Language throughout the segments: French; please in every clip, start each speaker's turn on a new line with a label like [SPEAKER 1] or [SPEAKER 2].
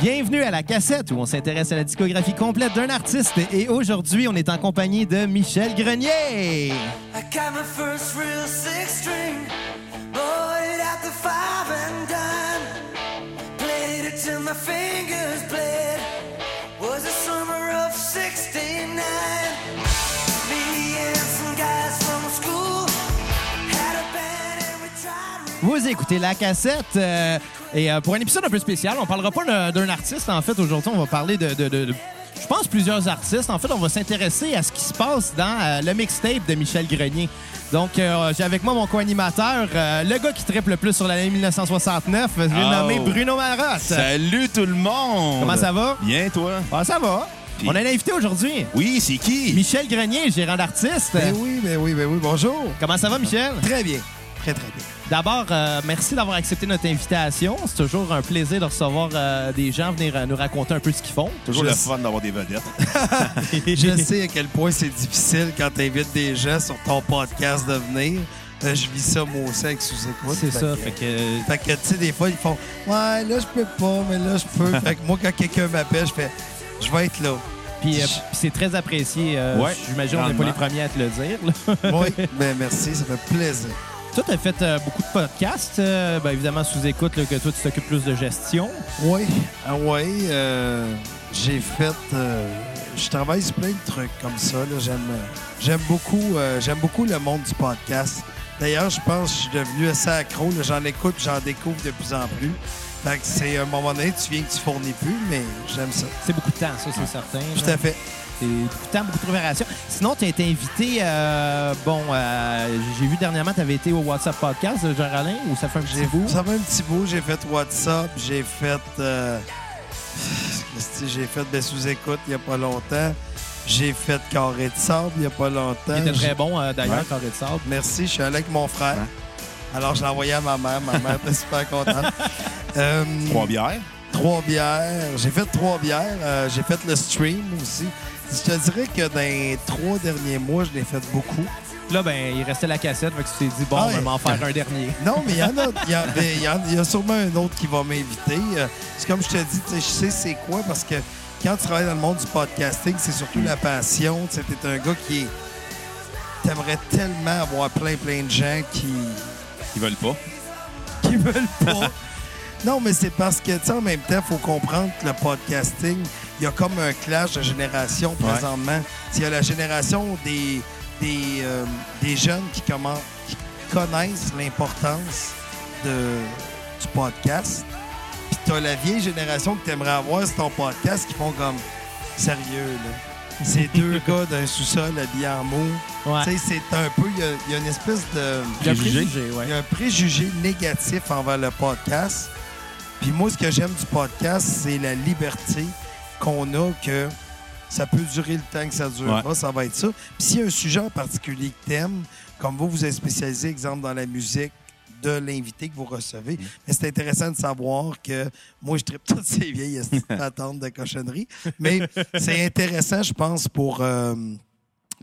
[SPEAKER 1] Bienvenue à la cassette où on s'intéresse à la discographie complète d'un artiste et aujourd'hui on est en compagnie de Michel Grenier.
[SPEAKER 2] I got my first real six string, bought it at the five and dime. Played it till my fingers bled. Was the summer of '69. Me and some guys from school had a band and we tried.
[SPEAKER 1] Vous écoutez la cassette euh, et euh, pour un épisode un peu spécial, on parlera pas d'un- d'un artiste en fait aujourd'hui, on va parler de, de- de- de- je pense plusieurs artistes. En fait, on va s'intéresser à ce qui se passe dans euh, le mixtape de Michel Grenier. Donc euh, j'ai avec moi mon co-animateur, euh, le gars qui triple le plus sur l'année 1969, j'ai
[SPEAKER 3] Oh.
[SPEAKER 1] nommé Bruno Marotte.
[SPEAKER 3] Salut tout le monde!
[SPEAKER 1] Comment ça va?
[SPEAKER 3] Bien, toi?
[SPEAKER 1] Ah, ça va.
[SPEAKER 3] Puis-
[SPEAKER 1] On a un invité aujourd'hui.
[SPEAKER 3] Oui, c'est qui?
[SPEAKER 1] Michel Grenier, gérant d'artiste.
[SPEAKER 4] Ben oui, ben oui, ben oui, bonjour.
[SPEAKER 1] Comment ça va, Michel?
[SPEAKER 4] Très bien, très très bien.
[SPEAKER 1] D'abord, euh, merci d'avoir accepté notre invitation. C'est toujours un plaisir de recevoir euh, des gens venir euh, nous raconter un peu ce qu'ils font.
[SPEAKER 3] Toujours
[SPEAKER 4] Je
[SPEAKER 3] le
[SPEAKER 4] sais-
[SPEAKER 3] fun d'avoir des vedettes.
[SPEAKER 4] Je sais à quel point c'est difficile quand tu invites des gens sur ton podcast de venir. Euh, je vis ça moi aussi avec sous-écoute.
[SPEAKER 1] C'est
[SPEAKER 4] Fait
[SPEAKER 1] ça,
[SPEAKER 4] que-
[SPEAKER 1] fait que... euh,
[SPEAKER 4] Fait que, tu sais, des fois, ils font Ouais, là, je peux pas, mais là, je peux. fait que moi, quand quelqu'un m'appelle, je fais Je vais être là.
[SPEAKER 1] Puis euh, puis c'est très apprécié. euh,
[SPEAKER 3] Ouais,
[SPEAKER 1] J'imagine on n'est pas
[SPEAKER 3] grandement.
[SPEAKER 1] les premiers à te le dire. là.
[SPEAKER 4] Oui, ben merci, ça fait plaisir.
[SPEAKER 1] Toi, t'as fait euh, beaucoup de podcasts. euh, ben, évidemment, sous écoute, là, que toi, tu t'occupes plus de gestion.
[SPEAKER 4] Oui, ah ouais, euh, j'ai fait. euh, je travaille sur plein de trucs comme ça. là. J'aime, euh, j'aime beaucoup, euh, j'aime beaucoup le monde du podcast. D'ailleurs, je pense que je suis devenu assez accro. là. J'en écoute, j'en découvre de plus en plus. Fait que c'est à un moment donné, tu viens que tu fournis plus, mais j'aime ça.
[SPEAKER 1] C'est beaucoup de temps, ça, c'est certain.
[SPEAKER 4] Tout
[SPEAKER 1] là.
[SPEAKER 4] à fait.
[SPEAKER 1] C'est beaucoup de temps, beaucoup de préparation. Sinon, tu as été invité, euh, bon, euh, j'ai vu dernièrement, tu avais été au WhatsApp Podcast de Jean-Alain, où ça fait un petit
[SPEAKER 4] J'ai
[SPEAKER 1] bout.
[SPEAKER 4] Ça fait un petit bout. J'ai fait WhatsApp, j'ai fait. euh, qu'est-ce que j'ai fait ben, sous-écoute il n'y a pas longtemps. J'ai fait carré de sable il n'y a pas longtemps.
[SPEAKER 1] Il était
[SPEAKER 4] J'ai-
[SPEAKER 1] très bon, euh, d'ailleurs,
[SPEAKER 4] Ouais.
[SPEAKER 1] Carré de Sable.
[SPEAKER 4] Merci, je suis allé avec mon frère. Alors, je l'ai envoyé à ma mère. Ma mère était super contente. Euh,
[SPEAKER 3] Trois bières.
[SPEAKER 4] trois bières. J'ai fait trois bières. Euh, j'ai fait le stream aussi. Je te dirais que dans les trois derniers mois, je l'ai fait beaucoup.
[SPEAKER 1] Là, ben, il restait la cassette, fait que tu t'es dit, bon,
[SPEAKER 4] Ah
[SPEAKER 1] on va
[SPEAKER 4] ouais.
[SPEAKER 1] m'en faire un dernier.
[SPEAKER 4] Non, mais il y en a, il y, en- ben, il y en- il y a sûrement un autre qui va m'inviter. Euh, C'est comme je te dis, tu sais, je sais c'est quoi parce que quand tu travailles dans le monde du podcasting, c'est surtout la passion. Tu es un gars qui est. T'aimerais tellement avoir plein, plein de gens qui,
[SPEAKER 3] Ils veulent pas.
[SPEAKER 4] qui veulent pas. Non, mais c'est parce que, tu sais, en même temps, il faut comprendre que le podcasting, il y a comme un clash de générations
[SPEAKER 3] Ouais.
[SPEAKER 4] présentement. Il y a la génération des, des, euh, des jeunes qui, commen- qui connaissent l'importance de- du podcast. Puis t'as la vieille génération que t'aimerais avoir sur ton podcast qui font comme sérieux, là. C'est deux gars d'un sous-sol habillés en mots.
[SPEAKER 1] Ouais.
[SPEAKER 4] Tu sais, c'est un peu. Il y a- il y, a une espèce de.
[SPEAKER 1] Le
[SPEAKER 3] Préjugé.
[SPEAKER 1] préjugé, ouais.
[SPEAKER 4] Il y a un préjugé négatif envers le podcast. Puis moi, ce que j'aime du podcast, c'est la liberté qu'on a que ça peut durer le temps que ça durera, ça va être ça. Puis s'il y a un sujet en particulier que t'aimes, comme vous, vous êtes spécialisé, exemple, dans la musique de l'invité que vous recevez. Mais c'est intéressant de savoir que moi, je tripe toutes ces vieilles esti- patentes de cochonnerie. Mais c'est intéressant, je pense, pour, euh,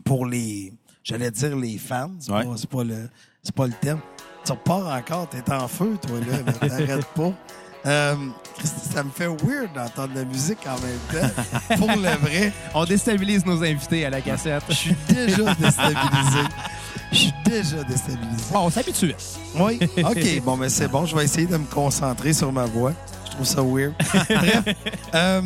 [SPEAKER 4] pour les, j'allais dire les fans. C'est
[SPEAKER 3] Ouais.
[SPEAKER 4] pas, c'est pas le, c'est pas le terme. Tu repars encore, t'es en feu, toi, là. mais T'arrêtes pas. Euh, Christy, ça me fait weird d'entendre de la musique en même temps. Pour le vrai,
[SPEAKER 1] On déstabilise nos invités à la cassette.
[SPEAKER 4] je suis déjà déstabilisé. Je suis déjà déstabilisé.
[SPEAKER 1] Bon, on s'habitue.
[SPEAKER 4] Oui, OK. Bon, mais c'est bon. Je vais essayer de me concentrer sur ma voix. Je trouve ça weird. Bref. euh,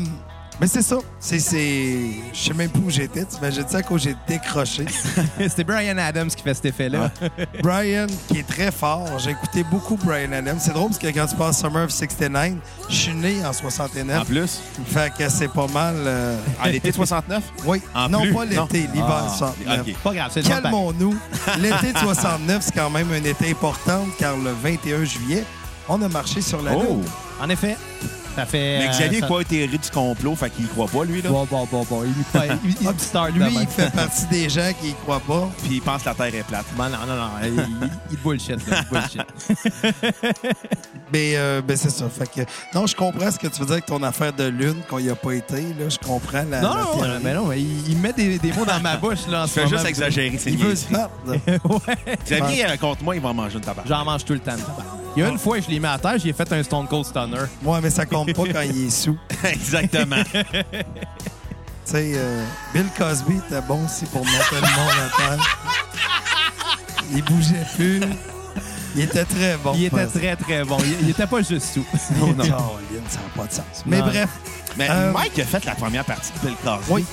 [SPEAKER 4] mais c'est ça. C'est, c'est... Je sais même plus où j'étais. Tu m'imagines ça quand j'ai décroché.
[SPEAKER 1] C'était Brian Adams qui fait cet effet-là.
[SPEAKER 4] Brian, qui est très fort. J'ai écouté beaucoup Brian Adams. C'est drôle parce que quand tu passes Summer of 69, je suis né en
[SPEAKER 3] En
[SPEAKER 1] Hein?
[SPEAKER 4] 69.
[SPEAKER 3] plus,
[SPEAKER 4] Fait que c'est pas mal... euh,
[SPEAKER 3] en été 69?
[SPEAKER 4] Oui.
[SPEAKER 3] En
[SPEAKER 4] non,
[SPEAKER 3] plus?
[SPEAKER 4] pas l'été.
[SPEAKER 3] Non.
[SPEAKER 4] L'hiver
[SPEAKER 3] Ah,
[SPEAKER 4] 69.
[SPEAKER 3] OK.
[SPEAKER 1] Pas grave, c'est le temps.
[SPEAKER 4] Calmons-nous. L'été de 69, c'est quand même un été important car le 21 juillet, on a marché sur la
[SPEAKER 3] Oh!
[SPEAKER 4] Lune.
[SPEAKER 1] En effet, ça fait.
[SPEAKER 3] Mais
[SPEAKER 1] euh,
[SPEAKER 3] Xavier
[SPEAKER 1] ça-
[SPEAKER 3] n'a pas été ri du complot, fait qu'il y croit pas, lui, là.
[SPEAKER 1] Bon, bon, bon, bon. Il est pas- il- il
[SPEAKER 4] Ah,
[SPEAKER 1] me start
[SPEAKER 4] Lui,
[SPEAKER 1] demain.
[SPEAKER 4] il fait partie des gens qui y croient pas.
[SPEAKER 3] Puis il pense que la Terre est plate.
[SPEAKER 1] Bon, non, non, non. Il, il bullshit, là. Il bullshit.
[SPEAKER 4] Mais euh, ben, c'est ça. Fait que, non, je comprends ce que tu veux dire avec ton affaire de Lune, qu'on y a pas été. Là, je comprends la.
[SPEAKER 1] Non,
[SPEAKER 4] la
[SPEAKER 1] non,
[SPEAKER 4] théorie.
[SPEAKER 1] non, mais non, mais il, il met des, des mots dans ma bouche, là, en
[SPEAKER 3] Je
[SPEAKER 1] ce
[SPEAKER 3] fais
[SPEAKER 1] moment.
[SPEAKER 3] juste exagérer, c'est
[SPEAKER 4] Il veut se battre. là.
[SPEAKER 1] Ouais.
[SPEAKER 3] Xavier, euh, contre moi, il va en manger une tabac.
[SPEAKER 1] J'en mange tout le temps. Il y a une fois, je l'ai mis à terre, j'ai fait un Stone Cold Stunner.
[SPEAKER 4] Ouais, mais ça compte pas quand il est sous.
[SPEAKER 3] Exactement.
[SPEAKER 4] Tu sais, euh, Bill Cosby était bon aussi pour mettre le monde à terre. Il bougeait plus. Il était très bon.
[SPEAKER 1] il était
[SPEAKER 4] parce-
[SPEAKER 1] très, très bon. Il, il était pas juste sous.
[SPEAKER 4] Oh, Non, non. Caroline, ça n'a pas de sens. Mais
[SPEAKER 1] Non.
[SPEAKER 4] bref,
[SPEAKER 3] Mais
[SPEAKER 4] Euh,
[SPEAKER 3] Mike a fait la première partie de Bill Cosby.
[SPEAKER 4] Oui,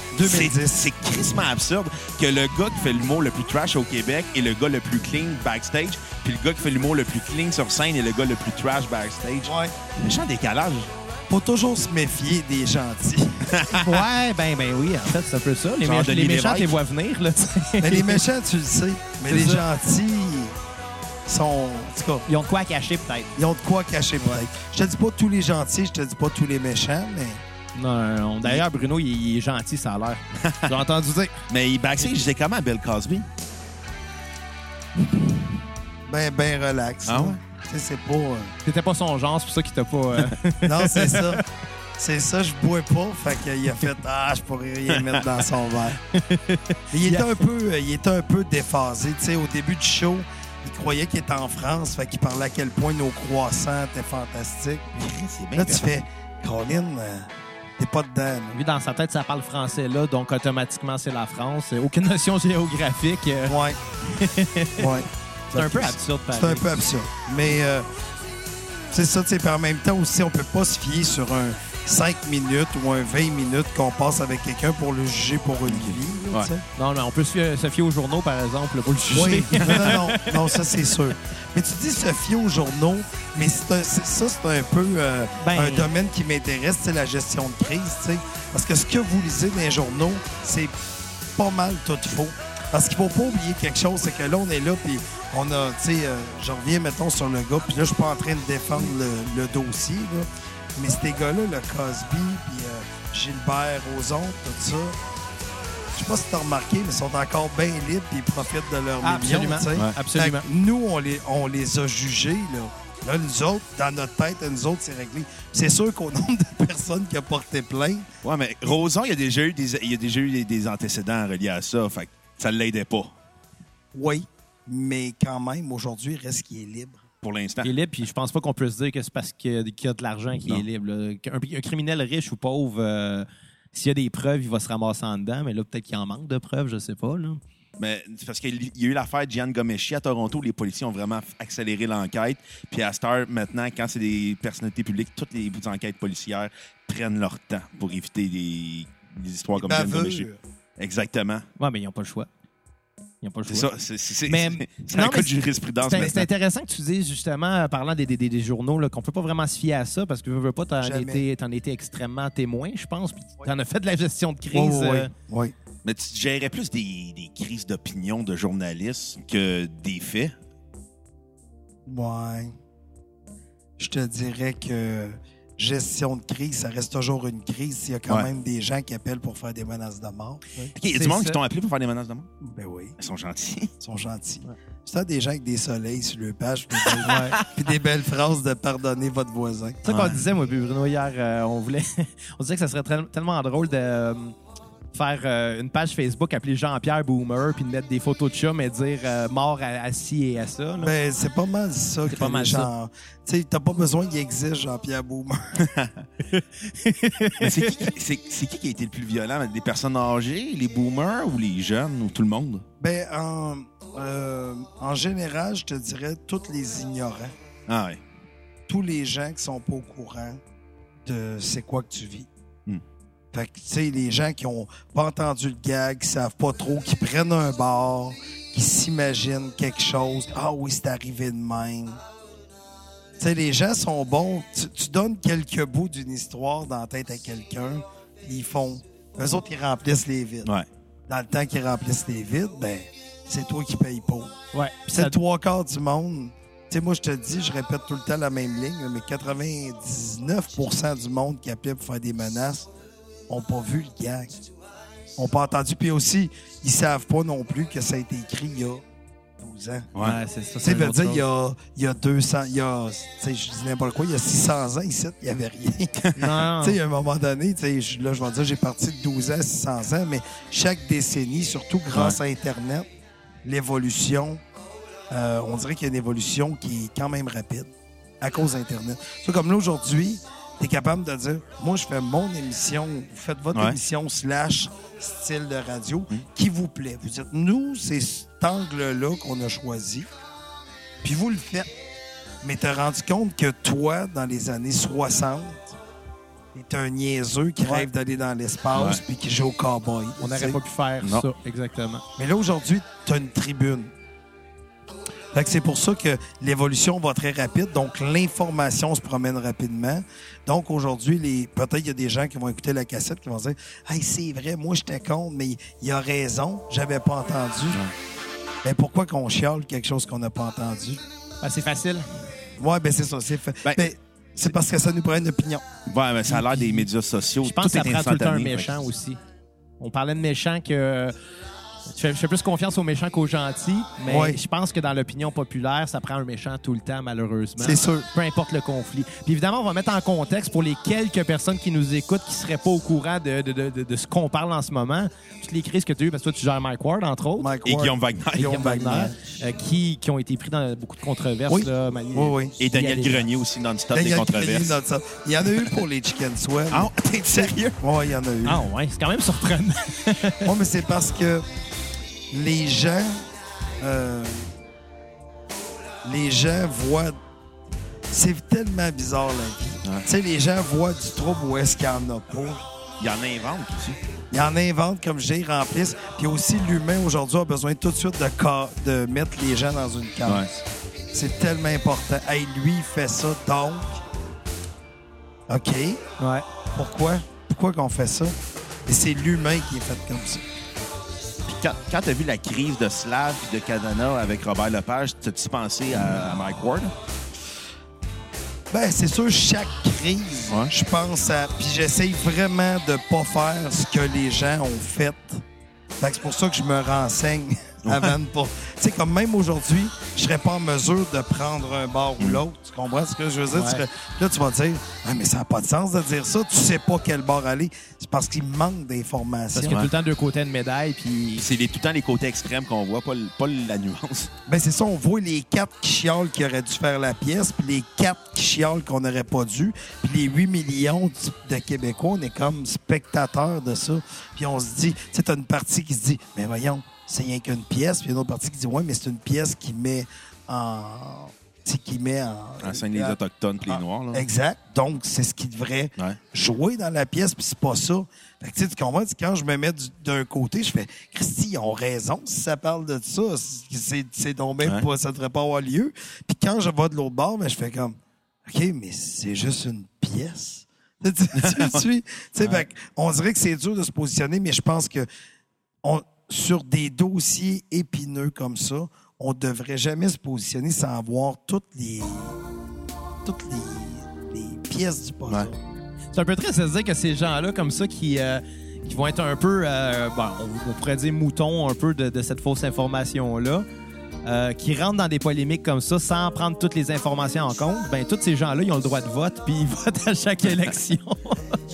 [SPEAKER 3] C'est-
[SPEAKER 4] 2010.
[SPEAKER 3] C'est crissement absurde que le gars qui fait l'humour le plus trash au Québec est le gars le plus clean backstage, puis le gars qui fait l'humour le plus clean sur scène est le gars le plus trash backstage. Méchant décalage.
[SPEAKER 4] faut toujours se méfier des gentils.
[SPEAKER 1] ouais, ben, ben oui, en fait, c'est un peu ça. Les,
[SPEAKER 3] Genre
[SPEAKER 1] mé-
[SPEAKER 3] Denis
[SPEAKER 1] les méchants,
[SPEAKER 3] Lévesque.
[SPEAKER 1] les voient venir, là. tu sais.
[SPEAKER 4] Mais les méchants, tu le sais. Mais
[SPEAKER 1] C'est
[SPEAKER 4] les
[SPEAKER 1] ça.
[SPEAKER 4] gentils sont. En tout cas,
[SPEAKER 1] Ils ont de quoi cacher, peut-être.
[SPEAKER 4] ils ont de quoi cacher peut-être. Je te dis pas tous les gentils, je te dis pas tous les méchants, mais.
[SPEAKER 1] Non, non. D'ailleurs, Bruno, il, il est gentil, ça a l'air. J'ai entendu dire.
[SPEAKER 3] Mais il backstage, disait comment à Bill Cosby?
[SPEAKER 4] Ben, ben relax.
[SPEAKER 3] Ah
[SPEAKER 4] là.
[SPEAKER 3] ouais?
[SPEAKER 4] Tu sais, c'est pas. euh,
[SPEAKER 1] C'était pas son genre, c'est pour ça qu'il t'a pas. euh,
[SPEAKER 4] Non, c'est ça. C'est ça, je bois pas. Fait qu'il a fait Ah, je pourrais rien mettre dans son verre. Mais il était un peu, euh, il était un peu déphasé. Tu sais, au début du show, il croyait qu'il était en France. Fait qu'il parlait à quel point nos croissants étaient fantastiques.
[SPEAKER 3] C'est bien
[SPEAKER 4] Là, tu
[SPEAKER 3] fait.
[SPEAKER 4] fais Colin, euh, t'es pas dedans. là.
[SPEAKER 1] Lui, dans sa tête, ça parle français là, donc automatiquement, c'est la France. Euh, Aucune notion géographique. euh,
[SPEAKER 4] Ouais. ouais.
[SPEAKER 1] C'est un peu absurde, pareil.
[SPEAKER 4] C'est un peu absurde. Mais euh, c'est ça, tu sais, puis en même temps aussi, on peut pas se fier sur un 5 minutes ou un 20 minutes qu'on passe avec quelqu'un pour le juger pour une vie. là, tu sais.
[SPEAKER 1] Non, mais on peut se fier, se fier aux journaux, par exemple, pour le juger.
[SPEAKER 4] Oui, non, non, non, non, ça c'est sûr. Mais tu dis se fier aux journaux, mais c'est un- c'est- ça c'est un peu euh,
[SPEAKER 1] Ben-
[SPEAKER 4] un domaine qui m'intéresse, c'est la gestion de crise, tu sais. parce que ce que vous lisez dans les journaux, c'est pas mal tout faux. Parce qu'il faut pas oublier quelque chose, c'est que là on est là puis on a, tu sais, euh, je reviens mettons sur le gars, puis là je suis pas en train de défendre le, le dossier là. mais ces gars-là, le Cosby, puis euh, Gilbert Rozon, tout ça. Je sais pas si t'as remarqué, mais ils sont encore bien libres puis ils profitent de leur
[SPEAKER 1] Absolument. Ouais. Absolument.
[SPEAKER 4] fait que nous, on les, on les a jugés. Là. là, nous autres, dans notre tête, à nous autres, c'est réglé. C'est sûr qu'au nombre de personnes qui ont porté plainte,
[SPEAKER 3] Ouais, mais Roson, il a déjà eu des, il a déjà eu des, des antécédents reliés à ça. Fait que ça l'aidait pas
[SPEAKER 4] oui, mais quand même, aujourd'hui, il reste qu'il est libre.
[SPEAKER 3] pour l'instant.
[SPEAKER 1] Il est libre, puis je pense pas qu'on peut se dire que c'est parce que- qu'il y a de l'argent qu'il
[SPEAKER 3] Non.
[SPEAKER 1] est libre. là. Un, un criminel riche ou pauvre, euh, s'il y a des preuves, il va se ramasser en dedans, mais là, peut-être qu'il en manque de preuves, je sais pas. Là.
[SPEAKER 3] Mais c'est parce qu'il y a eu l'affaire Gian Gomeshi à Toronto. où Les policiers ont vraiment accéléré l'enquête. Puis à cette heure, maintenant, quand c'est des personnalités publiques, toutes les enquêtes policières prennent leur temps pour éviter des, des histoires comme Gian
[SPEAKER 4] Baveux.
[SPEAKER 3] Gomeshi. Exactement.
[SPEAKER 1] Ouais, mais ils n'ont pas le choix. Ils n'ont pas le choix.
[SPEAKER 3] C'est ça. C'est, c'est, c'est-
[SPEAKER 1] Mais-
[SPEAKER 3] c'est un
[SPEAKER 1] non,
[SPEAKER 3] cas
[SPEAKER 1] mais
[SPEAKER 3] de jurisprudence.
[SPEAKER 1] C'est- C'est
[SPEAKER 3] maintenant.
[SPEAKER 1] intéressant que tu dises, justement, en parlant des, des- des- des journaux, là, qu'on peut pas vraiment se fier à ça parce que, veux, veux pas, t'en
[SPEAKER 4] Jamais.
[SPEAKER 1] étais, t'en étais extrêmement témoin, je pense. Puis t'en as fait de la gestion de
[SPEAKER 4] Oui,
[SPEAKER 1] crise.
[SPEAKER 4] oui, oui.
[SPEAKER 1] euh,
[SPEAKER 4] Oui.
[SPEAKER 3] Mais tu gérais plus des, des crises d'opinion de journalistes que des faits.
[SPEAKER 4] Ouais. Je te dirais que gestion de crise, ça reste toujours une crise s'il y a quand
[SPEAKER 3] Ouais.
[SPEAKER 4] même des gens qui appellent pour faire des menaces de mort.
[SPEAKER 3] OK, Il y a
[SPEAKER 1] C'est
[SPEAKER 3] du monde
[SPEAKER 1] ça.
[SPEAKER 3] qui t'ont appelé pour faire des menaces de mort.
[SPEAKER 4] Ben oui,
[SPEAKER 3] Ils sont gentils.
[SPEAKER 4] ils sont gentils. C'est ça, des gens avec des soleils sur le page, puis des, puis des belles phrases de pardonner votre voisin. Ah.
[SPEAKER 1] C'est ça qu'on
[SPEAKER 3] Ouais.
[SPEAKER 1] disait, moi, puis Bruno, hier, euh, on voulait. on disait que ça serait tel- tellement drôle de euh, faire euh, une page Facebook appelée Jean-Pierre Boomer, puis de mettre des photos de chum et dire euh, mort à, à ci et à ça. là.
[SPEAKER 4] Ben, c'est pas mal ça que
[SPEAKER 1] pas mal
[SPEAKER 4] les gens. Tu sais, t'as pas besoin qu'il existe Jean-Pierre Boomer.
[SPEAKER 3] Mais c'est qui, qui- c'est- c'est qui qui a été le plus violent? Les personnes âgées, les boomers ou les jeunes ou tout le monde?
[SPEAKER 4] ben, en, euh, en général, je te dirais tous les ignorants,
[SPEAKER 3] Ah ouais.
[SPEAKER 4] tous les gens qui sont pas au courant de c'est quoi que tu vis.
[SPEAKER 3] Hmm.
[SPEAKER 4] Fait que, tu sais, les gens qui ont pas entendu le gag, qui savent pas trop, qui prennent un bar, qui s'imaginent quelque chose. Ah oui, c'est arrivé de même. Tu sais, les gens sont bons. Tu, tu donnes quelques bouts d'une histoire dans la tête à quelqu'un, puis ils font. Eux autres, ils remplissent les vides.
[SPEAKER 3] Ouais.
[SPEAKER 4] Dans le temps qu'ils remplissent les vides, ben, c'est toi qui payes pour.
[SPEAKER 1] Ouais.
[SPEAKER 4] Puis c'est trois quarts du monde. Tu sais, moi, je te dis, je répète tout le temps la même ligne, mais 99 du monde qui appelait pour faire des menaces n'ont pas vu le gag. N'ont pas entendu. Puis aussi, ils savent pas non plus que ça a été écrit il y a 12 ans.
[SPEAKER 3] Ouais.
[SPEAKER 1] c'est ça.
[SPEAKER 4] Tu sais,
[SPEAKER 1] c'est une
[SPEAKER 4] veut
[SPEAKER 1] autre
[SPEAKER 4] dire,
[SPEAKER 1] chose.
[SPEAKER 4] il y a, il y a 200, il y a, tu sais, je dis n'importe quoi, il y a 600 ans ici, il n'y avait rien.
[SPEAKER 1] Non,
[SPEAKER 4] Tu sais, à un moment donné, tu sais, je- là, je vais dire, j'ai parti de 12 ans à 600 ans, mais chaque décennie, surtout grâce à Internet, l'évolution, euh, on dirait qu'il y a une évolution qui est quand même rapide. à cause d'Internet. Ça, comme là, aujourd'hui, tu es capable de dire Moi, je fais mon émission, vous faites votre
[SPEAKER 3] Ouais.
[SPEAKER 4] émission slash style de radio qui vous plaît. Vous dites Nous, c'est cet angle-là qu'on a choisi, puis vous le faites. Mais t'as rendu compte que toi, dans les années 60, t'es un niaiseux qui rêve d'aller dans l'espace
[SPEAKER 3] Ouais.
[SPEAKER 4] puis qui joue au cowboy.
[SPEAKER 1] On
[SPEAKER 4] Tu sais.
[SPEAKER 1] n'aurait pas pu faire
[SPEAKER 3] Non.
[SPEAKER 1] ça, exactement.
[SPEAKER 4] Mais là, aujourd'hui, tu as une tribune. Fait que c'est pour ça que l'évolution va très rapide. Donc, l'information se promène rapidement. Donc, aujourd'hui, les... peut-être qu'il y a des gens qui vont écouter la cassette qui vont dire Hey, c'est vrai, moi, j'étais con, mais il a raison, j'avais pas entendu. Mais pourquoi qu'on chiale quelque chose qu'on n'a pas entendu?
[SPEAKER 1] Ben, c'est facile.
[SPEAKER 4] Ouais, ben c'est ça. C'est fa-
[SPEAKER 3] Ben,
[SPEAKER 4] ben, c'est parce que ça nous prend une opinion.
[SPEAKER 3] Ouais, mais ça a l'air des médias sociaux.
[SPEAKER 1] Je pense que
[SPEAKER 3] tout
[SPEAKER 1] ça
[SPEAKER 3] est
[SPEAKER 1] prend tout le temps un
[SPEAKER 3] instantané,
[SPEAKER 1] méchant
[SPEAKER 3] fait que-
[SPEAKER 1] aussi. On parlait de méchant que. euh, Je fais, je fais plus confiance aux méchants qu'aux gentils, mais
[SPEAKER 4] Ouais.
[SPEAKER 1] je pense que dans l'opinion populaire, ça prend un méchant tout le temps,
[SPEAKER 3] Ben.
[SPEAKER 1] malheureusement.
[SPEAKER 4] C'est sûr.
[SPEAKER 1] Peu importe le conflit. Puis évidemment, on va mettre en contexte pour les quelques personnes qui nous écoutent qui seraient pas au courant de, de- de- de- de ce qu'on parle en ce moment. Toutes les crises que tu as eues, parce que toi, tu gères Mike Ward, entre autres.
[SPEAKER 4] Mike
[SPEAKER 3] Et
[SPEAKER 4] Ward.
[SPEAKER 3] Guillaume Wagner.
[SPEAKER 4] Guillaume Wagner.
[SPEAKER 1] euh, qui, qui ont été pris dans beaucoup de controverses.
[SPEAKER 4] Oui.
[SPEAKER 1] Là, mal-
[SPEAKER 4] Oui, Ben, oui.
[SPEAKER 3] Et
[SPEAKER 1] Il
[SPEAKER 3] Daniel
[SPEAKER 1] y a des-
[SPEAKER 3] Grenier aussi, non-stop des
[SPEAKER 4] Daniel Grenier,
[SPEAKER 3] controverses.
[SPEAKER 4] notre sœur. Il y en a eu pour les chicken swell.
[SPEAKER 3] Ah, t'es sérieux?
[SPEAKER 4] Ouais, il y en a eu.
[SPEAKER 1] Ah ouais, c'est quand même surprenant.
[SPEAKER 4] Oui, mais c'est parce que les gens. euh, les gens voient. C'est tellement bizarre la vie.
[SPEAKER 3] Ouais.
[SPEAKER 4] Tu sais, les gens voient du trouble où est-ce qu'il n'y en a pas.
[SPEAKER 3] Il y en invente aussi.
[SPEAKER 4] Ils en inventent, comme je dis, ils remplissent. Puis aussi, l'humain aujourd'hui a besoin tout de suite de, ca- de mettre les gens dans une case. C'est tellement important. Hey, lui, il fait ça, donc. OK.
[SPEAKER 1] Ouais.
[SPEAKER 4] Pourquoi? Pourquoi qu'on fait ça? Et c'est l'humain qui est fait comme ça.
[SPEAKER 3] Puis quand, quand t'as vu la crise de Slav et de Cadana avec Robert Lepage, t'as-tu pensé à, à Mike Ward?
[SPEAKER 4] Ben, c'est sûr, chaque crise,
[SPEAKER 3] Ouais.
[SPEAKER 4] je pense à. Puis j'essaye vraiment de pas faire ce que les gens ont fait. Fait que c'est pour ça que je me renseigne avant de pas. Tu sais, comme même aujourd'hui, je serais pas en mesure de prendre un bar ou l'autre. Tu comprends ce que je veux dire? Tu
[SPEAKER 1] Ouais.
[SPEAKER 4] serais- Là, tu vas dire, ah, mais ça n'a pas de sens de dire ça. Tu sais pas quel bar aller. C'est parce qu'il
[SPEAKER 1] Parce
[SPEAKER 4] manque d'informations.
[SPEAKER 1] qu'il y a tout le temps deux côtés de médaille, puis
[SPEAKER 3] C'est les- tout le temps les côtés extrêmes qu'on voit, pas, le- pas la nuance.
[SPEAKER 4] Ben, c'est ça, on voit les quatre qui chiolent qui auraient dû faire la pièce, puis les quatre qui chiolent qu'on n'aurait pas dû, puis les 8 millions du- de Québécois, on est comme spectateurs de ça. Puis on se dit, tu sais, t'as une partie qui se dit, mais voyons, c'est rien qu'une pièce, puis il y a une autre partie qui dit, ouais, mais c'est une pièce qui met en. tu sais, qui met en.
[SPEAKER 3] En scène les hein. Autochtones pis les
[SPEAKER 1] Ah,
[SPEAKER 3] Noirs. Là.
[SPEAKER 4] Exact. Donc, c'est ce qui devrait
[SPEAKER 3] Ouais.
[SPEAKER 4] jouer dans la pièce, puis c'est pas ça. Fait que, tu sais, tu comprends? Tu- Quand je me mets du- d'un côté, je fais Christy, ils ont raison si ça parle de ça. C'est c'est donc même
[SPEAKER 3] Ouais.
[SPEAKER 4] pas, ça devrait pas avoir lieu. Puis quand je vais de l'autre bord, ben, je fais comme OK, mais c'est juste une pièce. tu tu- tu suis? Tu sais, fait que on dirait que c'est dur de se positionner, mais je pense que on- sur des dossiers épineux comme ça, on devrait jamais se positionner sans avoir toutes les toutes les, les pièces du puzzle.
[SPEAKER 3] Ouais.
[SPEAKER 1] C'est un peu triste de se dire que ces gens-là, comme ça, qui, euh, qui vont être un peu, euh, bon, on, on pourrait dire moutons un peu de, de cette fausse information-là, euh, qui rentrent dans des polémiques comme ça sans prendre toutes les informations en compte, ben tous ces gens-là, ils ont le droit de vote, puis ils votent à chaque élection.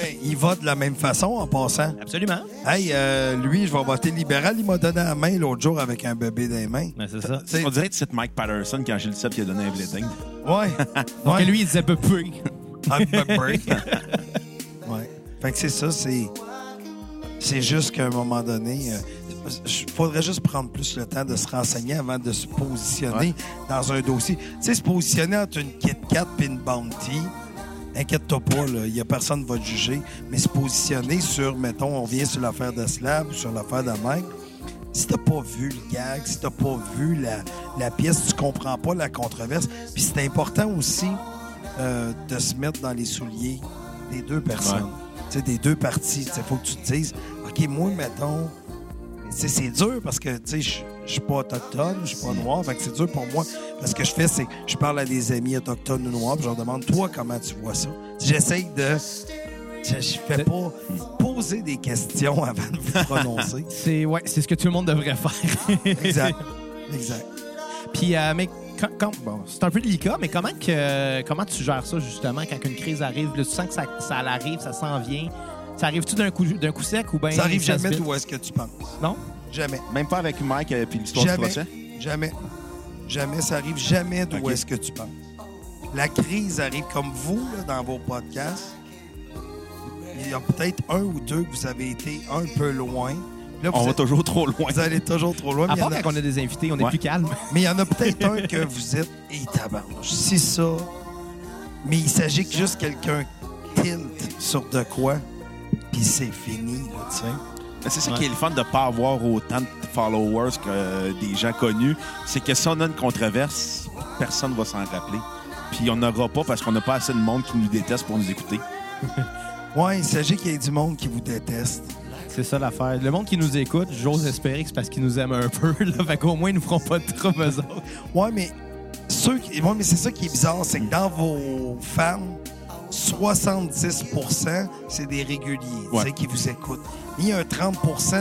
[SPEAKER 4] Hey, Il va de la même façon en passant.
[SPEAKER 1] Absolument.
[SPEAKER 4] Hey, euh, lui, je vais voter libéral. Il m'a donné la main l'autre jour avec un bébé dans les mains.
[SPEAKER 1] Ben, c'est ça.
[SPEAKER 4] C'est-
[SPEAKER 3] On dirait que c'est Mike Patterson quand j'ai le sub qui a donné un bléding.
[SPEAKER 4] Ouais.
[SPEAKER 1] Donc
[SPEAKER 4] ouais.
[SPEAKER 1] lui, il disait peu peu.
[SPEAKER 4] Un bébé. ouais. Fait que c'est ça, c'est. C'est juste qu'à un moment donné, il faudrait juste prendre plus le temps de se renseigner avant de se positionner dans un dossier. Tu sais, se positionner entre une Kit Kat et une Bounty, inquiète-toi pas, là, il n'y a personne qui va te juger. Mais se positionner sur, mettons, on vient sur l'affaire de Slab ou sur l'affaire de Mike, si t'as pas vu le gag, si t'as pas vu la, la pièce, tu comprends pas la controverse. Puis c'est important aussi euh, de se mettre dans les souliers des deux personnes.
[SPEAKER 3] Ouais.
[SPEAKER 4] Tu sais, des deux parties. Il faut que tu te dises, OK, moi, mettons, tu sais, c'est dur parce que, tu sais, je- je suis pas autochtone, je suis pas noir, fait que c'est dur pour moi. Parce que je fais, c'est que je parle à des amis autochtones ou noirs, puis je leur demande, toi, comment tu vois ça? J'essaye de... Je, je fais pas poser des questions avant de vous prononcer.
[SPEAKER 1] C'est ouais, c'est ce que tout le monde devrait faire.
[SPEAKER 4] exact. Exact.
[SPEAKER 1] Puis, euh, mais quand- quand- bon, c'est un peu délicat, mais comment, que, comment tu gères ça, justement, quand une crise arrive? Là, tu sens que ça, ça arrive, ça s'en vient. Ça arrive-tu d'un coup, d'un coup sec ou bien.
[SPEAKER 4] Ça arrive jamais
[SPEAKER 1] tout.
[SPEAKER 4] d'où est-ce que tu penses.
[SPEAKER 1] Non?
[SPEAKER 4] Jamais.
[SPEAKER 3] Même pas avec Mike et l'histoire du
[SPEAKER 4] Jamais.
[SPEAKER 3] procès.
[SPEAKER 4] Jamais. Jamais. Ça arrive jamais d'où
[SPEAKER 3] Ok.
[SPEAKER 4] est-ce que tu penses. la crise arrive, comme vous, là, dans vos podcasts, il y a peut-être un ou deux que vous avez été un peu loin. Là, vous
[SPEAKER 3] On va
[SPEAKER 4] êtes-
[SPEAKER 3] toujours trop loin.
[SPEAKER 4] vous allez toujours trop loin.
[SPEAKER 1] À
[SPEAKER 4] mais il y
[SPEAKER 1] part
[SPEAKER 4] en a-
[SPEAKER 1] quand on a des invités, on est
[SPEAKER 3] Ouais.
[SPEAKER 1] plus calme.
[SPEAKER 4] mais il y en a peut-être un que vous êtes et tabarnouche. C'est ça. Mais il s'agit que juste quelqu'un tilt sur de quoi, puis c'est fini, là, tu sais.
[SPEAKER 3] Mais C'est ça
[SPEAKER 1] Ouais.
[SPEAKER 3] qui est le fun de ne pas avoir autant de followers que euh, des gens connus. C'est que si on a une controverse, personne ne va s'en rappeler. Puis on n'aura pas parce qu'on n'a pas assez de monde qui nous déteste pour nous écouter.
[SPEAKER 4] Ouais, il s'agit qu'il y ait du monde qui vous déteste.
[SPEAKER 1] C'est ça l'affaire. Le monde qui nous écoute, j'ose espérer que c'est parce qu'ils nous aiment un peu. Là, fait qu'au moins, ils nous feront pas de trouble, eux autres.
[SPEAKER 4] Ouais, mais ceux qui... ouais, mais c'est ça qui est bizarre, c'est que dans vos femmes, 70 c'est des réguliers tu
[SPEAKER 3] Ouais.
[SPEAKER 4] sais, qui vous écoutent. Mais Il y a un 30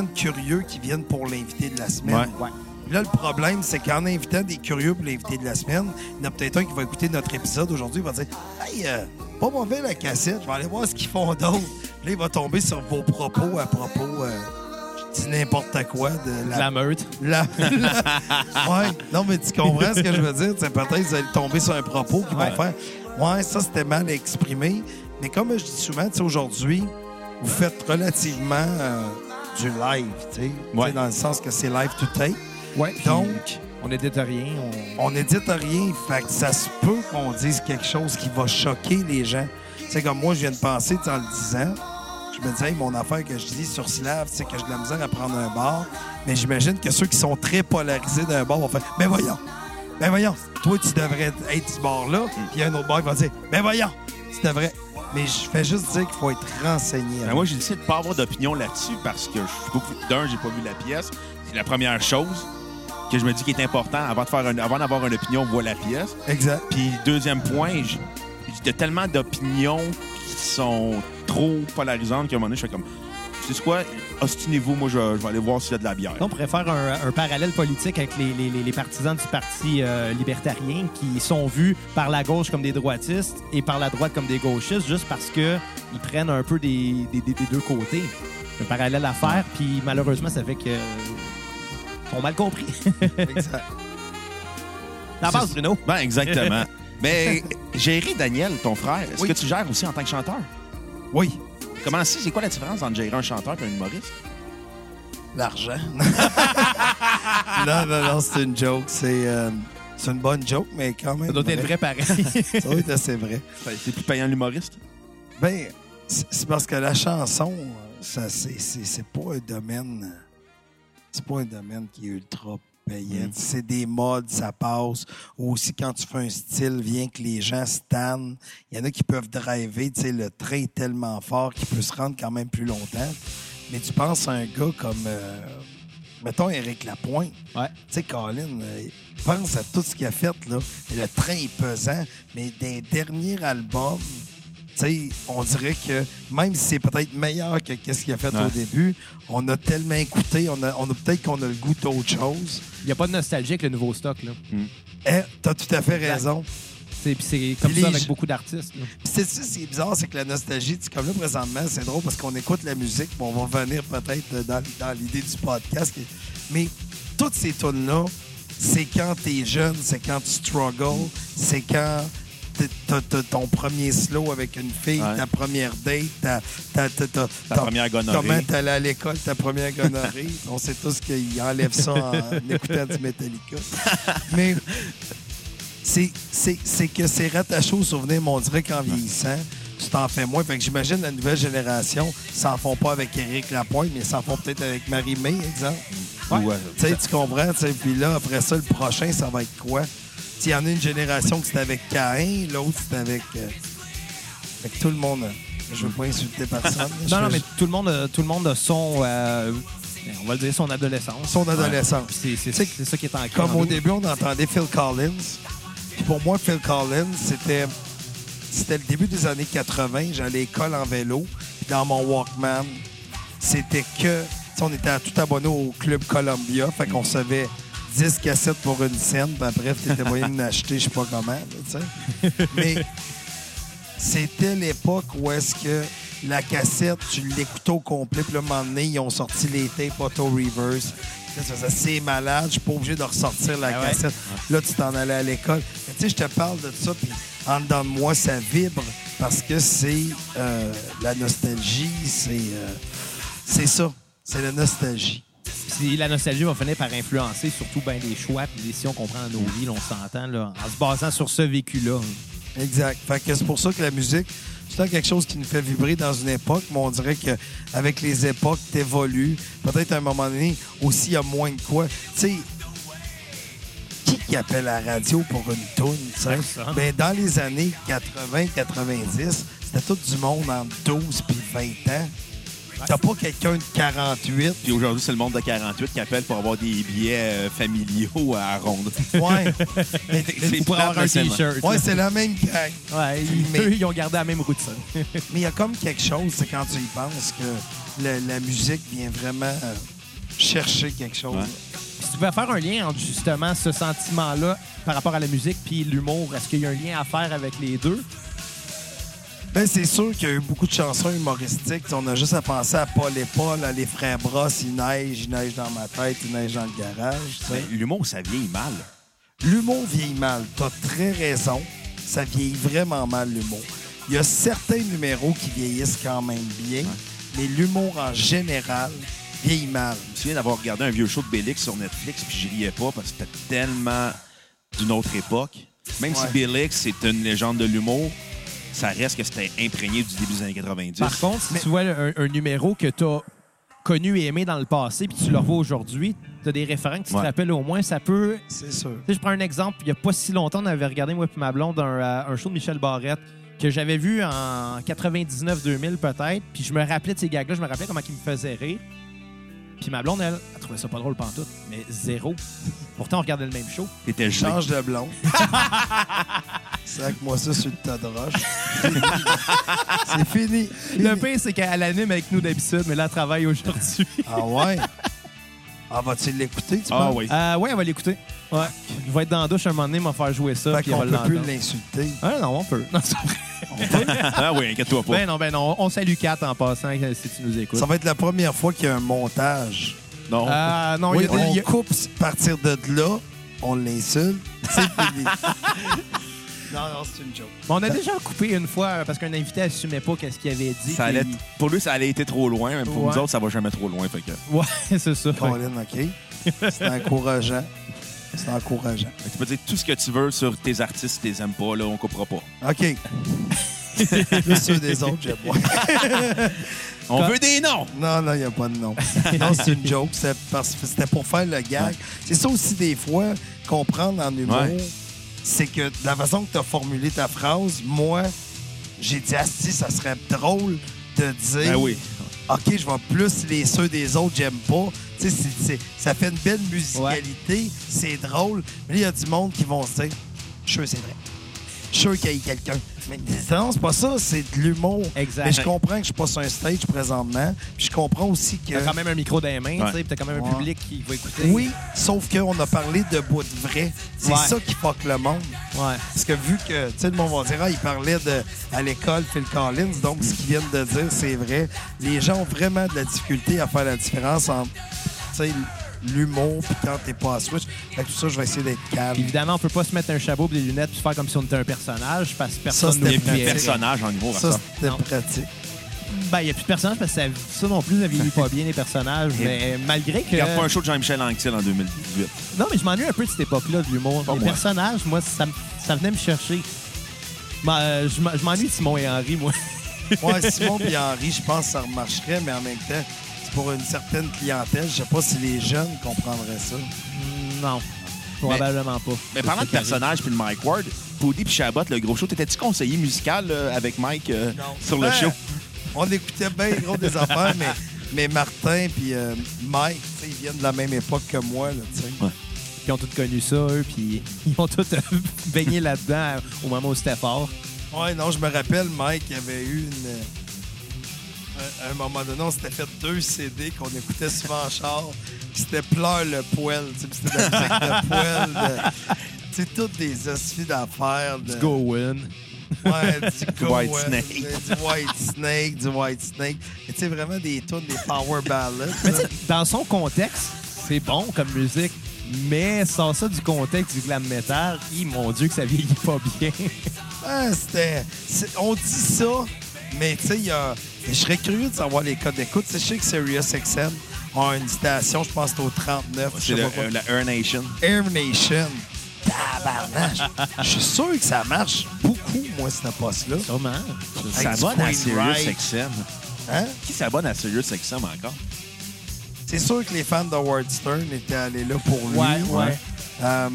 [SPEAKER 4] de curieux qui viennent pour l'invité de la semaine.
[SPEAKER 3] Ouais.
[SPEAKER 4] Puis Là, le problème, c'est qu'en invitant des curieux pour l'invité de la semaine, il y en a peut-être un qui va écouter notre épisode aujourd'hui, il va dire Hey, euh, pas mauvais la cassette, je vais aller voir ce qu'ils font d'autre. Là, il va tomber sur vos propos à propos, euh, je dis n'importe quoi, de la
[SPEAKER 1] La meute.
[SPEAKER 4] la- la- Ouais, non, mais tu comprends ce que je veux dire? C'est peut-être que vous allez tomber sur un propos qui
[SPEAKER 1] Ouais.
[SPEAKER 4] vont faire Ouais, ça c'était mal exprimé. Mais comme je dis souvent, tu sais, aujourd'hui, vous faites relativement euh, du live, tu sais. Tu sais,
[SPEAKER 3] Ouais.
[SPEAKER 4] dans le sens que c'est live to take.
[SPEAKER 1] Ouais.
[SPEAKER 4] Donc,
[SPEAKER 1] on n'était rien. On...
[SPEAKER 4] on n'édite rien, fait que ça se peut qu'on dise quelque chose qui va choquer les gens. C'est comme moi, je viens de penser tu sais, en le disant. Je me disais, hey, mon affaire que je dis sur Slav, c'est que j'ai de la misère à prendre un bar. Mais j'imagine que ceux qui sont très polarisés d'un bar vont faire Mais voyons, mais voyons, toi, tu devrais être ce bar-là. Puis il y a un autre bar qui va dire Mais voyons, tu devrais. Mais je fais juste dire qu'il faut être renseigné.
[SPEAKER 3] Ben, moi, j'ai décidé de ne pas avoir d'opinion là-dessus parce que, je- beaucoup- d'un, j'ai pas vu la pièce. C'est la première chose que je me dis qui est important avant de faire un- avant d'avoir une opinion, on voit la pièce.
[SPEAKER 4] Exact.
[SPEAKER 3] Puis deuxième point, j- il y a tellement d'opinions qui sont trop polarisantes qu'à un moment donné, je fais comme, tu sais quoi, ostinez-vous, moi je, je vais aller voir s'il y a de la bière.
[SPEAKER 1] On pourrait faire un, un parallèle politique avec les, les- les- les partisans du Parti euh, libertarien qui sont vus par la gauche comme des droitistes et par la droite comme des gauchistes juste parce que ils prennent un peu des, des- des- des deux côtés. Un parallèle à faire, puis malheureusement, ça fait que. euh, ils sont mal compris.
[SPEAKER 4] exact.
[SPEAKER 1] T'en penses, Bruno?
[SPEAKER 3] Ben exactement. Mais gérer Daniel, ton frère, est-ce
[SPEAKER 4] Oui.
[SPEAKER 3] que tu gères aussi en tant que chanteur?
[SPEAKER 4] Oui,
[SPEAKER 3] Comment c'est? C'est quoi la différence entre gérer un chanteur et un humoriste?
[SPEAKER 4] L'argent. non, non, non, c'est une joke. C'est euh, c'est une bonne joke, mais quand même.
[SPEAKER 1] Ça doit être vrai pareil.
[SPEAKER 4] Ça doit être assez vrai.
[SPEAKER 3] C'est plus payant l'humoriste?
[SPEAKER 4] Ben, c'est c'est parce que la chanson, ça, c'est- c'est c'est pas un domaine. C'est pas un domaine qui est ultra
[SPEAKER 1] Mm.
[SPEAKER 4] payant. C'est des modes, ça passe. Ou aussi, quand tu fais un style, vient que les gens stannent. Il y en a qui peuvent driver, tu sais, le train est tellement fort qu'il peut se rendre quand même plus longtemps. Mais tu penses à un gars comme, euh, mettons, Éric Lapointe.
[SPEAKER 1] Ouais.
[SPEAKER 4] Tu sais, Colin, euh, pense à tout ce qu'il a fait, là. Le train est pesant, mais des derniers albums, tu sais, on dirait que même si c'est peut-être meilleur que ce qu'il a fait
[SPEAKER 3] Ouais.
[SPEAKER 4] au début, on a tellement écouté, on a, on a peut-être qu'on a le goût d'autre chose.
[SPEAKER 1] Il n'y a pas de nostalgie avec le nouveau stock. là.
[SPEAKER 4] Eh, t'as tout à fait raison.
[SPEAKER 1] C'est- Puis c'est comme
[SPEAKER 4] Puis
[SPEAKER 1] ça
[SPEAKER 4] les-
[SPEAKER 1] avec beaucoup d'artistes. là.
[SPEAKER 4] Puis c'est ça, c'est bizarre, c'est que la nostalgie, tu sais, comme là, présentement, c'est drôle parce qu'on écoute la musique, puis on va revenir peut-être euh, dans, dans l'idée du podcast. qui- Mais toutes ces tunes-là, c'est quand t'es jeune, c'est quand tu struggles, c'est quand t'es- t'as t'as ton premier slow avec une fille,
[SPEAKER 3] Ouais.
[SPEAKER 4] ta première date, ta, ta, ta, ta-
[SPEAKER 3] Ta
[SPEAKER 4] ta-
[SPEAKER 3] première gonorrhée.
[SPEAKER 4] Comment t'allais à l'école, ta première gonorrhée. on sait tous qu'ils enlèvent ça en écoutant du Metallica. Mais c'est- c'est c'est que c'est rattaché au souvenir, mais on dirait qu'en vieillissant, tu t'en fais moins. Fait que j'imagine la nouvelle génération s'en font pas avec Éric Lapointe, mais s'en font peut-être avec Marie-Mé, exemple.
[SPEAKER 3] Ou, euh,
[SPEAKER 4] Tu sais, tu comprends? tu sais, Puis là, après ça, le prochain, ça va être quoi? S'il y en a une génération que c'était avec Caïn, l'autre, c'était avec, euh, avec tout le monde. Je veux pas insulter personne.
[SPEAKER 1] Non, non,
[SPEAKER 4] Je-
[SPEAKER 1] mais tout le monde, a- tout le monde a son, euh, on va le dire, son adolescence.
[SPEAKER 4] son adolescence.
[SPEAKER 1] Puis C'est c'est-
[SPEAKER 4] Tu sais,
[SPEAKER 1] c'est ça qui est en
[SPEAKER 4] Comme au début, on entendait Phil Collins. Puis pour moi, Phil Collins, c'était c'était le début des années 80. J'allais à l'école en vélo. Puis dans mon Walkman, c'était que... tu sais, on était à tout abonné au Club Columbia. Fait qu'on recevait 10 cassettes pour une scène. Puis après, t'étais moyen d'en acheter, je sais pas comment. là, tu sais. Mais c'était l'époque où est-ce que la cassette, tu l'écoutais au complet. Puis là, un moment donné, ils ont sorti les tapes Auto Reverse. Là, tu faisais, C'est malade, je suis pas obligé de ressortir la
[SPEAKER 1] Ah ouais?
[SPEAKER 4] cassette. Là, tu t'en allais à l'école. Mais Tu sais, je te parle de ça, puis en dedans de moi, ça vibre parce que c'est euh, la nostalgie, c'est euh, c'est ça, c'est la nostalgie.
[SPEAKER 1] Puis la nostalgie va finir par influencer surtout bien des choix puis des décisions qu'on prend dans nos vies, là, on s'entend, là, en se basant sur ce vécu-là.
[SPEAKER 4] Exact. Fait que c'est pour ça que la musique, c'est toujours quelque chose qui nous fait vibrer dans une époque, mais on dirait qu'avec les époques, t'évolues. Peut-être à un moment donné, aussi, il y a moins de quoi. Tu sais, qui qui appelle à la radio pour une toune, tu sais?
[SPEAKER 1] Personne.
[SPEAKER 4] Ben, dans les années 80-90, c'était tout du monde entre 12 puis 20 ans. T'as pas quelqu'un de 48
[SPEAKER 3] Puis aujourd'hui, c'est le monde de 48 qui appelle pour avoir des billets euh, familiaux à ronde.
[SPEAKER 4] Ouais. Mais-
[SPEAKER 3] C'est
[SPEAKER 1] Pour
[SPEAKER 3] plate,
[SPEAKER 1] avoir un
[SPEAKER 3] mais c'est
[SPEAKER 1] t-shirt.
[SPEAKER 4] ouais, c'est la même gang.
[SPEAKER 1] Ouais, ils-
[SPEAKER 4] Mais-
[SPEAKER 1] eux, ils ont gardé la même routine.
[SPEAKER 4] Mais il y a comme quelque chose, c'est quand tu y penses, que le- la musique vient vraiment euh, chercher quelque chose.
[SPEAKER 3] Ouais.
[SPEAKER 1] Si tu pouvais faire un lien entre justement ce sentiment-là par rapport à la musique puis l'humour, est-ce qu'il y a un lien à faire avec les deux?
[SPEAKER 4] Ben, c'est sûr qu'il y a eu beaucoup de chansons humoristiques. Tu sais, On a juste à penser à Paul et Paul, à les frères Bross, il neige, il neige dans ma tête, il neige dans le garage. tu sais.
[SPEAKER 3] Mais Ben, L'humour, ça vieillit mal.
[SPEAKER 4] L'humour vieillit mal. T'as très raison. Ça vieillit vraiment mal, l'humour. Il y a certains numéros qui vieillissent quand même bien, mais l'humour en général vieillit mal.
[SPEAKER 3] Je me souviens d'avoir regardé un vieux show de Bélix sur Netflix, puis je riais pas parce que c'était tellement d'une autre époque. Même si
[SPEAKER 4] Ouais.
[SPEAKER 3] Bélix, c'est une légende de l'humour, ça reste que c'était imprégné du début des années 90.
[SPEAKER 1] Par contre, si
[SPEAKER 4] Mais-
[SPEAKER 1] tu vois un, un numéro que tu as connu et aimé dans le passé puis tu le revois aujourd'hui, tu as des référents que tu
[SPEAKER 3] Ouais.
[SPEAKER 1] te rappelles au moins, ça peut
[SPEAKER 4] C'est sûr.
[SPEAKER 1] Tu sais, je prends un exemple. Il n'y a pas si longtemps, on avait regardé, moi et ma blonde, un, euh, un show de Michel Barrette que j'avais vu en 99-2000 peut-être. Puis je me rappelais de ces gags-là. Je me rappelais comment ils me faisaient rire. Puis ma blonde, elle, elle trouvait ça pas drôle pantoute. Mais zéro. Pourtant, on regardait le même show.
[SPEAKER 3] T'étais gelé.
[SPEAKER 4] Change de blond. Sac-moi ça sur le tas de roche. C'est fini. C'est
[SPEAKER 1] Le
[SPEAKER 4] fini.
[SPEAKER 1] pire, c'est qu'elle anime avec nous d'habitude, mais là, elle travaille aujourd'hui.
[SPEAKER 4] Ah ouais? Ah, vas-tu l'écouter, tu
[SPEAKER 3] Ah
[SPEAKER 4] penses?
[SPEAKER 3] oui.
[SPEAKER 1] euh, ouais, on va l'écouter. Ouais. Il va être dans la douche un moment donné, il va faire jouer ça.
[SPEAKER 4] Fait
[SPEAKER 1] Puis on
[SPEAKER 4] qu'on
[SPEAKER 1] va
[SPEAKER 4] peut plus
[SPEAKER 1] l'entendre.
[SPEAKER 4] l'insulter.
[SPEAKER 1] Ah non, on peut. Non, c'est vrai.
[SPEAKER 3] ah oui, inquiète-toi pas.
[SPEAKER 1] ben non, ben non. On salue Kat en passant euh, si tu nous écoutes.
[SPEAKER 4] Ça va être la première fois qu'il y a un montage.
[SPEAKER 3] non.
[SPEAKER 1] Euh, non, il
[SPEAKER 4] Oui,
[SPEAKER 1] y a des- il
[SPEAKER 4] on
[SPEAKER 1] y a-
[SPEAKER 4] coupe à partir de là, on l'insulte, c'est fini. non, non, c'est une joke.
[SPEAKER 1] Mais on a déjà coupé une fois euh, parce qu'un invité assumait pas qu'est-ce qu'il avait dit.
[SPEAKER 3] Ça
[SPEAKER 1] puis-
[SPEAKER 3] allait t- pour lui, ça allait été trop loin, mais pour
[SPEAKER 1] Ouais.
[SPEAKER 3] nous autres, ça va jamais trop loin. Fait que...
[SPEAKER 1] Ouais, c'est ça.
[SPEAKER 4] Colin, OK? C'est encourageant. C'est encourageant.
[SPEAKER 3] Fait que tu peux dire tout ce que tu veux sur tes artistes, tes aimes pas, là, on coupera pas.
[SPEAKER 4] OK. Plus ceux des autres, j'aime moins.
[SPEAKER 3] On
[SPEAKER 1] Comme-
[SPEAKER 3] veut des noms!
[SPEAKER 4] Non, non, il n'y a pas de nom. Non, c'est une joke. c'est parce que C'était pour faire le gag.
[SPEAKER 3] Ouais.
[SPEAKER 4] C'est ça aussi, des fois, comprendre en humour,
[SPEAKER 3] Ouais.
[SPEAKER 4] c'est que de la façon que tu as formulé ta phrase, moi, j'ai dit, ah, si, ça serait drôle de dire,
[SPEAKER 3] Ben oui.
[SPEAKER 4] OK, je vais plus les ceux des autres, j'aime pas. Tu sais, c'est- c'est- ça fait une belle musicalité, c'est drôle. Mais là, il y a du monde qui vont se dire, je suis sûr, c'est vrai. Je suis sûr qu'il y a quelqu'un. Mais non, c'est pas ça, c'est de l'humour.
[SPEAKER 1] Exact.
[SPEAKER 4] Mais je comprends que je suis pas sur un stage présentement. Puis je comprends aussi que.
[SPEAKER 1] T'as quand même un micro dans les mains, tu
[SPEAKER 3] Ouais.
[SPEAKER 1] sais, puis t'as quand même
[SPEAKER 4] Ouais.
[SPEAKER 1] un public qui va écouter.
[SPEAKER 4] Oui, sauf qu'on a parlé de bout de vrai. C'est
[SPEAKER 1] Ouais.
[SPEAKER 4] ça qui fuck le monde.
[SPEAKER 1] Ouais.
[SPEAKER 4] Parce que vu que, tu sais, le monde va dire, ah, il parlait de, à l'école Phil Collins, donc ce qu'ils viennent de dire, c'est vrai. Les gens ont vraiment de la difficulté à faire la différence entre, tu sais, l'humour puis quand t'es pas à switch. Fait que tout ça, je vais essayer d'être
[SPEAKER 1] Puis
[SPEAKER 4] calme.
[SPEAKER 1] Évidemment, on peut pas se mettre un chapeau, des lunettes, puis faire comme si on était un personnage, parce que personne
[SPEAKER 4] c'était
[SPEAKER 1] nous
[SPEAKER 3] Il n'y a plus de
[SPEAKER 1] verrait.
[SPEAKER 3] personnage en humour à ça.
[SPEAKER 4] Ça, c'était
[SPEAKER 1] Non.
[SPEAKER 4] pratique.
[SPEAKER 1] Ben, il y a plus de personnage parce que ça, ça non plus, ça vieillit pas bien les personnages. mais malgré que.
[SPEAKER 3] Regarde pas un show de Jean-Michel Anctil en 2018.
[SPEAKER 1] Non, mais je m'ennuie un peu de cette époque-là de l'humour.
[SPEAKER 3] Pas
[SPEAKER 1] les
[SPEAKER 3] moi.
[SPEAKER 1] personnages, moi, ça, me- ça venait me chercher. Ben, euh, je m'en- je m'ennuie de Simon et Henri, moi.
[SPEAKER 4] Ouais, Simon et Henri, je pense que ça remarcherait, mais en même temps, c'est pour une certaine clientèle. Je sais pas si les jeunes comprendraient ça.
[SPEAKER 1] non. Probablement pas.
[SPEAKER 3] Mais parlant de personnage puis de Mike Ward, Poudy puis Chabot, le gros show, t'étais-tu conseiller musical là, avec Mike euh, sur le
[SPEAKER 4] Ben,
[SPEAKER 3] show?
[SPEAKER 4] On écoutait bien gros des affaires, mais, mais Martin puis euh, Mike, tu sais, ils viennent de la même époque que moi. Là, tu sais.
[SPEAKER 1] Ils ont tous connu ça, eux, puis ils ont tous euh, baigné là-dedans euh, au moment où c'était fort.
[SPEAKER 4] Ouais, non, je me rappelle, Mike il avait eu une. euh, À un moment donné, on s'était fait deux CD qu'on écoutait souvent en char. puis C'était Pleure le poêle. tu sais, puis C'était de la musique de poêle. de- Tu sais, toutes des asphies d'affaires. De...
[SPEAKER 1] Let's go win.
[SPEAKER 4] Ouais, du
[SPEAKER 3] Du White
[SPEAKER 4] Go-
[SPEAKER 3] Snake.
[SPEAKER 4] Du White Snake, du White Snake. Et Tu sais, vraiment des tunes, des power ballads.
[SPEAKER 1] Mais tu sais, dans son contexte, c'est bon comme musique, mais sans ça du contexte du glam metal, hi, mon Dieu que ça vieillit pas bien.
[SPEAKER 4] Ah, c'était. c'est- On dit ça, mais tu sais, il y a- je serais curieux de savoir les codes d'écoute. Tu sais, Je sais que SiriusXM a une station, je pense que c'est au 39, je
[SPEAKER 3] C'est
[SPEAKER 4] sais
[SPEAKER 3] le-
[SPEAKER 4] pas quoi.
[SPEAKER 3] euh, la Air Nation.
[SPEAKER 4] Air Nation. Tabarnache. Je suis sûr que ça marche beaucoup, moi, cette poste-là.
[SPEAKER 1] Sûrement.
[SPEAKER 4] Hey,
[SPEAKER 3] Ça
[SPEAKER 4] du
[SPEAKER 3] s'abonne à
[SPEAKER 4] Queen
[SPEAKER 3] Sirius
[SPEAKER 4] Wright.
[SPEAKER 3] XM.
[SPEAKER 4] Hein?
[SPEAKER 3] Qui s'abonne à Sirius XM encore?
[SPEAKER 4] C'est sûr que les fans de Howard Stern étaient allés là pour lui. hein?
[SPEAKER 1] Ouais, ouais.
[SPEAKER 4] Euh,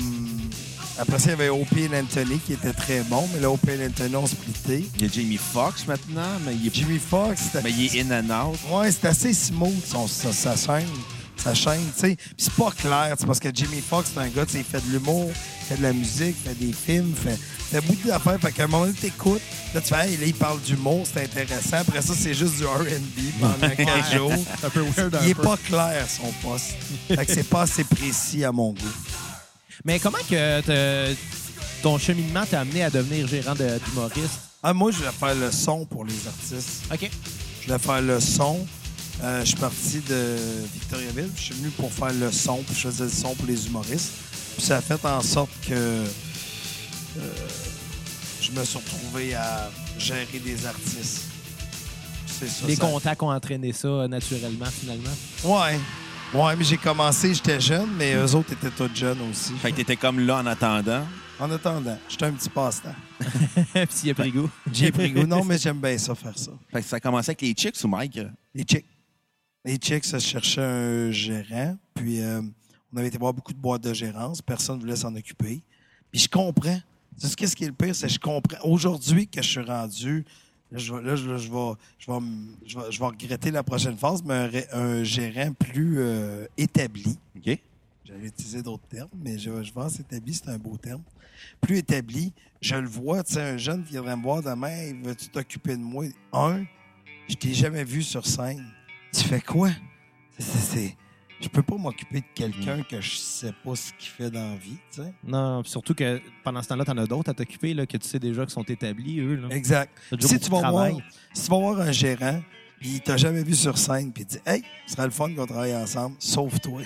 [SPEAKER 4] après ça, il y avait O.P. Anthony qui était très bon, mais là, O.P. Anthony ont splitté.
[SPEAKER 3] Il y a Jamie Foxx maintenant, mais il est,
[SPEAKER 4] Jimmy Fox, c'était-
[SPEAKER 3] mais il est in and out.
[SPEAKER 4] Ouais, c'est assez smooth, son, sa, sa chaîne. Sa chaîne, tu sais. Puis c'est pas clair, tu sais, parce que Jimmy Fox, c'est un gars, tu sais, il fait de l'humour, il fait de la musique, il fait des films, il fait, il fait beaucoup d'affaires. Fait qu'à un moment donné, t'écoutes, là, tu fais, hey, là, il parle d'humour, c'est intéressant. Après ça, c'est juste du RB pendant quelques jours.
[SPEAKER 1] C'est un peu weird. un
[SPEAKER 4] Il est
[SPEAKER 1] peu.
[SPEAKER 4] pas clair, son poste. Fait que c'est pas assez précis à mon goût.
[SPEAKER 1] Mais comment que te- ton cheminement t'a amené à devenir gérant de- d'humoriste?
[SPEAKER 4] Ah, moi, je voulais faire le son pour les artistes.
[SPEAKER 1] OK.
[SPEAKER 4] Je voulais faire le son. Euh, je suis parti de Victoriaville. puis Je suis venu pour faire le son. Puis je faisais le son pour les humoristes. Puis ça a fait en sorte que euh, je me suis retrouvé à gérer des artistes. C'est ça.
[SPEAKER 1] Les
[SPEAKER 4] ça-
[SPEAKER 1] contacts ont entraîné ça euh, naturellement, finalement.
[SPEAKER 4] Ouais. Ouais, mais j'ai commencé, j'étais jeune, mais eux autres étaient tous jeunes aussi.
[SPEAKER 3] Fait que t'étais comme là en attendant.
[SPEAKER 4] En attendant, j'étais un petit passe-temps.
[SPEAKER 1] Puis il y a pris goût.
[SPEAKER 4] J'ai pris goût. Non, mais j'aime bien ça, faire ça.
[SPEAKER 3] Fait que ça a commencé avec les chicks ou Mike? Euh,
[SPEAKER 4] Les chicks. Les chicks, ça se cherchait un gérant. Puis euh, on avait été voir beaucoup de boîtes de gérance. Personne ne voulait s'en occuper. Puis je comprends. Tu sais, qu'est-ce qui est le pire, c'est que je comprends. Aujourd'hui que je suis rendu, là, je, vais- là, je, là, je vais, je, vais, m- je, vais, je vais regretter la prochaine phase, mais un, ré- un gérant plus euh, établi.
[SPEAKER 3] OK.
[SPEAKER 4] J'avais utilisé d'autres termes, mais je, je pense établi, c'est un beau terme. Plus établi, je le vois, tu sais, un jeune qui viendrait me voir demain, Hey, veux-tu t'occuper de moi? Un, je t'ai jamais vu sur scène. Tu fais quoi? C'est- c'est- c'est- Je peux pas m'occuper de quelqu'un que je sais pas ce qu'il fait dans la vie, tu sais.
[SPEAKER 1] Non, puis surtout que pendant ce temps-là, t'en as d'autres à t'occuper, là, que tu sais déjà qui sont établis, eux. Là.
[SPEAKER 4] Exact.
[SPEAKER 1] T'as déjà
[SPEAKER 4] Si
[SPEAKER 1] beaucoup
[SPEAKER 4] tu,
[SPEAKER 1] de
[SPEAKER 4] vas voir,
[SPEAKER 1] travail.
[SPEAKER 4] si tu vas voir un gérant, puis il t'a jamais vu sur scène, puis il dit Hey, ce serait le fun qu'on travaille ensemble, sauve-toi.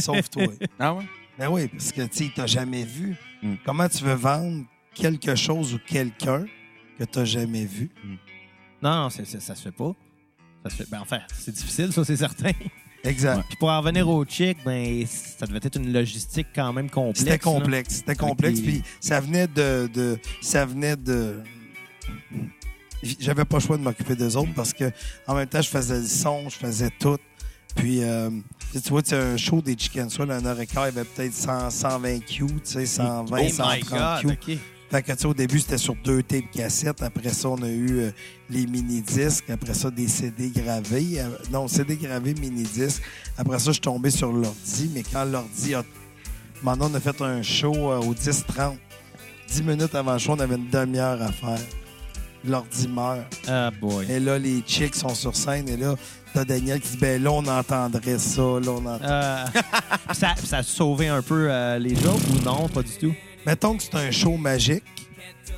[SPEAKER 4] sauve-toi.
[SPEAKER 3] Ah ouais?
[SPEAKER 4] Ben oui, parce que tu sais, il t'a jamais vu.
[SPEAKER 3] Mm.
[SPEAKER 4] Comment tu veux vendre quelque chose ou quelqu'un que t'as jamais vu?
[SPEAKER 1] Non, non, c'est- c'est- ça se fait pas. Ça se fait... Ben, enfin, c'est difficile, ça, c'est certain.
[SPEAKER 4] Exact.
[SPEAKER 1] Puis pour en revenir au chick, ben, ça devait être une logistique quand même complexe.
[SPEAKER 4] C'était
[SPEAKER 1] là.
[SPEAKER 4] complexe. C'était complexe.
[SPEAKER 1] Avec les-
[SPEAKER 4] Puis ça venait de, de- Ça venait de. J'avais pas le choix de m'occuper des autres parce que en même temps, je faisais le son, je faisais tout. Puis, euh, tu sais, tu vois, c'est un show des Chicken Swell, un heure et quart, il y avait peut-être 100, 120 Q, tu sais, 120,
[SPEAKER 1] Oh my
[SPEAKER 4] 130
[SPEAKER 1] God,
[SPEAKER 4] Q.
[SPEAKER 1] OK.
[SPEAKER 4] Fait que, tu sais, au début, c'était sur deux tapes cassettes. Après ça, on a eu euh, les mini-disques. Après ça, des CD gravés. Euh, non, CD gravés, mini-disques. Après ça, je suis tombé sur l'ordi. Mais quand l'ordi a... Maintenant, on a fait un show euh, au 10-30. 10 minutes avant le show, on avait une demi-heure à faire. L'ordi meurt.
[SPEAKER 1] Ah boy.
[SPEAKER 4] Et là, les chicks sont sur scène. Et là, t'as Daniel qui dit, ben là, on entendrait ça. Là, on entend...
[SPEAKER 1] Euh, puis ça, puis ça a sauvé un peu euh, les autres ou non, pas du tout?
[SPEAKER 4] Mettons que c'est un show magique.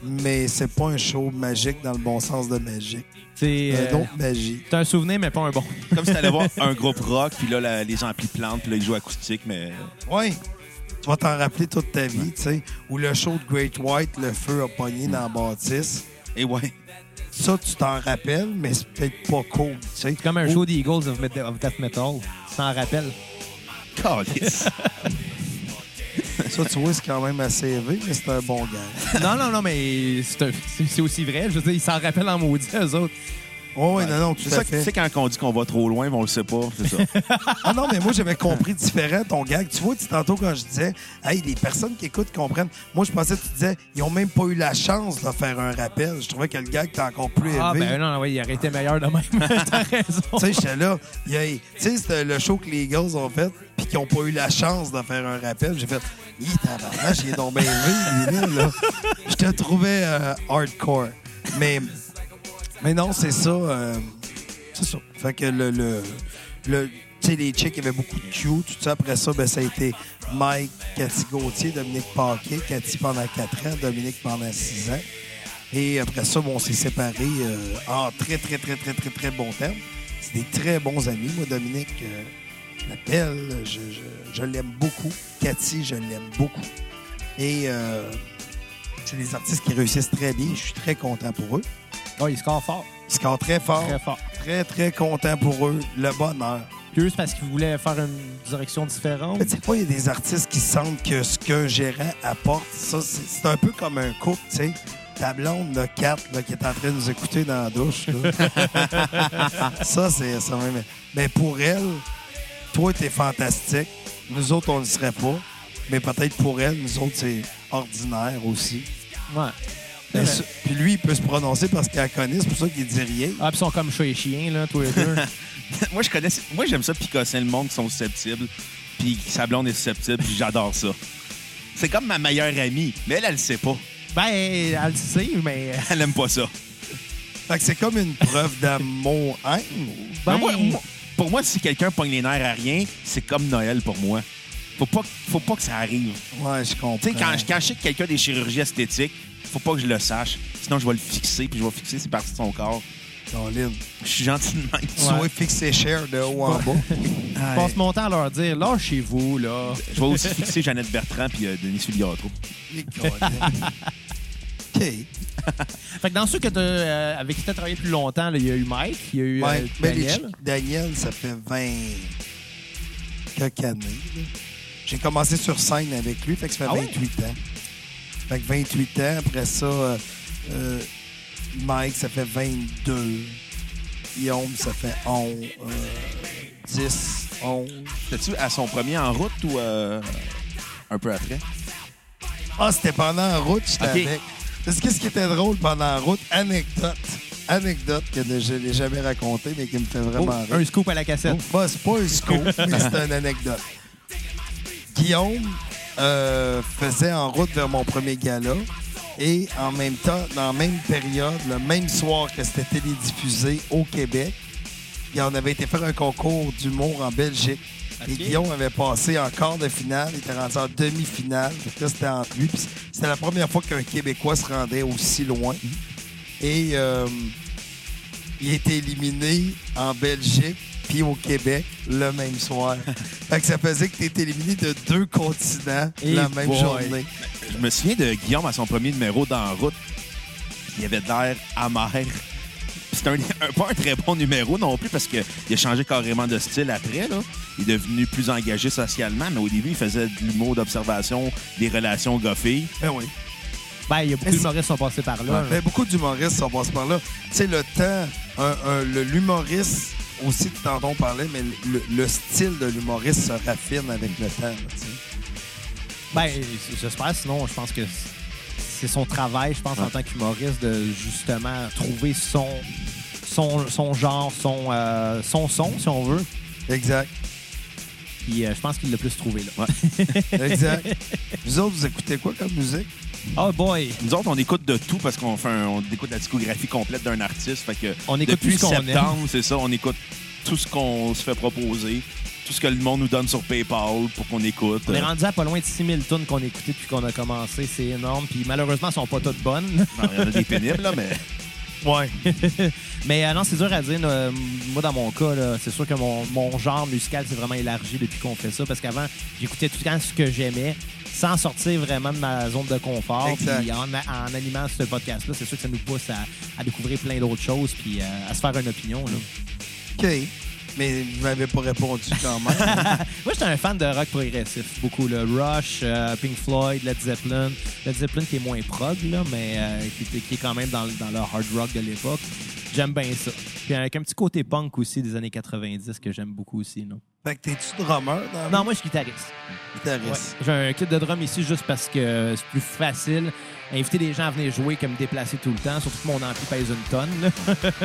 [SPEAKER 4] Mais c'est pas un show magique dans le bon sens de magique.
[SPEAKER 1] C'est
[SPEAKER 4] C'est
[SPEAKER 1] euh,
[SPEAKER 4] un autre magie.
[SPEAKER 1] c'est un souvenir, mais pas un bon.
[SPEAKER 3] Comme si t'allais voir un groupe rock, puis là, la- les amplis plantent, puis là, ils jouent acoustique, mais...
[SPEAKER 4] Oui. Tu vas t'en rappeler toute ta vie, tu sais. Ou le show de Great White, le feu a pogné
[SPEAKER 3] Mm.
[SPEAKER 4] dans la bâtisse.
[SPEAKER 3] Et eh ouais.
[SPEAKER 4] Ça, tu t'en rappelles, mais c'est peut-être pas cool, tu sais. oh.
[SPEAKER 1] C'est comme un
[SPEAKER 4] Ou-
[SPEAKER 1] show des Eagles of, Met- of Death Metal. Tu t'en rappelles?
[SPEAKER 3] Calice.
[SPEAKER 4] Ça, tu vois, c'est quand même assez élevé, mais c'est un bon gars.
[SPEAKER 1] non, non, non, mais c'est un- c'est c'est aussi vrai. Je veux dire, ils s'en rappellent en maudit, eux autres.
[SPEAKER 4] Oui, non, non, tout
[SPEAKER 3] C'est
[SPEAKER 4] à
[SPEAKER 3] ça que tu sais
[SPEAKER 4] fait.
[SPEAKER 3] quand on dit qu'on va trop loin, mais on le sait pas. C'est ça.
[SPEAKER 4] Ah non, mais moi, j'avais compris différent ton gag. Tu vois, tu- tantôt, quand je disais, hey, les personnes qui écoutent comprennent. Moi, je pensais que tu disais, ils ont même pas eu la chance de faire un rappel. Je trouvais que le gag était encore plus élevé.
[SPEAKER 1] Ah, ben non, non, oui, il aurait été meilleur de même. T'as raison.
[SPEAKER 4] Tu sais, j'étais là. il y a- Tu sais, c'était le show que les gars ont fait, puis qu'ils n'ont pas eu la chance de faire un rappel. J'ai fait, hi, tabarnache, il est donc bien élevé, lui, là, là. Je te trouvais euh, hardcore. Mais, mais non, c'est ça. euh, c'est ça. Fait que le. le, le- tu sais, les chicks, il y avait beaucoup de Q. Tout ça, après ça, ben, ça a été Mike, Cathy Gauthier, Dominique Paquet, Cathy pendant 4 ans, Dominique pendant 6 ans. Et après ça, bon, on s'est séparés euh, en très, très, très, très, très, très bon terme. C'est des très bons amis. Moi, Dominique, euh, je l'appelle, je, je- je l'aime beaucoup. Cathy, je l'aime beaucoup. Et euh, J'ai des artistes qui réussissent très bien. Je suis très content pour eux.
[SPEAKER 1] Oh, il score fort.
[SPEAKER 4] Ils scorent très fort.
[SPEAKER 1] Très fort.
[SPEAKER 4] Très, très content pour eux. Le bonheur.
[SPEAKER 1] Curieux c'est parce qu'il voulait faire une direction différente.
[SPEAKER 4] Mais tu sais quoi, il y a des artistes qui sentent que ce qu'un gérant apporte, ça, c'est c'est un peu comme un couple, tu sais. Ta blonde, là, Kat, là, qui est en train de nous écouter dans la douche. là. ça, c'est ça. Mais, mais pour elle, toi, t'es fantastique. Nous autres, on ne le serait pas. Mais peut-être pour elle, nous autres, c'est ordinaire aussi.
[SPEAKER 1] Ouais.
[SPEAKER 4] Mais
[SPEAKER 1] Ouais.
[SPEAKER 4] ça- Puis lui, il peut se prononcer parce qu'il la connaît. C'est pour ça qu'il dit rien.
[SPEAKER 1] Ah, puis ils sont comme chat et chien, là, tous les deux.
[SPEAKER 3] moi, je connais. Moi, j'aime ça picasser le monde qui sont susceptibles. Puis que sa blonde est susceptible, puis j'adore ça. C'est comme ma meilleure amie, mais elle, elle le sait pas.
[SPEAKER 1] ben, elle le sait, mais. euh,
[SPEAKER 3] Elle aime pas ça.
[SPEAKER 4] Fait que c'est comme une preuve d'amour-haine.
[SPEAKER 1] Ben,
[SPEAKER 3] Mais moi- moi- pour moi, si quelqu'un pogne les nerfs à rien, c'est comme Noël pour moi. Faut pas, faut pas que ça arrive.
[SPEAKER 4] Ouais, je comprends.
[SPEAKER 3] Tu sais, quand, je- quand je sais que quelqu'un a des chirurgies esthétiques, faut pas que je le sache. Sinon, je vais le fixer, puis je vais fixer ses parties de son corps.
[SPEAKER 4] Caroline,
[SPEAKER 3] Je suis gentil de même.
[SPEAKER 4] Tu
[SPEAKER 1] Ouais.
[SPEAKER 4] dois fixer cher de haut en bas.
[SPEAKER 1] je
[SPEAKER 3] Aïe.
[SPEAKER 1] passe mon temps à leur dire, là, chez vous, là.
[SPEAKER 3] Je vais aussi fixer Jeannette Bertrand puis euh, Denis Filiatro.
[SPEAKER 4] OK.
[SPEAKER 1] Fait que dans ceux que t'as, euh, avec qui t'as travaillé plus longtemps, là, il y a eu Mike, il y a eu euh,
[SPEAKER 4] Ouais, mais les
[SPEAKER 1] Daniel.
[SPEAKER 4] chi- Daniel, ça fait 20 quelques années. là. J'ai commencé sur scène avec lui, fait que ça
[SPEAKER 1] Ah
[SPEAKER 4] fait
[SPEAKER 1] ouais?
[SPEAKER 4] 28 ans. Fait que 28 ans, après ça, euh, euh, Mike, ça fait 22. Guillaume, ça fait 11, euh, 10, 11.
[SPEAKER 3] T'as-tu à son premier en route ou euh, un peu après?
[SPEAKER 4] Ah, c'était pendant la route, j'étais
[SPEAKER 3] Ok.
[SPEAKER 4] avec. Parce que ce qui était drôle pendant la route, anecdote. Anecdote que je n'ai jamais racontée, mais qui me fait
[SPEAKER 1] Oh,
[SPEAKER 4] vraiment rire.
[SPEAKER 1] un scoop à la cassette.
[SPEAKER 4] Bah, c'est pas un scoop, mais c'est une anecdote. Guillaume euh, faisait en route vers mon premier gala et en même temps, dans la même période, le même soir que c'était télédiffusé au Québec, et on avait été faire un concours d'humour en Belgique. Et
[SPEAKER 1] Ok.
[SPEAKER 4] Guillaume avait passé en quart de finale, il était rendu en demi-finale. Fait que Là, c'était entre lui. Puis C'était la première fois qu'un Québécois se rendait aussi loin. Et euh, il était éliminé en Belgique puis au Québec le même soir. fait que ça faisait que tu étais éliminé de deux continents
[SPEAKER 1] Et
[SPEAKER 4] la même
[SPEAKER 1] boy.
[SPEAKER 4] journée.
[SPEAKER 3] Je me souviens de Guillaume à son premier numéro dans la route. Il avait de l'air amer. C'était un, un- pas un très bon numéro non plus parce qu'il a changé carrément de style après. Là. Il est devenu plus engagé socialement, mais au début, il faisait de l'humour d'observation, des relations gars-filles.
[SPEAKER 4] Ben oui.
[SPEAKER 1] Ben, il y a beaucoup
[SPEAKER 4] Mais c'est-
[SPEAKER 1] d'humoristes qui sont passés par là.
[SPEAKER 4] Mais beaucoup d'humoristes sont passés par là. Tu sais, le temps, un- un- le- l'humoriste, aussi tout à l'heure, on parlait, mais le, le style de l'humoriste se raffine avec le temps. là, tu sais.
[SPEAKER 1] Ben, j'espère, sinon, je pense que c'est son travail, je pense, en tant qu'humoriste, de justement trouver son, son, son genre, son, euh, son son, si on veut.
[SPEAKER 4] Exact.
[SPEAKER 1] Puis euh, je pense qu'il l'a plus trouvé, là.
[SPEAKER 4] Exact. vous autres, vous écoutez quoi comme musique?
[SPEAKER 1] Oh boy!
[SPEAKER 3] Nous autres, on écoute de tout parce qu'on fait un- on écoute la discographie complète d'un artiste. Fait que
[SPEAKER 1] On écoute
[SPEAKER 3] depuis
[SPEAKER 1] tout ce qu'on
[SPEAKER 3] septembre, c'est ça, on écoute tout ce qu'on se fait proposer, tout ce que le monde nous donne sur PayPal pour qu'on écoute.
[SPEAKER 1] On est rendu à pas loin de 6000 tonnes qu'on a écoutées depuis qu'on a commencé. C'est énorme. Puis malheureusement, elles sont pas toutes bonnes.
[SPEAKER 3] Euh, Non, Il y en a des pénibles, là, mais
[SPEAKER 1] Ouais. Mais euh, non, c'est dur à dire. là. Moi, dans mon cas, là, c'est sûr que mon, mon genre musical s'est vraiment élargi depuis qu'on fait ça. Parce qu'avant, j'écoutais tout le temps ce que j'aimais sans sortir vraiment de ma zone de confort.
[SPEAKER 4] Exact.
[SPEAKER 1] Puis en, en animant ce podcast-là, c'est sûr que ça nous pousse à, à découvrir plein d'autres choses puis euh, à se faire une opinion. là.
[SPEAKER 4] OK. Mais vous m'avez pas répondu quand même.
[SPEAKER 1] Moi, j'étais un fan de rock progressif, beaucoup. Le Rush, euh, Pink Floyd, Led Zeppelin. Led Zeppelin qui est moins prog, là, mais euh, qui, qui est quand même dans, le- dans le hard rock de l'époque. J'aime bien ça. Puis avec un petit côté punk aussi des années 90 que j'aime beaucoup aussi. Non,
[SPEAKER 4] fait que t'es-tu drummer dans
[SPEAKER 1] non moi, je suis guitariste. Ouais.
[SPEAKER 4] guitariste?
[SPEAKER 1] J'ai un kit de drum ici juste parce que c'est plus facile. Inviter les gens à venir jouer que me déplacer tout le temps, surtout que mon ampli pèse une tonne. là.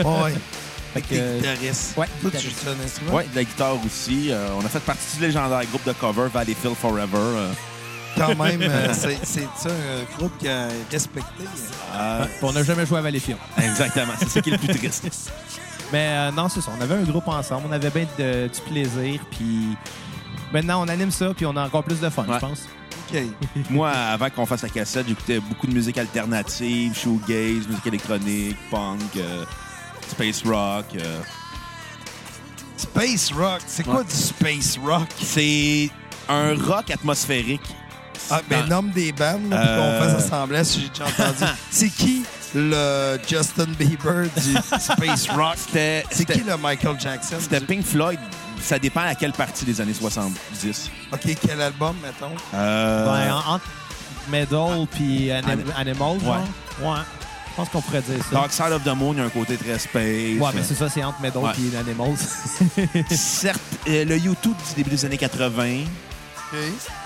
[SPEAKER 4] Ah ouais. Fait que t'es
[SPEAKER 1] que-
[SPEAKER 4] guitariste.
[SPEAKER 1] Ouais,
[SPEAKER 4] Toi, tu
[SPEAKER 1] guitariste.
[SPEAKER 4] joues un instrument?
[SPEAKER 3] ouais, de la guitare aussi. Euh, on a fait partie du légendaire groupe de cover Valleyfield Forever. euh.
[SPEAKER 4] Quand même, euh, c'est c'est ça un groupe qui a respecté. hein.
[SPEAKER 3] Euh,
[SPEAKER 1] Puis on n'a jamais joué à Valleyfield.
[SPEAKER 3] exactement, c'est ça qui est le plus triste.
[SPEAKER 1] Mais euh, non, c'est ça. On avait un groupe ensemble, on avait bien de- du plaisir, puis maintenant on anime ça, puis on a encore plus de fun,
[SPEAKER 3] Ouais.
[SPEAKER 1] je pense.
[SPEAKER 4] OK.
[SPEAKER 3] Moi, avant qu'on fasse la cassette, j'écoutais beaucoup de musique alternative, shoegaze, musique électronique, punk, euh, space rock. euh.
[SPEAKER 4] Space rock. C'est quoi du space rock?
[SPEAKER 3] C'est un rock atmosphérique. C'est-
[SPEAKER 4] Ah, ben, nomme des bandes, là, puis qu'on
[SPEAKER 3] Euh.
[SPEAKER 4] fasse semblant si j'ai déjà entendu. C'est qui le Justin Bieber du Space Rock?
[SPEAKER 3] C'était-
[SPEAKER 4] C'est
[SPEAKER 3] c'était-
[SPEAKER 4] qui le Michael Jackson? du-
[SPEAKER 3] C'était Pink Floyd. Ça dépend à quelle partie des années 70.
[SPEAKER 4] OK, quel album, mettons?
[SPEAKER 3] Euh,
[SPEAKER 1] Ben, en- entre Metal puis Ani-
[SPEAKER 3] Ani-
[SPEAKER 1] Animal, genre. Ouais. Je pense qu'on pourrait dire ça.
[SPEAKER 3] Dark Side of the Moon, il y a un côté très space.
[SPEAKER 1] ouais, mais c'est ça, c'est entre Metal
[SPEAKER 3] euh, Ouais.
[SPEAKER 1] puis Animals.
[SPEAKER 3] Certes, euh, le YouTube du début des années 80.
[SPEAKER 4] OK.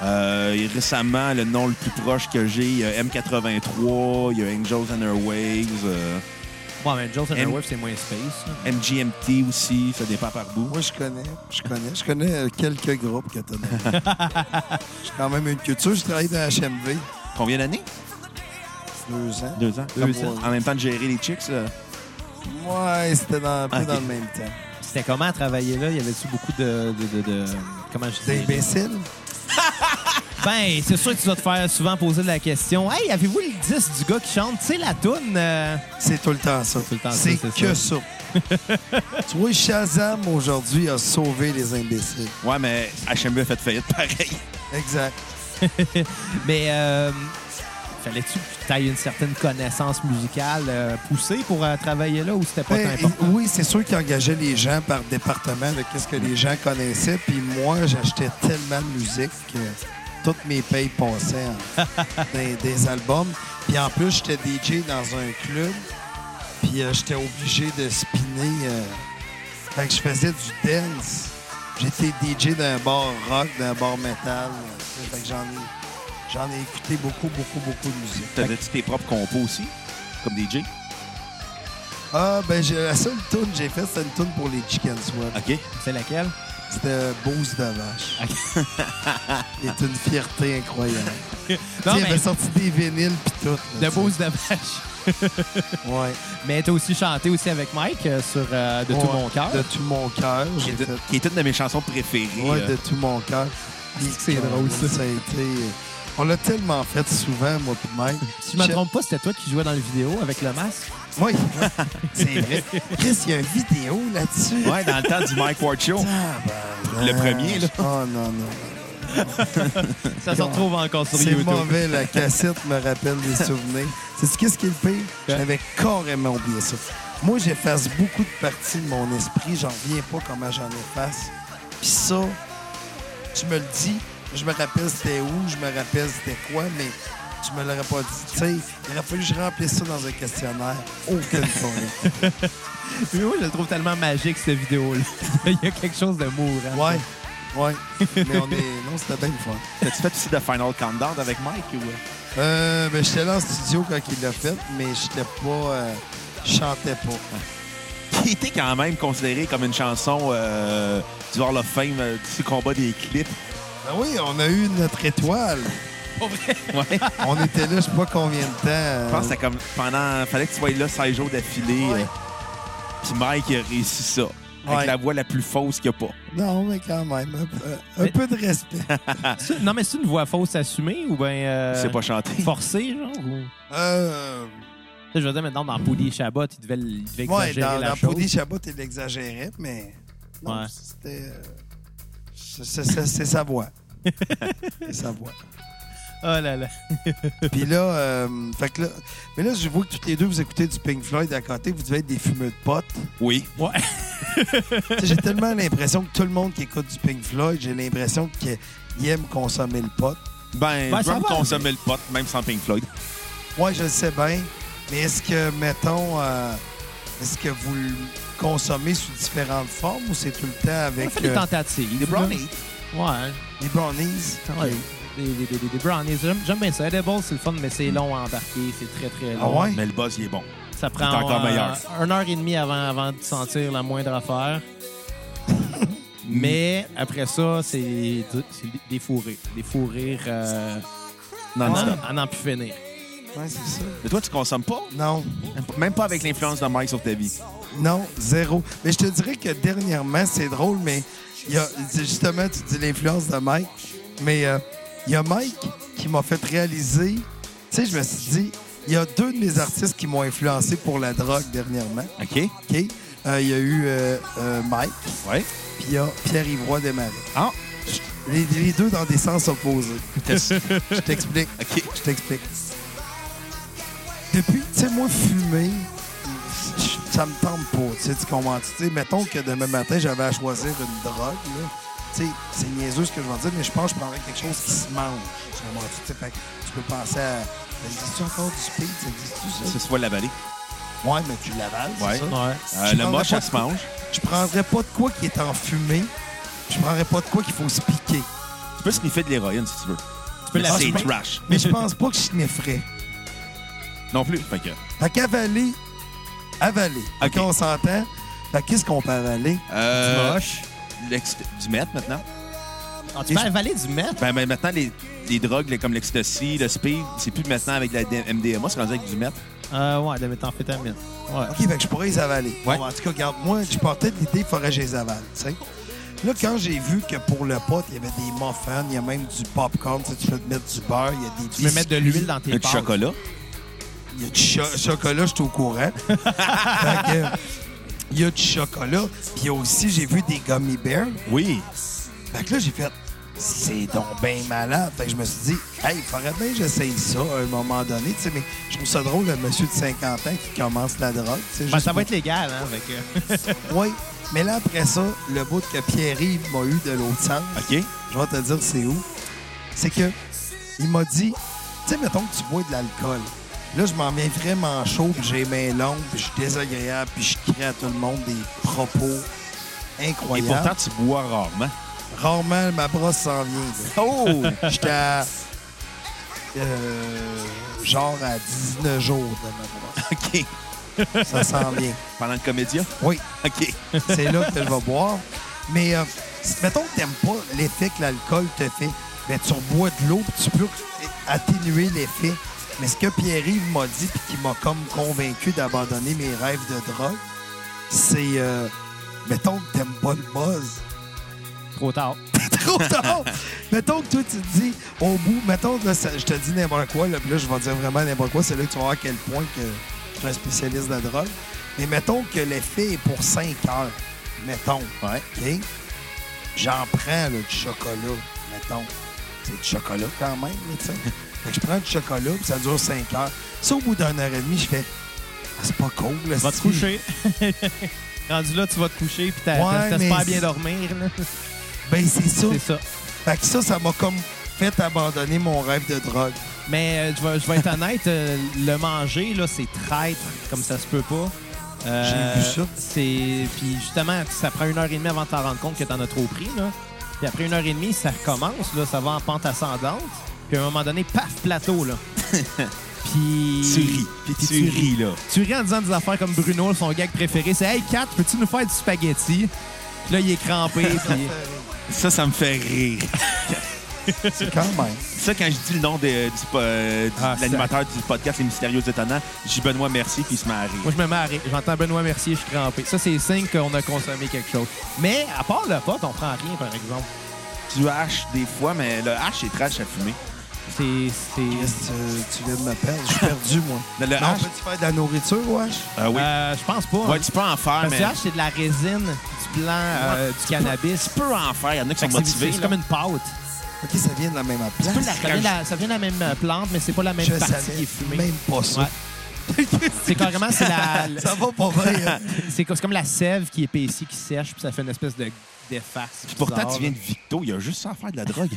[SPEAKER 3] Euh, et récemment, le nom le plus proche que j'ai, il y a M83, il y a Angels and Airwaves, euh,
[SPEAKER 1] ouais, mais Joe
[SPEAKER 3] M-
[SPEAKER 1] Wave, c'est moins space. là.
[SPEAKER 3] MGMT aussi, ça dépend par bout.
[SPEAKER 4] Moi, je connais. Je connais. Je connais euh, quelques groupes que t'as nommés. J'ai quand même une culture. J'ai travaillé dans HMV
[SPEAKER 3] Combien d'années?
[SPEAKER 4] deux ans.
[SPEAKER 3] Deux ans.
[SPEAKER 4] Deux ans.
[SPEAKER 3] En même temps de gérer les chicks, euh,
[SPEAKER 4] Ouais, c'était dans, un peu
[SPEAKER 3] Ok.
[SPEAKER 4] dans le même temps.
[SPEAKER 1] C'était comment à travailler là? Il y avait-tu beaucoup de, de, de, de- Comment je
[SPEAKER 4] T'es
[SPEAKER 1] dis?
[SPEAKER 4] imbécile?
[SPEAKER 1] Ben, c'est sûr que tu vas te faire souvent poser la question. Hey, avez-vous le 10 du gars qui chante? Tu sais, la toune. euh,
[SPEAKER 4] C'est tout le temps ça.
[SPEAKER 1] tout le temps ça,
[SPEAKER 4] C'est
[SPEAKER 1] c'est
[SPEAKER 4] que ça. tu vois, Shazam aujourd'hui a sauvé les imbéciles.
[SPEAKER 3] Ouais, mais HMB a fait faillite pareil.
[SPEAKER 4] Exact.
[SPEAKER 1] Mais euh, fallait-tu que tu aies une certaine connaissance musicale euh, poussée pour euh, travailler là ou c'était pas
[SPEAKER 4] Ben,
[SPEAKER 1] tant important?
[SPEAKER 4] oui, c'est sûr qu'ils engageaient les gens par département de qu'est-ce que les gens connaissaient. Puis moi, j'achetais tellement de musique que toutes mes payes passaient en- dans des albums. Puis en plus, j'étais DJ dans un club. Puis euh, j'étais obligé de spinner. euh, Fait que je faisais du dance. J'étais DJ d'un bar rock, d'un bar metal. euh, Fait que j'en ai, j'en ai écouté beaucoup, beaucoup, beaucoup de musique.
[SPEAKER 3] T'avais-tu tes propres compos aussi, comme DJ?
[SPEAKER 4] Ah, ben j'ai- la seule tune que j'ai faite, c'était une tune pour les Chicken Swap.
[SPEAKER 3] OK.
[SPEAKER 1] C'est laquelle?
[SPEAKER 4] C'était Bose de vache.
[SPEAKER 1] Ok.
[SPEAKER 4] C'est une fierté incroyable. Tu
[SPEAKER 1] Non,
[SPEAKER 4] sais, il avait
[SPEAKER 1] mais
[SPEAKER 4] sorti des vinyles pis tout. là,
[SPEAKER 1] de
[SPEAKER 4] tu sais.
[SPEAKER 1] Bose de vache.
[SPEAKER 4] Ouais.
[SPEAKER 1] Mais t'as aussi chanté aussi avec Mike euh, sur euh, De tout
[SPEAKER 4] Ouais,
[SPEAKER 1] mon cœur.
[SPEAKER 4] De tout mon cœur.
[SPEAKER 3] Qui
[SPEAKER 4] J'ai
[SPEAKER 3] est,
[SPEAKER 4] fait.
[SPEAKER 3] qui est une de mes chansons préférées.
[SPEAKER 4] Ouais,
[SPEAKER 3] euh,
[SPEAKER 4] de tout mon cœur. Puis
[SPEAKER 1] Ah,
[SPEAKER 4] euh,
[SPEAKER 1] C'est que c'est drôle, ça.
[SPEAKER 4] a été. On l'a tellement fait souvent, moi pis Mike.
[SPEAKER 1] Si je me trompe pas, c'était toi qui jouais dans le vidéo avec le masque.
[SPEAKER 4] Oui, c'est vrai. Chris, il y a une vidéo là-dessus.
[SPEAKER 3] Ouais, dans le temps du Mike Ward Show.
[SPEAKER 4] Tabarnak.
[SPEAKER 3] Le premier, là.
[SPEAKER 4] Oh non, non. non.
[SPEAKER 1] Ça se retrouve encore sur
[SPEAKER 4] C'est
[SPEAKER 1] YouTube.
[SPEAKER 4] mauvais, la cassette me rappelle des souvenirs. C'est qu'est-ce qui est le pire?
[SPEAKER 1] Ouais.
[SPEAKER 4] J'avais carrément oublié ça. Moi, j'efface beaucoup de parties de mon esprit. J'en reviens pas comment j'en efface. Puis ça, tu me le dis. Je me rappelle c'était où, je me rappelle c'était quoi, mais tu me l'aurais pas dit. Tu sais, il aurait fallu que je remplisse ça dans un questionnaire. Aucune forêt.
[SPEAKER 1] Mais moi, je le trouve tellement magique, cette vidéo-là. Il y a quelque chose de mourant.
[SPEAKER 4] Ouais, ouais. Mais on est... Non, c'était bien une fois.
[SPEAKER 3] T'as-tu fait aussi de Final Countdown avec Mike? Ou... euh?
[SPEAKER 4] Euh, ben, j'étais là en studio quand il l'a fait, mais j'étais pas... euh, Je chantais pas.
[SPEAKER 3] Qui était quand même considéré comme une chanson euh, du Hall of Fame, euh, du combat des clips.
[SPEAKER 4] Ben oui, on a eu notre étoile.
[SPEAKER 3] Ouais.
[SPEAKER 4] On était là, je sais pas combien de temps.
[SPEAKER 3] Je
[SPEAKER 4] euh,
[SPEAKER 3] pense que c'était comme pendant. Fallait que tu sois là 16 jours d'affilée.
[SPEAKER 4] Ouais.
[SPEAKER 3] euh, Puis Mike il a réussi ça. Avec
[SPEAKER 4] Ouais.
[SPEAKER 3] la voix la plus fausse qu'il n'y a pas.
[SPEAKER 4] Non, mais quand même, un peu, un
[SPEAKER 1] Mais-
[SPEAKER 4] peu de respect.
[SPEAKER 1] C'est- Non, mais c'est une voix fausse assumée ou bien euh,
[SPEAKER 3] C'est pas chanté.
[SPEAKER 1] forcée, genre? ou- Tu
[SPEAKER 4] Euh,
[SPEAKER 1] sais, Je veux dire, maintenant, dans Poudy et Chabot, il devait, il devait
[SPEAKER 4] ouais,
[SPEAKER 1] exagérer
[SPEAKER 4] dans,
[SPEAKER 1] la
[SPEAKER 4] dans
[SPEAKER 1] chose.
[SPEAKER 4] Poudy Chabot, il l'exagérait, mais non,
[SPEAKER 1] Ouais.
[SPEAKER 4] c'était. euh, c'est- c'est- C'est c'est sa voix. c'est sa voix.
[SPEAKER 1] Oh là là.
[SPEAKER 4] Puis là, euh, fait que là, mais là, je vois que toutes les deux, vous écoutez du Pink Floyd à côté, vous devez être des fumeux de potes.
[SPEAKER 3] Oui.
[SPEAKER 1] Ouais.
[SPEAKER 4] Tu sais, j'ai tellement l'impression que tout le monde qui écoute du Pink Floyd, j'ai l'impression qu'il aime consommer le pot.
[SPEAKER 3] Ben,
[SPEAKER 1] Ben,
[SPEAKER 3] je
[SPEAKER 1] ça
[SPEAKER 3] veux me
[SPEAKER 1] va,
[SPEAKER 3] consommer le pot, même sans Pink Floyd.
[SPEAKER 4] Oui, je le sais bien. Mais est-ce que, mettons, euh, est-ce que vous le consommez sous différentes formes ou c'est tout le temps
[SPEAKER 1] On a
[SPEAKER 4] avec
[SPEAKER 1] fait des
[SPEAKER 4] euh,
[SPEAKER 1] tentatives.
[SPEAKER 3] Les brownies.
[SPEAKER 1] Ouais.
[SPEAKER 4] les brownies?
[SPEAKER 1] Ah Ouais.
[SPEAKER 4] Ok.
[SPEAKER 1] Des, des- des- des- des brownies. J'aime j'aime bien ça. Edible, c'est le fun, mais c'est long à embarquer. C'est très, très
[SPEAKER 4] Ah
[SPEAKER 1] long.
[SPEAKER 4] ouais?
[SPEAKER 3] Mais le buzz, il est bon.
[SPEAKER 1] Ça prend
[SPEAKER 3] C'est encore
[SPEAKER 1] euh,
[SPEAKER 3] meilleur.
[SPEAKER 1] une heure et demie avant, avant de sentir la moindre affaire. mais après ça, c'est c'est des fous rires. Des fous rires euh,
[SPEAKER 3] Non-stop.
[SPEAKER 1] à n'en plus finir.
[SPEAKER 4] Ouais, c'est ça.
[SPEAKER 3] Mais toi, tu consommes pas?
[SPEAKER 4] Non,
[SPEAKER 3] Même pas avec l'influence de Mike sur ta vie.
[SPEAKER 4] non, zéro. Mais je te dirais que dernièrement, c'est drôle, mais il y a, justement, tu dis l'influence de Mike, mais euh, il y a Mike qui m'a fait réaliser, tu sais, je me suis dit, il y a deux de mes artistes qui m'ont influencé pour la drogue dernièrement.
[SPEAKER 3] OK.
[SPEAKER 4] OK? Euh, Il y a eu euh, euh, Mike,
[SPEAKER 3] Ouais.
[SPEAKER 4] puis il y a Pierre-Yvroy Desmarais.
[SPEAKER 3] Ah.
[SPEAKER 4] Les, les deux dans des sens opposés.
[SPEAKER 3] OK.
[SPEAKER 4] Je t'explique. Je t'explique. Depuis, tu sais, moi, fumer, je- ça me tente pas. Tu sais, tu comprends? Tu sais, mettons que demain matin, j'avais à choisir une drogue, là. Tu sais, c'est niaiseux ce que je vais dire, mais je pense que je prendrais quelque chose qui se mange. Tu comprends? Tu sais, fait que tu peux penser à. Ça existe-tu encore du speed? Ça existe-tu, ça?
[SPEAKER 3] Ça, c'est pas la vallée.
[SPEAKER 4] Ouais, mais tu l'avales,
[SPEAKER 3] Ouais.
[SPEAKER 4] c'est ça?
[SPEAKER 1] Ouais.
[SPEAKER 3] Euh,
[SPEAKER 4] Je
[SPEAKER 3] le
[SPEAKER 4] prendrais
[SPEAKER 3] moche,
[SPEAKER 4] pas
[SPEAKER 3] elle
[SPEAKER 4] de
[SPEAKER 3] se
[SPEAKER 4] coup-
[SPEAKER 3] mange.
[SPEAKER 4] Je prendrais pas de quoi qui est en fumée. Je prendrais pas de quoi qu'il faut se piquer.
[SPEAKER 3] Tu peux sniffer de l'héroïne si tu veux. Tu
[SPEAKER 1] peux la
[SPEAKER 3] C'est
[SPEAKER 1] fumer.
[SPEAKER 3] trash.
[SPEAKER 4] Mais je pense pas que je snifferais.
[SPEAKER 3] Non plus. Fait que,
[SPEAKER 4] Fait qu'avaler, avaler. Fait
[SPEAKER 3] OK.
[SPEAKER 4] qu'on s'entend. Fait que qu'est-ce qu'on peut avaler?
[SPEAKER 3] euh,
[SPEAKER 1] Moche.
[SPEAKER 3] l'ex- Du meth maintenant.
[SPEAKER 1] Ah, tu peux avaler du mètre?
[SPEAKER 3] Ben, ben, maintenant, les, les drogues les- comme l'ecstasy, le speed, c'est plus maintenant avec de la D- MDMA, c'est rendu avec du meth.
[SPEAKER 1] Euh, ouais, de la méthamphétamine. Ouais.
[SPEAKER 4] OK, fait que je pourrais les avaler.
[SPEAKER 3] Ouais.
[SPEAKER 4] Bon, en tout cas, regarde, moi, je partais de l'idée qu'il faudrait que je les avale, tu sais. Là, quand j'ai vu que pour le pot, il y avait des muffins, il y a même du popcorn, tu sais, tu peux te mettre du beurre, il y a des
[SPEAKER 1] Tu peux mettre de l'huile dans tes
[SPEAKER 3] Du
[SPEAKER 1] pâtes.
[SPEAKER 3] chocolat.
[SPEAKER 4] Il y a du cho- chocolat, je suis au courant. Fait que, il y a du chocolat. Puis il y a aussi, j'ai vu des gummy bears.
[SPEAKER 3] Oui.
[SPEAKER 4] Fait que là, j'ai fait, c'est donc bien malade. Fait que je me suis dit, hey, il faudrait bien que j'essaye ça à un moment donné. Tu sais, mais je trouve ça drôle, le monsieur de 50 ans qui commence la drogue. tu sais,
[SPEAKER 1] Ben,
[SPEAKER 4] juste
[SPEAKER 1] ça
[SPEAKER 4] pour-
[SPEAKER 1] va être légal, hein, avec... euh,
[SPEAKER 4] Oui. Mais là, après ça, le bout que Pierre-Yves m'a eu de l'autre sens,
[SPEAKER 3] OK.
[SPEAKER 4] je vais te dire c'est où. C'est que il m'a dit, tu sais, mettons que tu bois de l'alcool. Là, je m'en viens vraiment chaud, puis j'ai mes longues, puis je suis désagréable, puis je crie à tout le monde des propos
[SPEAKER 3] Et
[SPEAKER 4] incroyables.
[SPEAKER 3] pourtant, tu bois rarement.
[SPEAKER 4] Rarement, ma brosse s'en vient. là.
[SPEAKER 3] Oh!
[SPEAKER 4] J'étais à, euh, genre à 19 jours de
[SPEAKER 3] OK.
[SPEAKER 4] ma brosse. Ça s'en vient.
[SPEAKER 3] Pendant le comédia?
[SPEAKER 4] Oui,
[SPEAKER 3] OK.
[SPEAKER 4] c'est là que je vais boire. Mais euh, si- mettons que t'aimes pas l'effet que l'alcool te fait, ben, tu rebois de l'eau puis tu peux atténuer l'effet. Mais ce que Pierre-Yves m'a dit puis qui m'a comme convaincu d'abandonner mes rêves de drogue, c'est euh, mettons que t'aimes pas le buzz.
[SPEAKER 1] Trop tard.
[SPEAKER 4] trop tard. mettons que toi, tu te dis, au bout, mettons, là, ça- je te dis n'importe quoi, là, puis là, je vais dire vraiment n'importe quoi, c'est là que tu vas voir à quel point que je suis un spécialiste de la drogue. Mais mettons que l'effet est pour 5 heures. Mettons.
[SPEAKER 3] Ouais.
[SPEAKER 4] OK? J'en prends, là, du chocolat, mettons. C'est du chocolat quand même, là, tu sais. Fait que je prends du chocolat, puis ça dure 5 heures. Ça, au bout d'une heure et demie, je fais, Ah, c'est pas cool, là,
[SPEAKER 1] Tu vas te
[SPEAKER 4] si.
[SPEAKER 1] coucher. Rendu là, tu vas te coucher, puis t'as-
[SPEAKER 4] Ouais,
[SPEAKER 1] t'as- t'espères
[SPEAKER 4] mais-
[SPEAKER 1] bien dormir, là.
[SPEAKER 4] Ben, c'est ça.
[SPEAKER 1] C'est ça.
[SPEAKER 4] Fait que ça, ça m'a comme fait abandonner mon rêve de drogue.
[SPEAKER 1] Mais euh, je vais- je vais être honnête, euh, le manger, là, c'est traître, comme ça se peut pas. Euh,
[SPEAKER 4] J'ai vu ça.
[SPEAKER 1] C'est... Puis justement, ça prend une heure et demie avant de t'en rendre compte que t'en as trop pris, là. Puis après une heure et demie, ça recommence, là, ça va en pente ascendante. Puis à un moment donné, paf, plateau, là. Puis...
[SPEAKER 3] Tu ris. Puis tu, ris, là.
[SPEAKER 1] Tu ris en disant des affaires comme Bruno, son gag préféré, c'est « Hey, Kat, peux-tu nous faire du spaghetti? » Puis là, il est crampé, puis...
[SPEAKER 3] Ça, ça me fait rire.
[SPEAKER 4] C'est quand même.
[SPEAKER 3] Ça, quand je dis le nom de, du po- euh, du-
[SPEAKER 1] Ah,
[SPEAKER 3] de l'animateur du podcast Les Mystérieux Étonnants, je dis Benoît Merci, puis il se met à rire.
[SPEAKER 1] Moi, je me mets à rire. J'entends Benoît Mercier, je suis crampé. Ça, c'est signe qu'on a consommé quelque chose. Mais à part le pot, on prend rien, par exemple.
[SPEAKER 3] Du hash, des fois, mais le hash est trash à fumer.
[SPEAKER 1] C'est. c'est-
[SPEAKER 4] Qu'est-ce que tu, tu viens de me perdre? Je suis perdu, moi.
[SPEAKER 3] Le, le
[SPEAKER 4] non,
[SPEAKER 3] hash,
[SPEAKER 4] peux-tu faire de la nourriture, ouais?
[SPEAKER 3] euh, oui.
[SPEAKER 1] Euh, je pense pas.
[SPEAKER 3] Ouais,
[SPEAKER 1] hein.
[SPEAKER 3] tu peux en faire,
[SPEAKER 1] Parce que
[SPEAKER 3] mais
[SPEAKER 1] le hash, c'est de la résine, du blanc, euh, du cannabis.
[SPEAKER 3] tu peux en faire. Il y en a qui
[SPEAKER 1] Fait
[SPEAKER 3] sont
[SPEAKER 1] que c'est-
[SPEAKER 3] motivés.
[SPEAKER 1] C'est
[SPEAKER 3] là.
[SPEAKER 1] comme une pâte.
[SPEAKER 4] OK, ça vient de la même place.
[SPEAKER 3] peux la
[SPEAKER 1] Ça vient, de la, ça vient de la même euh, plante, mais c'est pas la même
[SPEAKER 4] Je
[SPEAKER 1] partie qui
[SPEAKER 4] savais
[SPEAKER 1] est fumée.
[SPEAKER 4] même pas ça.
[SPEAKER 1] Ouais. C'est carrément c'est la.
[SPEAKER 4] Ça va pas vrai. hein?
[SPEAKER 1] C'est co- c'est comme la sève qui épaissit, qui sèche, puis ça fait une espèce de d'efface.
[SPEAKER 3] Puis pourtant,
[SPEAKER 1] bizarre,
[SPEAKER 3] tu viens de Victo, il y a juste ça à faire de la drogue.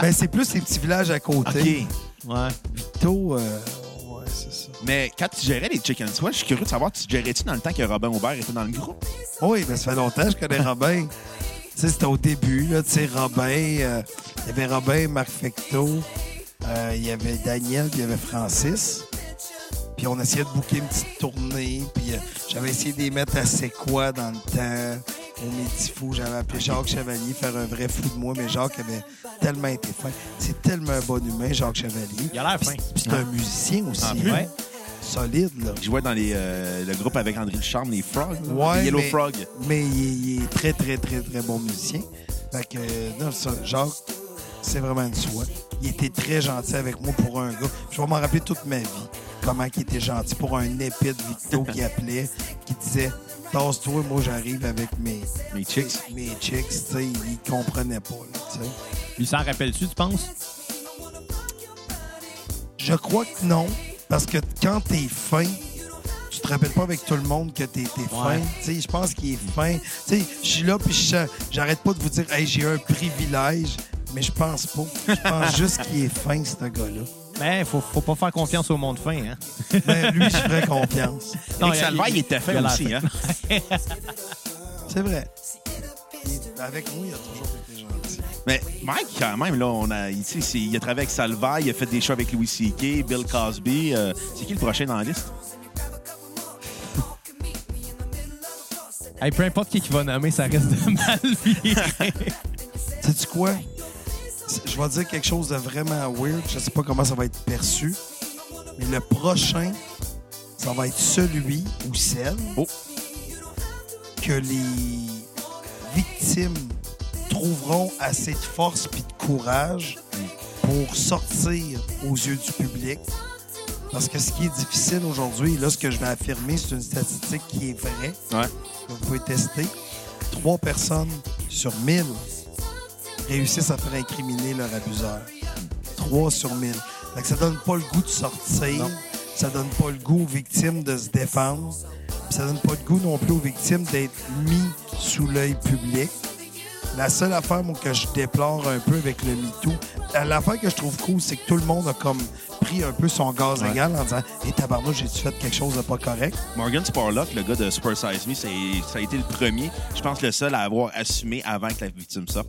[SPEAKER 4] ben, c'est plus les petits villages à
[SPEAKER 3] OK.
[SPEAKER 4] côté.
[SPEAKER 1] là. Ouais.
[SPEAKER 4] Plutôt, euh, ouais, c'est ça.
[SPEAKER 3] Mais quand tu gérais les chicken sweat, je suis curieux de savoir, tu gérais-tu dans le temps que Robin Aubert était dans le groupe?
[SPEAKER 4] Oui, ben, ça fait longtemps que je connais Robin. tu sais, c'était au début, là. Tu sais, Robin, euh, il y avait Robin, Marc Fecto, euh, il y avait Daniel, puis il y avait Francis. Puis on essayait de bouquer une petite tournée. Puis euh, j'avais essayé de les mettre à C'est quoi dans le temps. Au Médifou, j'avais appelé Jacques Chevalier faire un vrai fou de moi, mais Jacques avait tellement été fin. C'est tellement un bon humain, Jacques Chevalier.
[SPEAKER 1] Il a l'air fin. Ah,
[SPEAKER 4] Puis c'est un musicien aussi.
[SPEAKER 3] En plus.
[SPEAKER 4] hein. Solide, là.
[SPEAKER 3] Je jouais dans les, euh, le groupe avec André Ducharme, les Frogs. là, les Yellow
[SPEAKER 4] mais,
[SPEAKER 3] Frog.
[SPEAKER 4] Mais il est, il est très, très, très, très bon musicien. Fait que, euh, non, ça, Jacques, c'est vraiment une soie. Il était très gentil avec moi pour un gars. Je vais m'en rappeler toute ma vie. Comment il était gentil pour un épée de Victo qui appelait, qui disait tasse-toi, moi j'arrive avec mes,
[SPEAKER 3] Mes chicks.
[SPEAKER 4] mes chicks, tu sais, ils comprenaient pas, là, tu sais.
[SPEAKER 1] Il s'en rappelle-tu, tu penses?
[SPEAKER 4] Je crois que non, parce que quand t'es fin, tu te rappelles pas avec tout le monde que t'es t'es fin.
[SPEAKER 1] Ouais.
[SPEAKER 4] Tu sais, je pense qu'il est fin. Tu sais, je suis là puis je sens- j'arrête pas de vous dire, hey, j'ai un privilège, mais je pense pas. Je pense juste qu'il est fin, ce gars-là.
[SPEAKER 1] Ben, faut, faut pas faire confiance au monde fin, hein?
[SPEAKER 4] Mais lui, je ferais confiance.
[SPEAKER 1] Non,
[SPEAKER 3] Eric Salvaire, il était
[SPEAKER 1] il a
[SPEAKER 3] fait
[SPEAKER 1] l'air
[SPEAKER 3] aussi,
[SPEAKER 1] fin.
[SPEAKER 3] hein?
[SPEAKER 4] C'est vrai. Il- Avec moi, il a toujours été gentil.
[SPEAKER 3] Mais Mike, quand même, là, on a, ici, c'est- il a travaillé avec Salva, il a fait des shows avec Louis C.K., Bill Cosby. euh, c'est qui le prochain dans la liste?
[SPEAKER 1] Hey, peu importe qui qui va nommer, ça reste de mal viré.
[SPEAKER 4] Sais-tu quoi? C'est- Je vais dire quelque chose de vraiment weird. Je sais pas comment ça va être perçu. Mais le prochain, ça va être celui ou celle
[SPEAKER 3] Oh.
[SPEAKER 4] que les victimes trouveront assez de force puis de courage pour sortir aux yeux du public. Parce que ce qui est difficile aujourd'hui, là, ce que je vais affirmer, c'est une statistique qui est vraie,
[SPEAKER 3] Ouais.
[SPEAKER 4] que vous pouvez tester. Trois personnes sur mille réussissent à faire incriminer leur abuseur. Trois sur mille. Fait que ça donne pas le goût de sortir. Ça donne pas le goût aux victimes de se défendre. Puis ça donne pas le goût non plus aux victimes d'être mis sous l'œil public. La seule affaire moi, que je déplore un peu avec le MeToo, la- l'affaire que je trouve cool, c'est que tout le monde a comme pris un peu son gaz
[SPEAKER 3] Ouais.
[SPEAKER 4] égal en disant « Hé, tabarnouche, j'ai-tu fait quelque chose de pas correct?
[SPEAKER 3] Morgan Spurlock, le gars de Super Size Me, c'est- ça a été le premier, je pense, le seul à avoir assumé avant que la victime sorte. »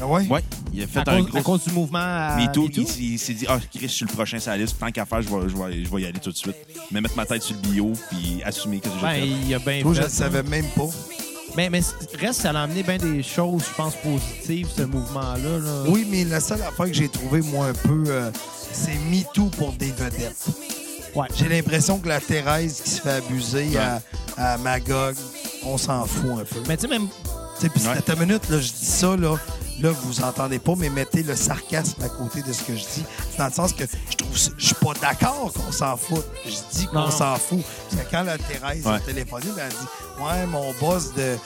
[SPEAKER 4] Ah ouais?
[SPEAKER 3] Ouais. Il a fait
[SPEAKER 1] à,
[SPEAKER 3] un
[SPEAKER 1] cause, à
[SPEAKER 3] gros.
[SPEAKER 1] cause du mouvement. euh, à
[SPEAKER 3] MeToo,
[SPEAKER 1] MeToo?
[SPEAKER 3] il, s- il s'est dit, ah, Chris, je suis le prochain sur la liste. Tant qu'à faire, je vais, je, vais, je vais y aller tout de suite. Mais mettre ma tête sur le bio puis assumer que j'ai
[SPEAKER 1] Ben,
[SPEAKER 3] fait.
[SPEAKER 1] il a bien
[SPEAKER 4] Toi,
[SPEAKER 1] fait,
[SPEAKER 4] je
[SPEAKER 1] Ben,
[SPEAKER 4] le savais même pas.
[SPEAKER 1] Mais, mais reste, ça l'a amené bien des choses, je pense, positives, ce mouvement-là. là.
[SPEAKER 4] Oui, mais la seule affaire que j'ai trouvé, moi, un peu, euh, c'est MeToo pour des vedettes.
[SPEAKER 1] Ouais.
[SPEAKER 4] J'ai l'impression que la Thérèse qui se fait abuser à, à Magog, on s'en fout un peu.
[SPEAKER 1] Mais tu sais, même.
[SPEAKER 4] Tu sais, Puis
[SPEAKER 3] Ouais.
[SPEAKER 4] c'est- attends une minute, là, je dis ça, là, là, vous entendez pas, mais mettez le sarcasme à côté de ce que je dis. Dans le sens que je trouve ça- je suis pas d'accord qu'on s'en fout. Je dis qu'on
[SPEAKER 1] Non.
[SPEAKER 4] s'en fout. Parce que quand la Thérèse a
[SPEAKER 3] Ouais.
[SPEAKER 4] téléphoné, ben, elle dit Ouais, mon boss de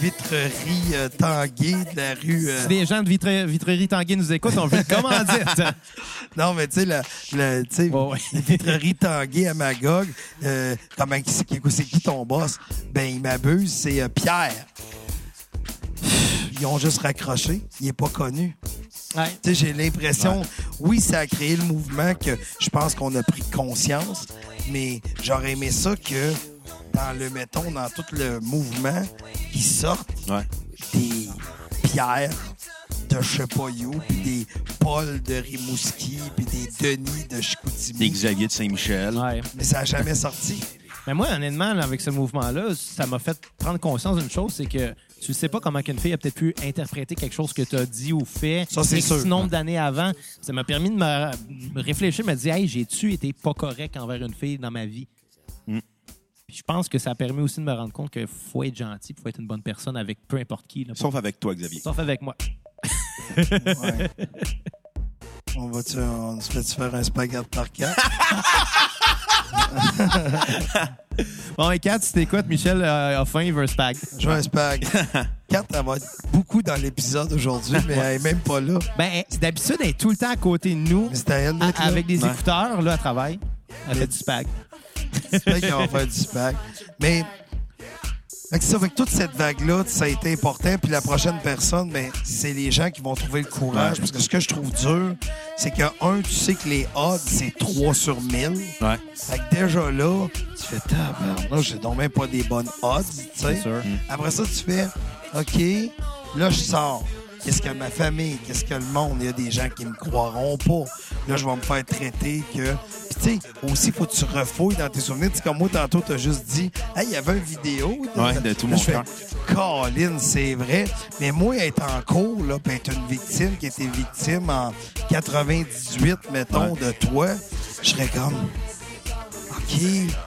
[SPEAKER 4] vitrerie euh, Tanguay de la rue. euh,
[SPEAKER 1] Si des gens de Vitre- Vitrerie Tanguy nous écoutent, on veut le commandite.
[SPEAKER 4] Non, mais tu sais, le, le, tu sais,
[SPEAKER 1] Ouais, ouais.
[SPEAKER 4] les vitreries Tanguay à Magog, euh, comment c'est qui, c'est qui ton boss? Ben, il m'abuse, c'est euh, Pierre. Ils ont juste raccroché. Il est pas connu.
[SPEAKER 1] Ouais.
[SPEAKER 4] Tu sais, j'ai l'impression, oui, ça a créé le mouvement que je pense qu'on a pris conscience, mais j'aurais aimé ça que dans le, mettons, dans tout le mouvement, ils sortent
[SPEAKER 3] Ouais.
[SPEAKER 4] des Pierre de je sais pas où, puis des Paul de Rimouski, puis des Denis de
[SPEAKER 3] Des
[SPEAKER 4] Chicoutimi.
[SPEAKER 3] Xavier de Saint-Michel.
[SPEAKER 1] Ouais.
[SPEAKER 4] Mais ça n'a jamais sorti.
[SPEAKER 1] Mais moi, honnêtement, là, avec ce mouvement-là, ça m'a fait prendre conscience d'une chose, c'est que tu ne sais pas comment qu'une fille a peut-être pu interpréter quelque chose que tu as dit ou fait
[SPEAKER 4] Ça, c'est
[SPEAKER 1] X
[SPEAKER 4] sûr.
[SPEAKER 1] nombre d'années avant. Ça m'a permis de me me réfléchir, me dire « Hey, j'ai-tu été pas correct envers une fille dans ma vie? Mm. Puis je pense que ça permet aussi de me rendre compte qu'il faut être gentil, il faut être une bonne personne avec peu importe qui. là.
[SPEAKER 3] Sauf avec toi, Xavier.
[SPEAKER 1] Sauf avec moi.
[SPEAKER 4] Ouais. on va-tu, on se fait-tu faire un spaghetti par quatre?
[SPEAKER 1] Bon, et Kat, si t'écoutes, Michel euh, a faim, il veut un spag.
[SPEAKER 4] Je veux un spag. Quatre, elle va être beaucoup dans l'épisode aujourd'hui, mais elle est même pas là.
[SPEAKER 1] Ben, d'habitude, elle est tout le temps à côté de nous,
[SPEAKER 4] Mais c'est à elle
[SPEAKER 1] à-
[SPEAKER 4] d'être là.
[SPEAKER 1] avec des
[SPEAKER 3] Ouais.
[SPEAKER 1] écouteurs, là, à travail. Elle fait du spag.
[SPEAKER 4] Peut-être qu'on va faire du spag. Mais fait que c'est ça, fait que toute cette vague-là, ça a été important. Puis la prochaine personne, ben, c'est les gens qui vont trouver le courage. Parce que ce que je trouve dur, c'est que, un, tu sais que les odds, c'est 3 sur 1000.
[SPEAKER 3] Ouais.
[SPEAKER 4] Fait que déjà là, tu fais tabarnak, j'ai donc même pas des bonnes odds, tu sais. Mm.
[SPEAKER 1] sûr.
[SPEAKER 4] Après ça, tu fais OK, là, je sors. Qu'est-ce que ma famille, qu'est-ce que le monde, il y a des gens qui me croiront pas. Là, je vais me faire traiter que. Puis, tu sais, aussi, faut que tu refouilles dans tes souvenirs. Tu sais, comme moi, tantôt, t'as juste dit, hey, il y avait une vidéo.
[SPEAKER 3] Ouais, de tout
[SPEAKER 4] Là,
[SPEAKER 3] mon
[SPEAKER 4] je fais,
[SPEAKER 3] cœur.
[SPEAKER 4] Colin, c'est vrai. Mais moi, être en cours, là, puis être une victime qui était victime en 98, mettons, de toi, je serais comme. OK,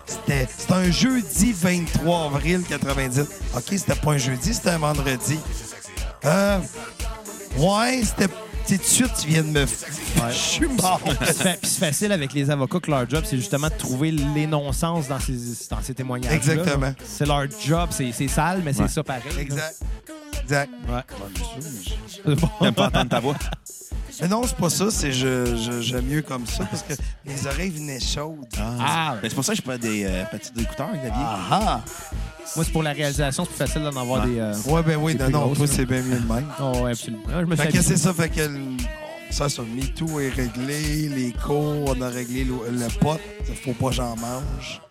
[SPEAKER 4] c'était c'était un jeudi 23 avril 90. OK, c'était pas un jeudi, c'était un vendredi. Euh, ouais, c'était Tu sais, tout de suite, tu viens de me. Je suis mort.
[SPEAKER 1] Puis c'est fa- puis c'est facile avec les avocats que leur job, c'est justement de trouver les non-sens dans ces, dans ces témoignages.
[SPEAKER 4] Exactement.
[SPEAKER 1] C'est leur job, c'est c'est sale, mais c'est
[SPEAKER 3] Ouais.
[SPEAKER 1] ça pareil. là.
[SPEAKER 4] exact. Exact.
[SPEAKER 1] Ouais.
[SPEAKER 3] J'aime pas entendre ta voix.
[SPEAKER 4] Mais non, c'est pas ça. C'est je, je- j'aime mieux comme ça parce que mes oreilles venaient chaudes.
[SPEAKER 1] Ah,
[SPEAKER 3] Ben, c'est pour ça que je pas des euh, petits écouteurs, Xavier.
[SPEAKER 4] Ah
[SPEAKER 1] moi, c'est pour la réalisation, c'est plus facile d'en avoir des. euh,
[SPEAKER 4] Ouais, ben oui,
[SPEAKER 1] C'est
[SPEAKER 4] non,
[SPEAKER 1] plus
[SPEAKER 4] non,
[SPEAKER 1] grosse,
[SPEAKER 4] toi,
[SPEAKER 1] là.
[SPEAKER 4] c'est bien mieux de même.
[SPEAKER 1] Oh, ouais, absolument. Ah, Je me suis
[SPEAKER 4] Fait que
[SPEAKER 1] habitué.
[SPEAKER 4] c'est ça, fait que le- ça, ça, MeToo est réglé, les cours, on a réglé le, le pot, faut pas que j'en mange.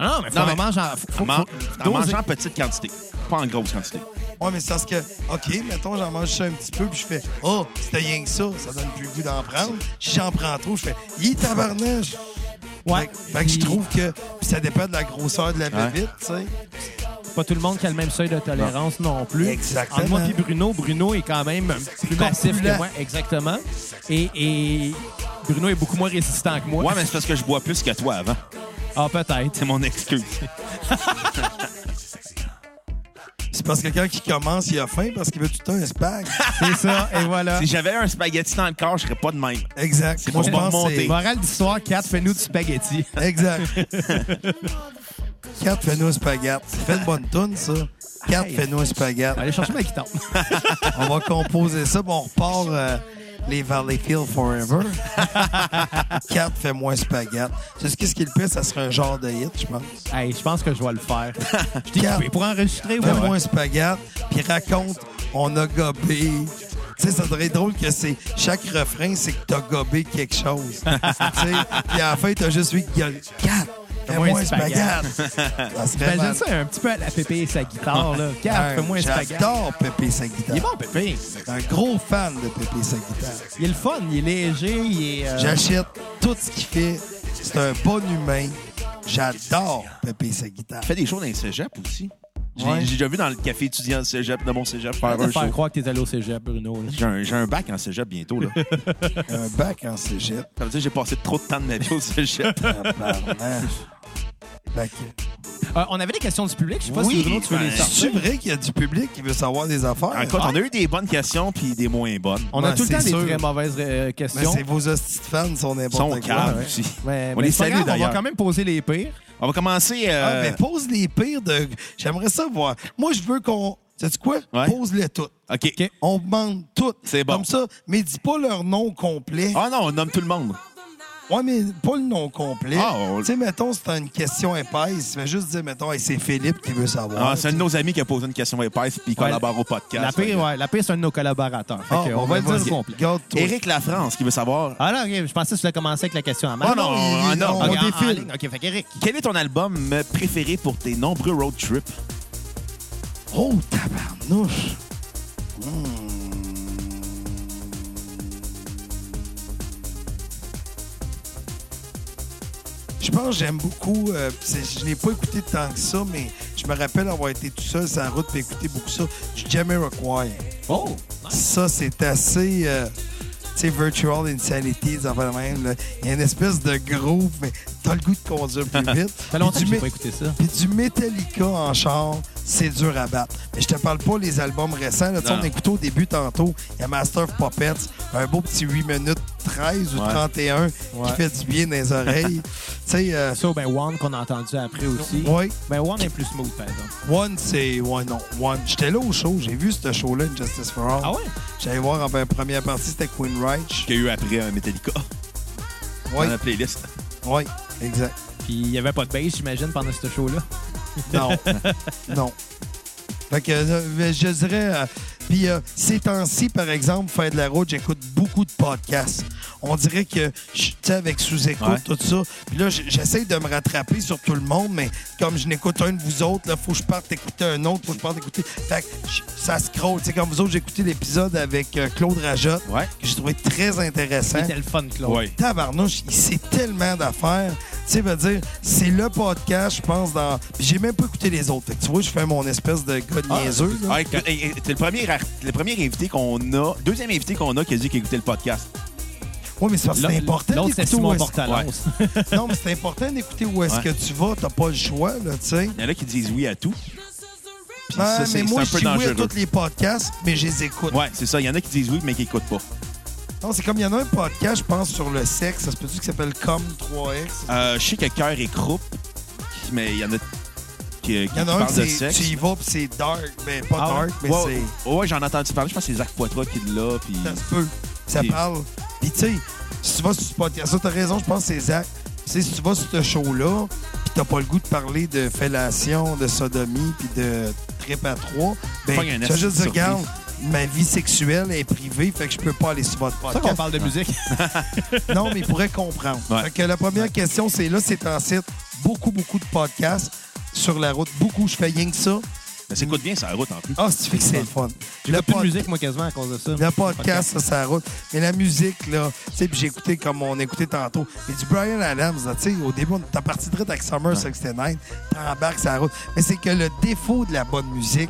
[SPEAKER 1] Ah, Non, mais faut
[SPEAKER 3] Non,
[SPEAKER 1] en
[SPEAKER 3] mais-
[SPEAKER 1] manger en- faut- faut-
[SPEAKER 3] En, man-
[SPEAKER 1] faut-
[SPEAKER 3] en
[SPEAKER 1] doser.
[SPEAKER 3] mangeant en petite quantité, pas en grosse quantité.
[SPEAKER 4] Ouais, mais c'est parce que, OK, mettons, j'en mange ça un petit peu, puis je fais, oh, c'était rien que ça, ça donne plus le goût d'en prendre. Si j'en prends trop, je fais, hi, tabarnage!
[SPEAKER 1] Ouais.
[SPEAKER 4] Fait, que- fait que je trouve que puis ça dépend de la grosseur de la
[SPEAKER 3] Ouais.
[SPEAKER 4] bébite, tu sais.
[SPEAKER 1] Pas tout le monde qui a le même seuil de tolérance non, plus.
[SPEAKER 4] Exactement.
[SPEAKER 1] Entre moi et Bruno, Bruno est quand même plus massif que moi. Exactement. Et, et Bruno est beaucoup moins résistant que moi.
[SPEAKER 3] Ouais, mais c'est parce que je bois plus que toi avant.
[SPEAKER 1] Ah, peut-être.
[SPEAKER 3] C'est mon excuse.
[SPEAKER 4] C'est parce que quand il commence, il a faim parce qu'il veut tout le temps un spag.
[SPEAKER 1] C'est ça, et voilà.
[SPEAKER 3] Si j'avais un spaghetti dans le corps, je serais pas de même.
[SPEAKER 4] exact.
[SPEAKER 3] C'est
[SPEAKER 4] Moi,
[SPEAKER 3] pour
[SPEAKER 4] je
[SPEAKER 3] pas
[SPEAKER 4] pense que c'est-
[SPEAKER 3] remonter.
[SPEAKER 1] Morale d'histoire 4, fais-nous du spaghetti.
[SPEAKER 4] Exact. 4 fais-nous un spaghette. Ça fait une bonne toune, ça. 4
[SPEAKER 1] Hey.
[SPEAKER 4] fais-nous un spaghette.
[SPEAKER 1] Allez, chercher ma guitare.
[SPEAKER 4] On va composer ça, puis on repart euh, les Valleyfield Forever. 4 fais-moi un spaghette. Tu sais ce qui est le pire, ça serait un genre de hit, je pense.
[SPEAKER 1] Hey, je pense que je vais le faire. Je t'ai
[SPEAKER 4] Quatre.
[SPEAKER 1] coupé pour enregistrer, ouais.
[SPEAKER 4] Fais-moi un spaghette, puis raconte, on a gobé. Tu sais, ça serait drôle que c'est chaque refrain, c'est que t'as gobé quelque chose. tu sais, puis à la fin, t'as juste lui qui gueule. 4 fais-moi un spaghette. Ça serait
[SPEAKER 1] Imagine
[SPEAKER 4] mal.
[SPEAKER 1] ça un petit peu à la pépé et sa guitare, là. Quatre, fais-moi un spaghetti.
[SPEAKER 4] J'adore Pépé sa guitare.
[SPEAKER 1] Il est bon, Pépé.
[SPEAKER 4] un gros fan de Pépé sa guitare.
[SPEAKER 1] Il est le fun, il est léger, il est. euh,
[SPEAKER 4] J'achète tout ce qu'il fait. C'est un bon humain. J'adore Pépé sa guitare.
[SPEAKER 3] Fais des shows dans les cégeps aussi. J'ai
[SPEAKER 4] Ouais.
[SPEAKER 3] j'ai déjà vu dans le café étudiant de cégep, de mon cégep, faire
[SPEAKER 1] de
[SPEAKER 3] un
[SPEAKER 1] faire
[SPEAKER 3] show.
[SPEAKER 1] croire que t'es allé au cégep, Bruno. là.
[SPEAKER 3] J'ai un, j'ai un bac en cégep bientôt. Là.
[SPEAKER 4] Un bac en cégep.
[SPEAKER 3] ça veut dire que j'ai passé trop de temps de ma vie au cégep.
[SPEAKER 4] Tabarnak. Ben, Bac.
[SPEAKER 1] Euh, on avait des questions du public. Je sais pas
[SPEAKER 3] Oui,
[SPEAKER 1] si Bruno, tu veux
[SPEAKER 3] ben,
[SPEAKER 1] les sortir.
[SPEAKER 4] C'est vrai qu'il y a du public qui veut savoir des affaires.
[SPEAKER 3] Écoute, on a eu des bonnes questions puis des moins bonnes.
[SPEAKER 1] On a
[SPEAKER 4] Ben,
[SPEAKER 1] tout le temps
[SPEAKER 4] c'est sûr.
[SPEAKER 1] des très mauvaises euh,
[SPEAKER 4] Mais
[SPEAKER 1] questions.
[SPEAKER 4] c'est vos hosties de fans sont
[SPEAKER 3] Ils sont
[SPEAKER 4] n'importe quoi.
[SPEAKER 3] caves
[SPEAKER 4] ouais.
[SPEAKER 3] aussi.
[SPEAKER 1] Ouais,
[SPEAKER 3] on
[SPEAKER 1] mais
[SPEAKER 3] les
[SPEAKER 1] c'est pas
[SPEAKER 3] salue
[SPEAKER 1] grave, On va
[SPEAKER 3] d'ailleurs.
[SPEAKER 1] quand même poser les pires.
[SPEAKER 3] On va commencer.
[SPEAKER 4] Ah,
[SPEAKER 3] euh,
[SPEAKER 4] mais pose les pires de. J'aimerais ça voir. Moi, je veux qu'on. Sais-tu quoi?
[SPEAKER 3] Ouais.
[SPEAKER 4] Pose-les toutes.
[SPEAKER 3] OK.
[SPEAKER 1] OK.
[SPEAKER 4] On demande toutes.
[SPEAKER 3] C'est bon.
[SPEAKER 4] Comme ça, mais dis pas leur nom complet.
[SPEAKER 3] Ah non, on nomme tout le monde.
[SPEAKER 4] Ouais, mais pas le nom complet.
[SPEAKER 3] Ah, on-
[SPEAKER 4] Tu sais, mettons, c'est une question épaisse. Mais juste dire, mettons, hey, c'est Philippe qui veut savoir.
[SPEAKER 3] Ah, c'est un de nos amis qui a posé une question épaisse puis il
[SPEAKER 1] Ouais,
[SPEAKER 3] collabore au podcast.
[SPEAKER 1] La pire, ouais, la pire, c'est un de nos collaborateurs.
[SPEAKER 4] Ah,
[SPEAKER 1] Fait que, on va le dire au complet.
[SPEAKER 4] ben, Garde-toi.
[SPEAKER 3] Éric Lafrance qui veut savoir
[SPEAKER 1] Ah là, ok, je pensais que tu l'as commencé avec la question à Matt.
[SPEAKER 3] Ah non,
[SPEAKER 4] il-
[SPEAKER 3] ah non,
[SPEAKER 4] on
[SPEAKER 1] Ok, en- en
[SPEAKER 4] défile.
[SPEAKER 1] ligne. OK, fait qu'Éric.
[SPEAKER 3] quel est ton album euh, préféré pour tes nombreux road trips?
[SPEAKER 4] Oh, tabarnouche. Hmm. Je pense que j'aime beaucoup. euh, c'est- je n'ai pas écouté tant que ça, mais je me rappelle avoir été tout seul sur la route et écouté beaucoup ça. Du Jamiroquai.
[SPEAKER 1] Oh!
[SPEAKER 4] Ça, c'est assez. euh, tu sais, Virtual Insanity, ça va de même. là. Il y a une espèce de groove, mais t'as le goût de conduire plus vite.
[SPEAKER 1] Ça fait longtemps
[SPEAKER 4] Puis
[SPEAKER 1] que
[SPEAKER 4] du
[SPEAKER 1] j'ai
[SPEAKER 4] mé-
[SPEAKER 1] pas écouté ça.
[SPEAKER 4] puis du Metallica en char, c'est dur à battre. Mais je te parle pas les albums récents. Là, Tu sais,
[SPEAKER 3] Non.
[SPEAKER 4] on écoutait au début tantôt, il y a Master of Puppets, un beau petit 8 minutes 13 ou
[SPEAKER 3] Ouais.
[SPEAKER 4] 31
[SPEAKER 1] Ouais.
[SPEAKER 4] qui fait du bien dans les oreilles. tu sais, euh,
[SPEAKER 1] Ça, ben One qu'on a entendu après aussi.
[SPEAKER 4] ouais,
[SPEAKER 1] Ben One est plus smooth, par exemple.
[SPEAKER 4] One, c'est. Ouais, non, One. J'étais là au show, j'ai vu ce show-là, Justice for All.
[SPEAKER 1] Ah ouais?
[SPEAKER 4] J'allais voir en ben, première partie, c'était Queen Reich.
[SPEAKER 3] Qu'il y a eu après euh, Metallica
[SPEAKER 4] Oui,
[SPEAKER 3] dans la playlist.
[SPEAKER 4] oui, exact.
[SPEAKER 1] Puis il y avait pas de bass, j'imagine, pendant ce show-là.
[SPEAKER 4] Hein? Non. non. Fait que euh, je dirais. euh, Puis euh, ces temps-ci, par exemple, faire de la route, j'écoute beaucoup de podcasts. On dirait que je suis tu sais, avec sous-écoute,
[SPEAKER 3] Ouais.
[SPEAKER 4] tout ça. Puis là, j- j'essaie de me rattraper sur tout le monde, mais comme je n'écoute un de vous autres, là, faut que je parte écouter un autre, faut que je parte écouter. Fait que je- ça scroll. Tu sais, comme vous autres, j'ai écouté l'épisode avec euh, Claude Rajotte,
[SPEAKER 3] Ouais.
[SPEAKER 4] que j'ai trouvé très intéressant
[SPEAKER 1] C'était le fun, Claude.
[SPEAKER 3] Ouais.
[SPEAKER 4] tabarnouche, il sait tellement d'affaires. Tu sais, veut dire, c'est le podcast, je pense, dans. Puis j'ai même pas écouté les autres. Fait que tu vois, je fais mon espèce de gars de niaiseux. là.
[SPEAKER 3] Ah, écoute, hey, hey, T'es le premier, ar- le premier invité qu'on a, deuxième invité qu'on a qui a dit qu'il écoutait le podcast.
[SPEAKER 4] Ouais, mais c'est parce que c'est
[SPEAKER 1] L'autre-
[SPEAKER 4] important
[SPEAKER 1] L'autre, c'est
[SPEAKER 4] d'écouter
[SPEAKER 1] Simon
[SPEAKER 4] où est-ce-
[SPEAKER 1] Portalance.
[SPEAKER 4] Non, mais c'est important d'écouter où est-ce
[SPEAKER 3] Ouais.
[SPEAKER 4] que tu vas. T'as pas le choix, là, tu sais.
[SPEAKER 3] Il y en a qui disent oui à tout. Puis
[SPEAKER 4] Ah,
[SPEAKER 3] ça,
[SPEAKER 4] mais
[SPEAKER 3] c'est c'est
[SPEAKER 4] moi,
[SPEAKER 3] un
[SPEAKER 4] je
[SPEAKER 3] peu
[SPEAKER 4] suis oui à
[SPEAKER 3] dangereux.
[SPEAKER 4] tous les podcasts, mais je les écoute.
[SPEAKER 3] Ouais, c'est ça. Il y en a qui disent oui, mais qui n'écoutent pas.
[SPEAKER 4] Non, c'est comme il y en a un podcast, je pense, sur le sexe. Ça se peut-tu qui s'appelle Comme 3X?
[SPEAKER 3] Euh, je sais que Cœur et Croupe, mais il y en a qui, qui
[SPEAKER 4] Il y en a un,
[SPEAKER 3] parlent de
[SPEAKER 4] c'est
[SPEAKER 3] sexe.
[SPEAKER 4] tu y vas, puis c'est dark. Mais pas
[SPEAKER 3] Ah ouais?
[SPEAKER 4] dark, mais
[SPEAKER 3] ouais,
[SPEAKER 4] c'est.
[SPEAKER 3] ouais, ouais, j'en ai entendu parler. Je pense que c'est Zach Poitras qui l'a. Puis...
[SPEAKER 4] Ça se peut. Ça
[SPEAKER 3] Ok.
[SPEAKER 4] parle. Puis tu sais, si tu vas sur ce podcast, ça t'as raison, je pense que c'est Zach. Tu sais, si tu vas sur ce show-là, puis t'as pas le goût de parler de fellation, de sodomie, puis de trip à trois, ben,
[SPEAKER 3] Pogne un
[SPEAKER 4] tu vas
[SPEAKER 3] esti de
[SPEAKER 4] juste dire,
[SPEAKER 3] surprise.
[SPEAKER 4] regarde, ma vie sexuelle est privée, fait que je peux pas aller sur votre
[SPEAKER 1] C'est pour ça qu'on
[SPEAKER 4] podcast.
[SPEAKER 1] parle de musique.
[SPEAKER 4] Non, mais il pourrait comprendre.
[SPEAKER 3] Ouais.
[SPEAKER 4] Fait que la première question, c'est là, c'est en site, beaucoup, beaucoup de podcasts sur la route. Beaucoup, je fais rien que ça.
[SPEAKER 3] Mais ça coûte bien, ça route en plus.
[SPEAKER 4] Ah, c'est que c'est le fun. Le
[SPEAKER 1] J'ai plus de
[SPEAKER 4] pod-
[SPEAKER 1] musique, moi, quasiment, à cause de ça.
[SPEAKER 4] le podcast, ça, ça roule. Mais la musique, là, tu sais, puis j'ai écouté comme on écoutait tantôt. Mais du Brian Adams, là, tu sais, au début, on- t'as parti direct avec Summer 69, t'embarques, ça roule. Mais c'est que le défaut de la bonne musique,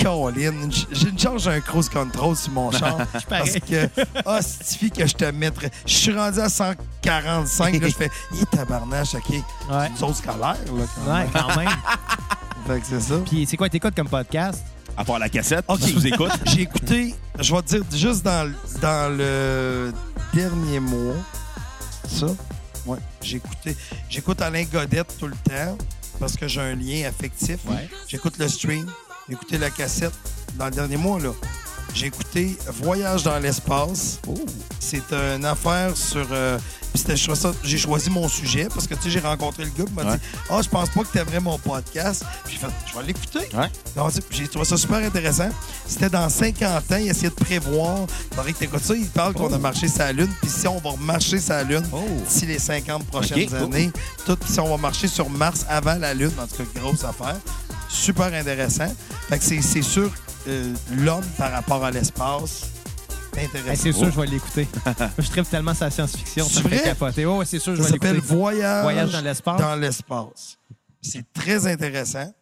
[SPEAKER 4] Colin, j- j'ai une charge un cruise control sur mon char. parce
[SPEAKER 1] pareil.
[SPEAKER 4] que, hostifie que je te mettrais. Je suis rendu à 145, là, je fais, hé, tabarnache, OK.
[SPEAKER 1] Ouais.
[SPEAKER 4] C'est une sauce scolaire, là, quand
[SPEAKER 1] Ouais,
[SPEAKER 4] même.
[SPEAKER 1] quand même.
[SPEAKER 4] Fait que c'est ça.
[SPEAKER 1] Puis c'est quoi, t'écoutes comme podcast?
[SPEAKER 3] À part la cassette,
[SPEAKER 4] Ok.
[SPEAKER 3] sous écoute.
[SPEAKER 4] J'ai écouté, je vais te dire, juste dans, le- dans le dernier mois, ça, ouais, j'ai écouté. J'écoute Alain Godette tout le temps parce que j'ai un lien affectif.
[SPEAKER 1] Ouais.
[SPEAKER 4] J'écoute le stream, j'ai écouté la cassette. Dans le dernier mois, là, j'ai écouté Voyage dans l'espace.
[SPEAKER 3] Oh.
[SPEAKER 4] C'est une affaire sur. euh, puis c'était- je trouvais ça- j'ai choisi mon sujet parce que tu sais, j'ai rencontré le gars, il m'a
[SPEAKER 3] Ouais.
[SPEAKER 4] dit Ah, je pense pas que t'aimerais mon podcast. Puis J'ai fait Je vais l'écouter.
[SPEAKER 3] Ouais.
[SPEAKER 4] Non, c'est- J'ai trouvé ça super intéressant. C'était dans 50 ans, il essayait de prévoir. Faudrait que t'écoutes ça. Il parle qu'on a
[SPEAKER 3] Oh.
[SPEAKER 4] marché sa lune, puis si on va marcher sa lune
[SPEAKER 1] Oh.
[SPEAKER 4] d'ici les 50 prochaines
[SPEAKER 3] Ok, cool.
[SPEAKER 4] années, tout si on va marcher sur Mars avant la lune, en tout cas grosse affaire. Super intéressant. Fait que c'est c'est sûr euh, l'homme par rapport à l'espace c'est
[SPEAKER 1] Eh,
[SPEAKER 4] intéressant.
[SPEAKER 1] c'est sûr, je vais l'écouter. Moi, je tripe tellement sa science-fiction,
[SPEAKER 4] C'est
[SPEAKER 1] ça me fait
[SPEAKER 4] vrai?
[SPEAKER 1] capoter. Ouais, ouais, c'est sûr, je
[SPEAKER 4] Ça
[SPEAKER 1] vais
[SPEAKER 4] s'appelle
[SPEAKER 1] l'écouter.
[SPEAKER 4] Voyage,
[SPEAKER 1] Voyage dans l'espace.
[SPEAKER 4] dans l'espace. C'est très intéressant.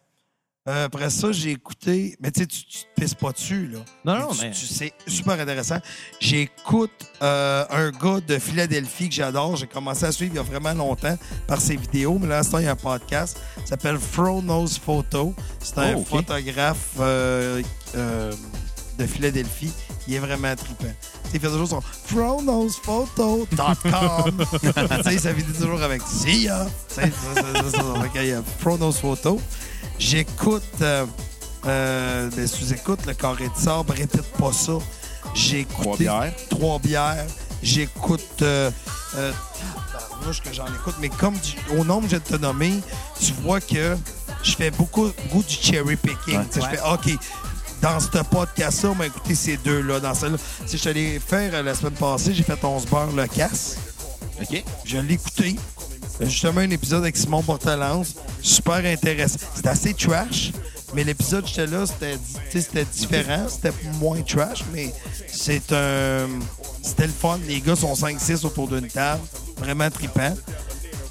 [SPEAKER 4] Euh, après ça, j'ai écouté. Mais tu sais, tu tu te pisses pas dessus, là.
[SPEAKER 1] Non, non,
[SPEAKER 4] tu-
[SPEAKER 1] mais-
[SPEAKER 4] tu- C'est super intéressant. J'écoute euh, un gars de Philadelphie que j'adore. J'ai commencé à suivre il y a vraiment longtemps par ses vidéos. Mais là, à ce temps, il y a un podcast. Il s'appelle Frono's Photo. C'est un
[SPEAKER 3] Oh, ok.
[SPEAKER 4] photographe euh, euh, de Philadelphie. Il est vraiment trippant. Tu sais, Il fait toujours son pronosphoto.com. tu sais, ça finit toujours avec See ya. Tu sais, ça, ça, ça, ça, ça. Fait qu'il y a Pronos Photo. J'écoute euh, euh, des sous-écoutes, le carré de sable, répète pas ça. J'écoute
[SPEAKER 3] Trois bières.
[SPEAKER 4] Trois bières. J'écoute. Euh, euh, tabarnouche que j'en écoute, mais comme tu- au nombre que je viens de te nommer, tu vois que je fais beaucoup, beaucoup du cherry picking.
[SPEAKER 3] Ouais.
[SPEAKER 4] Tu sais, Je fais OK. Dans ce podcast-là, on m'a écouté ces deux-là. Dans celle-là, si je suis allé faire euh, la semaine passée, j'ai fait 11 beurre le casse.
[SPEAKER 3] OK?
[SPEAKER 4] Je l'ai écouté. Euh, Justement, un épisode avec Simon Portalance. Super intéressant. C'était assez trash, mais l'épisode, j'étais là, c'était di- tu sais, c'était différent. C'était moins trash, mais c'est un. C'était le fun. Les gars sont 5-6 autour d'une table. Vraiment trippant.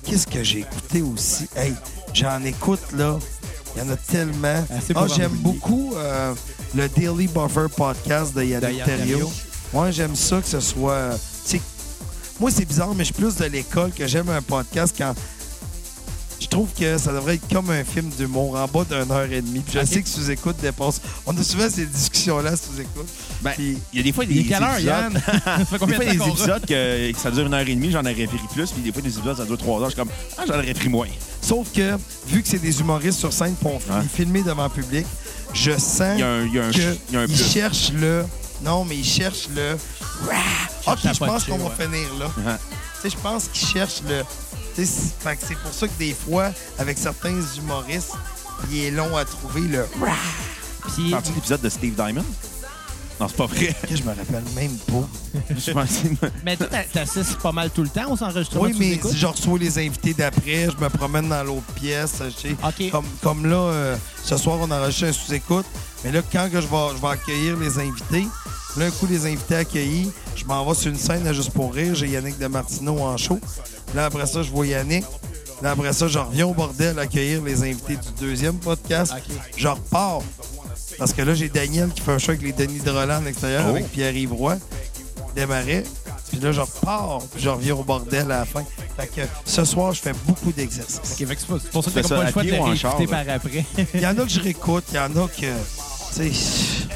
[SPEAKER 4] Qu'est-ce que j'ai écouté aussi? Hey, j'en écoute, là. Il y en a tellement.
[SPEAKER 1] Assez pour
[SPEAKER 4] Ah,
[SPEAKER 1] en
[SPEAKER 4] j'aime
[SPEAKER 1] oublier.
[SPEAKER 4] beaucoup euh, le Daily Buffer podcast de
[SPEAKER 1] De
[SPEAKER 4] Yannick
[SPEAKER 1] Yann
[SPEAKER 4] Terriot.
[SPEAKER 1] Terriot.
[SPEAKER 4] Moi, j'aime ça que ce soit. euh, tu sais, moi, c'est bizarre, mais je suis plus de l'école que j'aime un podcast quand. Je trouve que ça devrait être comme un film d'humour en bas d'une heure et demie. Puis je
[SPEAKER 1] Ok.
[SPEAKER 4] sais que sous-écoute dépense. On a souvent ces discussions-là sous-écoute.
[SPEAKER 3] Ben,
[SPEAKER 4] Puis-
[SPEAKER 3] il y a des fois des
[SPEAKER 1] Il est quelle heure,
[SPEAKER 3] épisodes-
[SPEAKER 1] Yann? Ça fait combien
[SPEAKER 3] Des fois,
[SPEAKER 1] de temps
[SPEAKER 3] des
[SPEAKER 1] qu'on
[SPEAKER 3] épisodes que, que ça dure une heure et demie, j'en aurais pris plus. Puis des fois, des épisodes, ça dure trois heures. Je suis comme, ah, j'en aurais pris moins.
[SPEAKER 4] Sauf que, vu que c'est des humoristes sur scène pour
[SPEAKER 3] Ouais.
[SPEAKER 4] filmer devant le public, je sens
[SPEAKER 3] Il y a un, il y a un,
[SPEAKER 4] que
[SPEAKER 3] il y a un
[SPEAKER 4] ils
[SPEAKER 3] plus.
[SPEAKER 4] cherchent le. Non, mais ils cherchent le. Ah, OK,
[SPEAKER 1] à
[SPEAKER 4] je pense
[SPEAKER 1] puncher,
[SPEAKER 4] qu'on va
[SPEAKER 1] ouais.
[SPEAKER 4] finir là.
[SPEAKER 3] Ouais.
[SPEAKER 4] Tu sais, je pense qu'ils cherchent le. tu sais, c'est- fait que C'est pour ça que des fois, avec certains humoristes, il est long à trouver le.
[SPEAKER 1] Puis,
[SPEAKER 4] Ah.
[SPEAKER 3] T'as-tu l'épisode de Steve Diamond? Non, c'est pas vrai.
[SPEAKER 4] Que je me rappelle même pas.
[SPEAKER 3] Je pense que-
[SPEAKER 1] mais toi, t'a- t'assistes pas mal tout le temps aux enregistrements.
[SPEAKER 4] Oui,
[SPEAKER 1] tu
[SPEAKER 4] mais
[SPEAKER 1] écoutes?
[SPEAKER 4] si je reçois les invités d'après, je me promène dans l'autre pièce. je sais.
[SPEAKER 1] OK.
[SPEAKER 4] Comme, comme là, euh, ce soir, on enregistre un sous-écoute. Mais là, quand que je vais, je vais accueillir les invités, là, un coup, les invités accueillis, je m'en vais sur une scène à Juste pour rire. J'ai Yannick Demartino en show. Là, après ça, je vois Yannick. Là, après ça, je reviens au bordel accueillir les invités du deuxième podcast.
[SPEAKER 1] OK.
[SPEAKER 4] Je repars. Parce que là, j'ai Daniel qui fait un show avec les Denis de Roland en extérieur
[SPEAKER 3] Oh.
[SPEAKER 4] avec Pierre-Yves Roy. Démarrer. Puis là, je repars. Puis je reviens au bordel à la fin. Fait que ce soir, je fais beaucoup d'exercices.
[SPEAKER 1] Ok, fait que c'est pas- c'est pour ça que
[SPEAKER 3] Fais
[SPEAKER 1] t'as
[SPEAKER 3] ça
[SPEAKER 1] comme pas
[SPEAKER 3] à
[SPEAKER 1] le choix de
[SPEAKER 3] pied
[SPEAKER 1] les
[SPEAKER 3] ou en
[SPEAKER 1] réécouter
[SPEAKER 3] char,
[SPEAKER 1] par après.
[SPEAKER 4] Il y en a que je réécoute, il y en a que. Tu sais.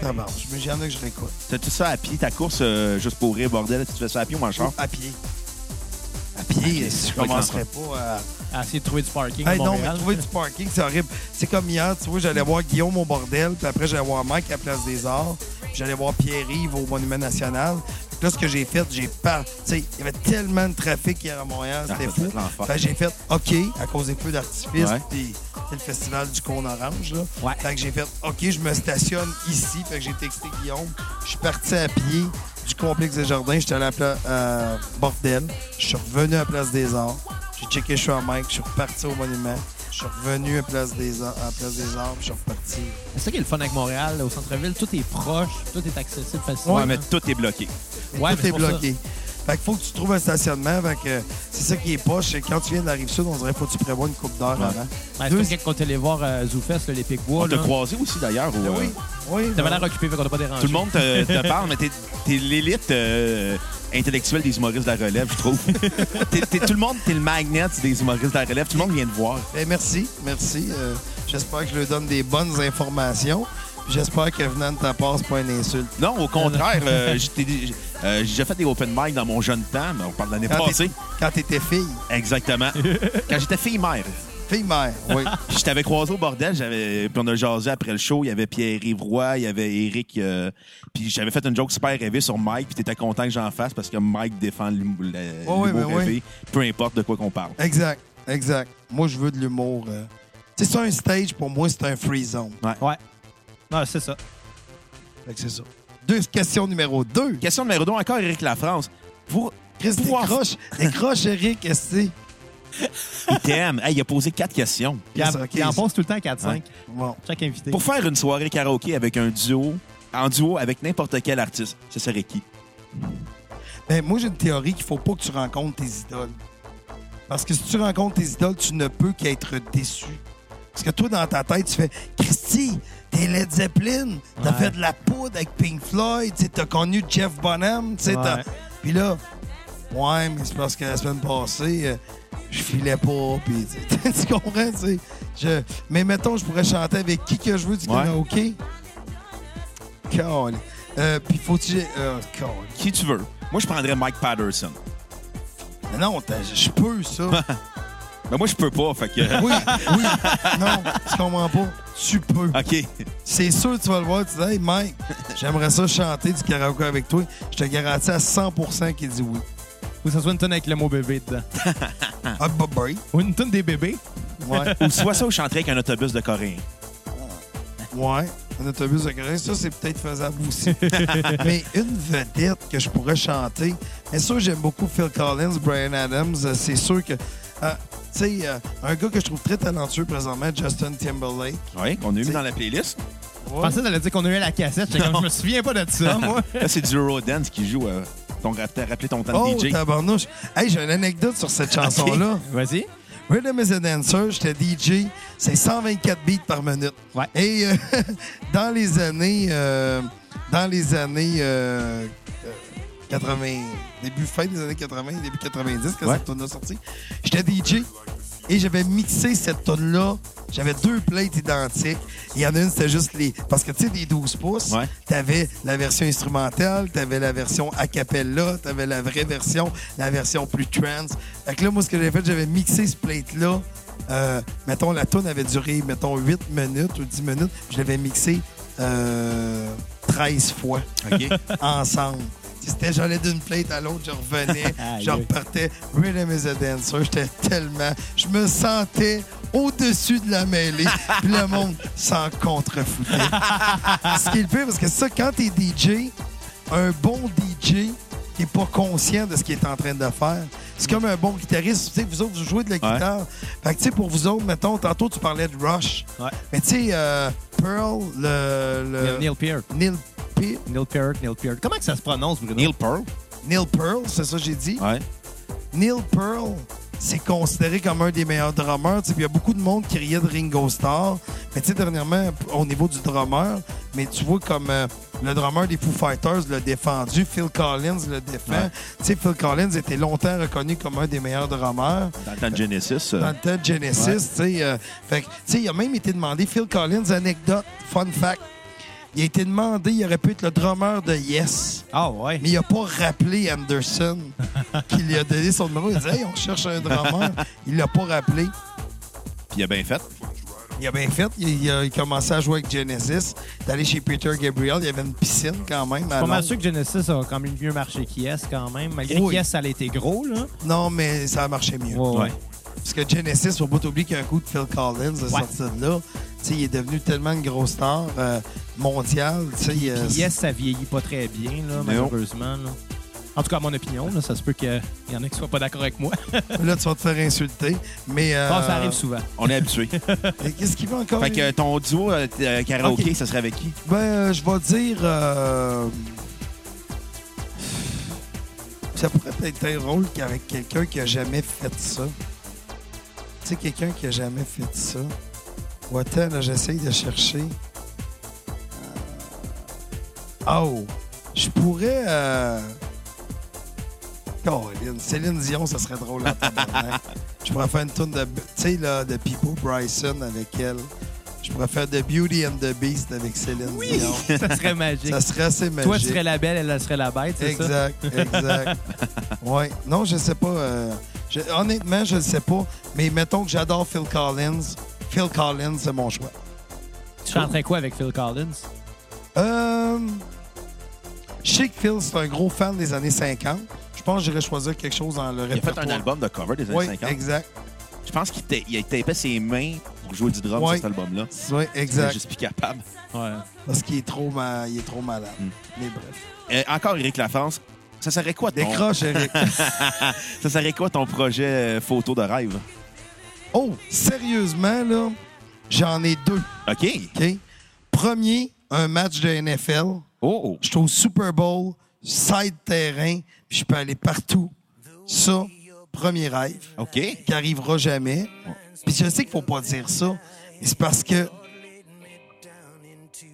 [SPEAKER 4] tabarnouche. Mais il y en a que je réécoute.
[SPEAKER 3] T'as-tu ça à pied, ta course, euh, juste pour rire, bordel? Tu fais ça à pied ou en char?
[SPEAKER 4] À pied. À pied, je
[SPEAKER 3] pas
[SPEAKER 4] commencerais pas à.
[SPEAKER 1] À essayer de trouver du parking.
[SPEAKER 4] Hey,
[SPEAKER 1] à
[SPEAKER 4] non,
[SPEAKER 1] Montréal.
[SPEAKER 4] mais trouver du parking, c'est horrible. C'est comme hier, tu vois, j'allais voir Guillaume au bordel, puis après, j'allais voir Mike à la Place des Arts, puis j'allais voir Pierre-Yves au Monument National. Puis là, ce que j'ai fait, j'ai pas. Tu sais, il y avait tellement de trafic hier à Montréal, c'était
[SPEAKER 3] Ah,
[SPEAKER 4] fou.
[SPEAKER 3] c'est l'enfer.
[SPEAKER 4] Fait que j'ai fait, OK, à cause des feux d'artifice,
[SPEAKER 3] Ouais.
[SPEAKER 4] puis c'est le festival du cône orange, là.
[SPEAKER 1] Ouais.
[SPEAKER 4] Fait que j'ai fait, OK, je me stationne ici. Fait que j'ai texté Guillaume. Je suis parti à pied du complexe des jardins. J'étais allé à la euh, Bordel. Je suis revenu à Place des Arts. J'ai checké sur Mike. Je suis reparti au monument. Je suis revenu à Place des Arts. À Place des Arts puis je suis reparti.
[SPEAKER 1] C'est ça qui est le fun avec Montréal, là, au centre-ville. Tout est proche, tout est accessible facilement.
[SPEAKER 3] Ouais, mais tout est bloqué.
[SPEAKER 4] Et
[SPEAKER 1] Ouais, mais
[SPEAKER 4] tout
[SPEAKER 1] c'est
[SPEAKER 4] est
[SPEAKER 1] pour ça.
[SPEAKER 4] bloqué. Fait qu'il faut que tu trouves un stationnement. Fait que euh, c'est ça qui est poche. C'est Quand tu viens de la Rive-Sud, on dirait qu'il faut que tu prévois une coupe d'heure
[SPEAKER 3] Ouais.
[SPEAKER 4] avant.
[SPEAKER 1] Ouais, Ben, c'est
[SPEAKER 4] Deux-
[SPEAKER 1] comme quand on est allé voir euh, Zoufest, là, les Pic-Bois.
[SPEAKER 3] On t'a
[SPEAKER 1] là.
[SPEAKER 3] croisé aussi, d'ailleurs. au,
[SPEAKER 4] Ben Oui,
[SPEAKER 3] euh,
[SPEAKER 4] oui.
[SPEAKER 1] T'avais l'air occupé, fait qu'on t'a pas dérangé.
[SPEAKER 3] Tout le monde te, te parle, mais t'es t'es l'élite euh, intellectuelle des humoristes de la relève, je trouve. T'es- t'es- tout le monde, t'es le magnet des humoristes de la relève. Tout le monde vient te voir.
[SPEAKER 4] Ben, merci, merci. Euh, J'espère que je leur donne des bonnes informations. Puis J'espère que venant de ta part, c'est pas une insulte.
[SPEAKER 3] Non, au contraire, euh, j'ai t'ai- euh, j'ai déjà fait des open mic dans mon jeune temps, mais on parle de l'année
[SPEAKER 4] Quand
[SPEAKER 3] passée.
[SPEAKER 4] t'é- Quand t'étais fille,
[SPEAKER 3] Exactement. Quand j'étais fille-mère,
[SPEAKER 4] fille-mère, oui.
[SPEAKER 3] je t'avais croisé au bordel, j'avais puis on a jasé après le show, il y avait Pierre-Yves Roy, il y avait Eric, euh, puis j'avais fait une joke super rêvée sur Mike, puis t'étais content que j'en fasse parce que Mike défend l'humour le-
[SPEAKER 4] Ouais, ouais,
[SPEAKER 3] l'humour
[SPEAKER 4] ben ouais.
[SPEAKER 3] rêvé, peu importe de quoi qu'on parle.
[SPEAKER 4] exact, exact. Moi, je veux de l'humour. euh. Tu sais, C'est un stage, pour moi, c'est un free zone.
[SPEAKER 1] Ouais. Non, c'est ça.
[SPEAKER 4] Fait que c'est ça. Deux, question numéro deux.
[SPEAKER 3] Question numéro 2, encore Eric Lafrance. Pour
[SPEAKER 4] Chris,
[SPEAKER 3] Pouvoir-
[SPEAKER 4] décroche, décroche, Eric, qu'est-ce que c'est?
[SPEAKER 3] il t'aime. Hey, il a posé quatre questions.
[SPEAKER 1] Puis
[SPEAKER 4] Yes,
[SPEAKER 1] en-
[SPEAKER 4] ok.
[SPEAKER 1] puis en pose tout le temps 4-5,
[SPEAKER 4] Bon.
[SPEAKER 1] chaque invité.
[SPEAKER 3] Pour faire une soirée karaoké avec un duo, en duo avec n'importe quel artiste, ce serait qui?
[SPEAKER 4] Ben, moi, j'ai une théorie qu'il faut pas que tu rencontres tes idoles. Parce que si tu rencontres tes idoles, tu ne peux qu'être déçu. Parce que toi, dans ta tête, tu fais Christy, t'es Led Zeppelin, t'as
[SPEAKER 1] Ouais.
[SPEAKER 4] fait de la poudre avec Pink Floyd, tu sais, t'as connu Jeff Bonham, tu sais, t'as-
[SPEAKER 1] Ouais.
[SPEAKER 4] Puis là, ouais, mais c'est parce que la semaine passée, euh, je filais pas, puis tu sais, tu comprends, tu sais. Je... Mais mettons, je pourrais chanter avec qui que je veux du
[SPEAKER 3] Ouais.
[SPEAKER 4] karaoké. Call. Euh, puis faut-tu. Euh, call.
[SPEAKER 3] Qui tu veux? Moi, je prendrais Mike Patterson.
[SPEAKER 4] Mais non, t'as- je peux ça.
[SPEAKER 3] Mais Ben, moi, je peux pas, fait que...
[SPEAKER 4] Oui, oui. Non, tu comprends pas. Tu peux.
[SPEAKER 3] OK.
[SPEAKER 4] C'est sûr, tu vas le voir, tu dis, hey, Mike, j'aimerais ça chanter du karaoké avec toi. Je te garantis à 100 qu'il dit oui.
[SPEAKER 1] Ou ça soit une tonne avec le mot bébé dedans.
[SPEAKER 4] Ah, bah, bah, oui.
[SPEAKER 1] Ou une tonne des bébés.
[SPEAKER 4] Ouais,
[SPEAKER 3] Ou soit ça, ou je chanterais avec un autobus de Coréen.
[SPEAKER 4] ouais. Un autobus de Grèce, ça, c'est peut-être faisable aussi. Mais une vedette que je pourrais chanter, mais sûr, j'aime beaucoup Phil Collins, Brian Adams. euh, C'est sûr que. euh, tu sais, euh, un gars que je trouve très talentueux présentement, Justin Timberlake.
[SPEAKER 3] Oui, qu'on a eu
[SPEAKER 4] C'est-
[SPEAKER 3] dans la playlist.
[SPEAKER 1] Je
[SPEAKER 4] Ouais.
[SPEAKER 1] pensais que t'allais dire qu'on a eu la cassette. J'étais comme, Je me souviens pas de ça, moi.
[SPEAKER 3] Là, c'est du Eurodance qui joue. euh, ton rappelé ton temps
[SPEAKER 4] Oh,
[SPEAKER 3] de DJ.
[SPEAKER 4] tabarnouche. Hey, j'ai une anecdote sur cette chanson-là.
[SPEAKER 1] Vas-y.
[SPEAKER 4] Rhythm is a Dancer, j'étais DJ, c'est 124 beats par minute.
[SPEAKER 1] Ouais.
[SPEAKER 4] Et euh, dans les années, euh, dans les années euh, euh, 80, début fin des années 80, début 90, quand
[SPEAKER 3] Ouais.
[SPEAKER 4] cette tune-là est sortie, j'étais DJ et j'avais mixé cette tune là J'avais deux plates identiques. Il y en a une, c'était juste les. Parce que, tu sais, des 12 pouces,
[SPEAKER 3] Ouais.
[SPEAKER 4] t'avais la version instrumentale, t'avais la version a cappella, t'avais la vraie version, la version plus trance. Fait que là, moi, ce que j'avais fait, j'avais mixé ce plate-là. Euh, mettons, la tune avait duré, mettons, 8 minutes ou 10 minutes. Je l'avais mixé euh, 13 fois
[SPEAKER 3] OK.
[SPEAKER 4] ensemble. C'était, j'allais d'une plate à l'autre, je revenais,
[SPEAKER 1] Aïe.
[SPEAKER 4] je repartais. Rhythm is a dancer, j'étais tellement. Je me sentais au-dessus de la mêlée, puis le monde s'en contrefoutait. Ce qui est le pire, parce que ça, quand t'es DJ, un bon DJ qui n'est pas conscient de ce qu'il est en train de faire, c'est comme un bon guitariste. Tu sais, vous autres, vous jouez de la guitare. Fait que, tu sais, pour vous autres, mettons, tantôt, tu parlais de Rush.
[SPEAKER 1] Ouais.
[SPEAKER 4] Mais tu sais, euh, Pearl, le.
[SPEAKER 3] Euh.
[SPEAKER 4] le-
[SPEAKER 1] Neil Peart.
[SPEAKER 4] Neil Pe-
[SPEAKER 1] Neil Peart, Neil Peart. Comment que ça se prononce, Bruno?
[SPEAKER 3] Neil Pearl.
[SPEAKER 4] Neil Pearl, c'est ça que j'ai dit.
[SPEAKER 3] Ouais.
[SPEAKER 4] Neil Pearl, c'est considéré comme un des meilleurs drummers. tu sais, puis Il y a beaucoup de monde qui riait de Ringo Starr. Mais tu sais, dernièrement, p- au niveau du drummer, mais tu vois comme euh, le drummer des Foo Fighters l'a défendu, Phil Collins le défend.
[SPEAKER 3] Ouais.
[SPEAKER 4] Tu sais, Phil Collins était longtemps reconnu comme un des meilleurs drummers
[SPEAKER 3] Dans le temps de Genesis. euh,
[SPEAKER 4] dans le temps de Genesis. tu sais, euh, fait que, tu sais, il a même été demandé, Phil Collins, anecdote, fun fact. Il a été demandé, il aurait pu être le drummer de Yes,
[SPEAKER 1] Ah, ouais.
[SPEAKER 4] mais il n'a pas rappelé Anderson qui lui a donné son numéro. Il a dit Hey, on cherche un drummer. Il l'a pas rappelé.
[SPEAKER 3] Puis il a bien fait.
[SPEAKER 4] Il a bien fait. Il, il a commencé à jouer avec Genesis, d'aller chez Peter Gabriel. Il y avait une piscine quand même. à
[SPEAKER 1] Pas mal
[SPEAKER 4] Londres.
[SPEAKER 1] sûr que Genesis a quand même mieux marché qu'Yes, quand même. Malgré
[SPEAKER 4] Oui.
[SPEAKER 1] qu'Yes, ça a été gros, là.
[SPEAKER 4] Non, mais ça a marché mieux.
[SPEAKER 1] Ouais, ouais.
[SPEAKER 4] Parce que Genesis, faut pas t'oublier qu'un coup de Phil Collins est
[SPEAKER 1] Ouais.
[SPEAKER 4] sorti de là. Tu sais, il est devenu tellement une grosse star euh, mondiale. tu sais, euh,
[SPEAKER 1] Puis Yes, ça vieillit pas très bien, là, malheureusement. là. En tout cas, à mon opinion, là, ça se peut qu'il y en a qui soient pas d'accord avec moi.
[SPEAKER 4] Là, tu vas te faire insulter. Mais. euh,
[SPEAKER 1] Ah, ça arrive souvent.
[SPEAKER 3] On est habitué.
[SPEAKER 4] mais Qu'est-ce qu'il veut encore?
[SPEAKER 3] fait
[SPEAKER 4] lui?
[SPEAKER 3] que ton duo euh, t- euh, karaoké,
[SPEAKER 4] Ok.
[SPEAKER 3] ça serait avec qui?
[SPEAKER 4] Ben, euh, je vais dire. euh, Ça pourrait peut-être être drôle qu'avec quelqu'un qui a jamais fait ça. Tu sais, quelqu'un qui a jamais fait ça. Ou attends, là, j'essaye de chercher. Euh, Oh! Je pourrais. euh, Colin, Céline Dion, ça serait drôle en tabarnak. Je pourrais faire une tourne de. Tu sais, là, de Pipo Bryson avec elle. Je pourrais faire de Beauty and the Beast avec Céline Dion.
[SPEAKER 1] ça serait magique.
[SPEAKER 4] Ça serait assez magique.
[SPEAKER 1] Toi, tu serais la belle, elle, elle serait la bête, c'est ça?
[SPEAKER 4] Exact, exact. ouais. Non, je sais pas. euh, je- honnêtement, je ne sais pas. Mais mettons que j'adore Phil Collins. Phil Collins, c'est mon choix.
[SPEAKER 1] Tu chanterais quoi avec Phil Collins?
[SPEAKER 4] Euh, je sais que Phil, c'est un gros fan des années 50. Je pense que j'irais choisir quelque chose dans
[SPEAKER 3] Il
[SPEAKER 4] le
[SPEAKER 3] a
[SPEAKER 4] répertoire.
[SPEAKER 3] fait un album de cover des années
[SPEAKER 4] Oui,
[SPEAKER 3] 50.
[SPEAKER 4] exact.
[SPEAKER 3] Je pense qu'il ta- il a tapé ses mains pour jouer du drum sur
[SPEAKER 4] Ouais.
[SPEAKER 3] cet album-là.
[SPEAKER 4] Oui,
[SPEAKER 3] Il est
[SPEAKER 4] exact.
[SPEAKER 3] juste plus capable.
[SPEAKER 1] Ouais.
[SPEAKER 4] Parce qu'il est trop, ma- il est trop malade.
[SPEAKER 3] Hmm.
[SPEAKER 4] Mais bref.
[SPEAKER 3] Euh, encore Eric Lafrance. Ça serait quoi ton,
[SPEAKER 4] Décroche, Eric.
[SPEAKER 3] ça serait quoi ton projet euh, photo de rêve?
[SPEAKER 4] oh, sérieusement, là, j'en ai deux.
[SPEAKER 3] OK.
[SPEAKER 4] OK? Premier, un match de NFL.
[SPEAKER 3] Oh!
[SPEAKER 4] Je suis au Super Bowl, side terrain, puis je peux aller partout. Ça, premier rêve,
[SPEAKER 3] OK.
[SPEAKER 4] qui arrivera jamais. Puis je sais qu'il faut pas dire ça, mais c'est parce que,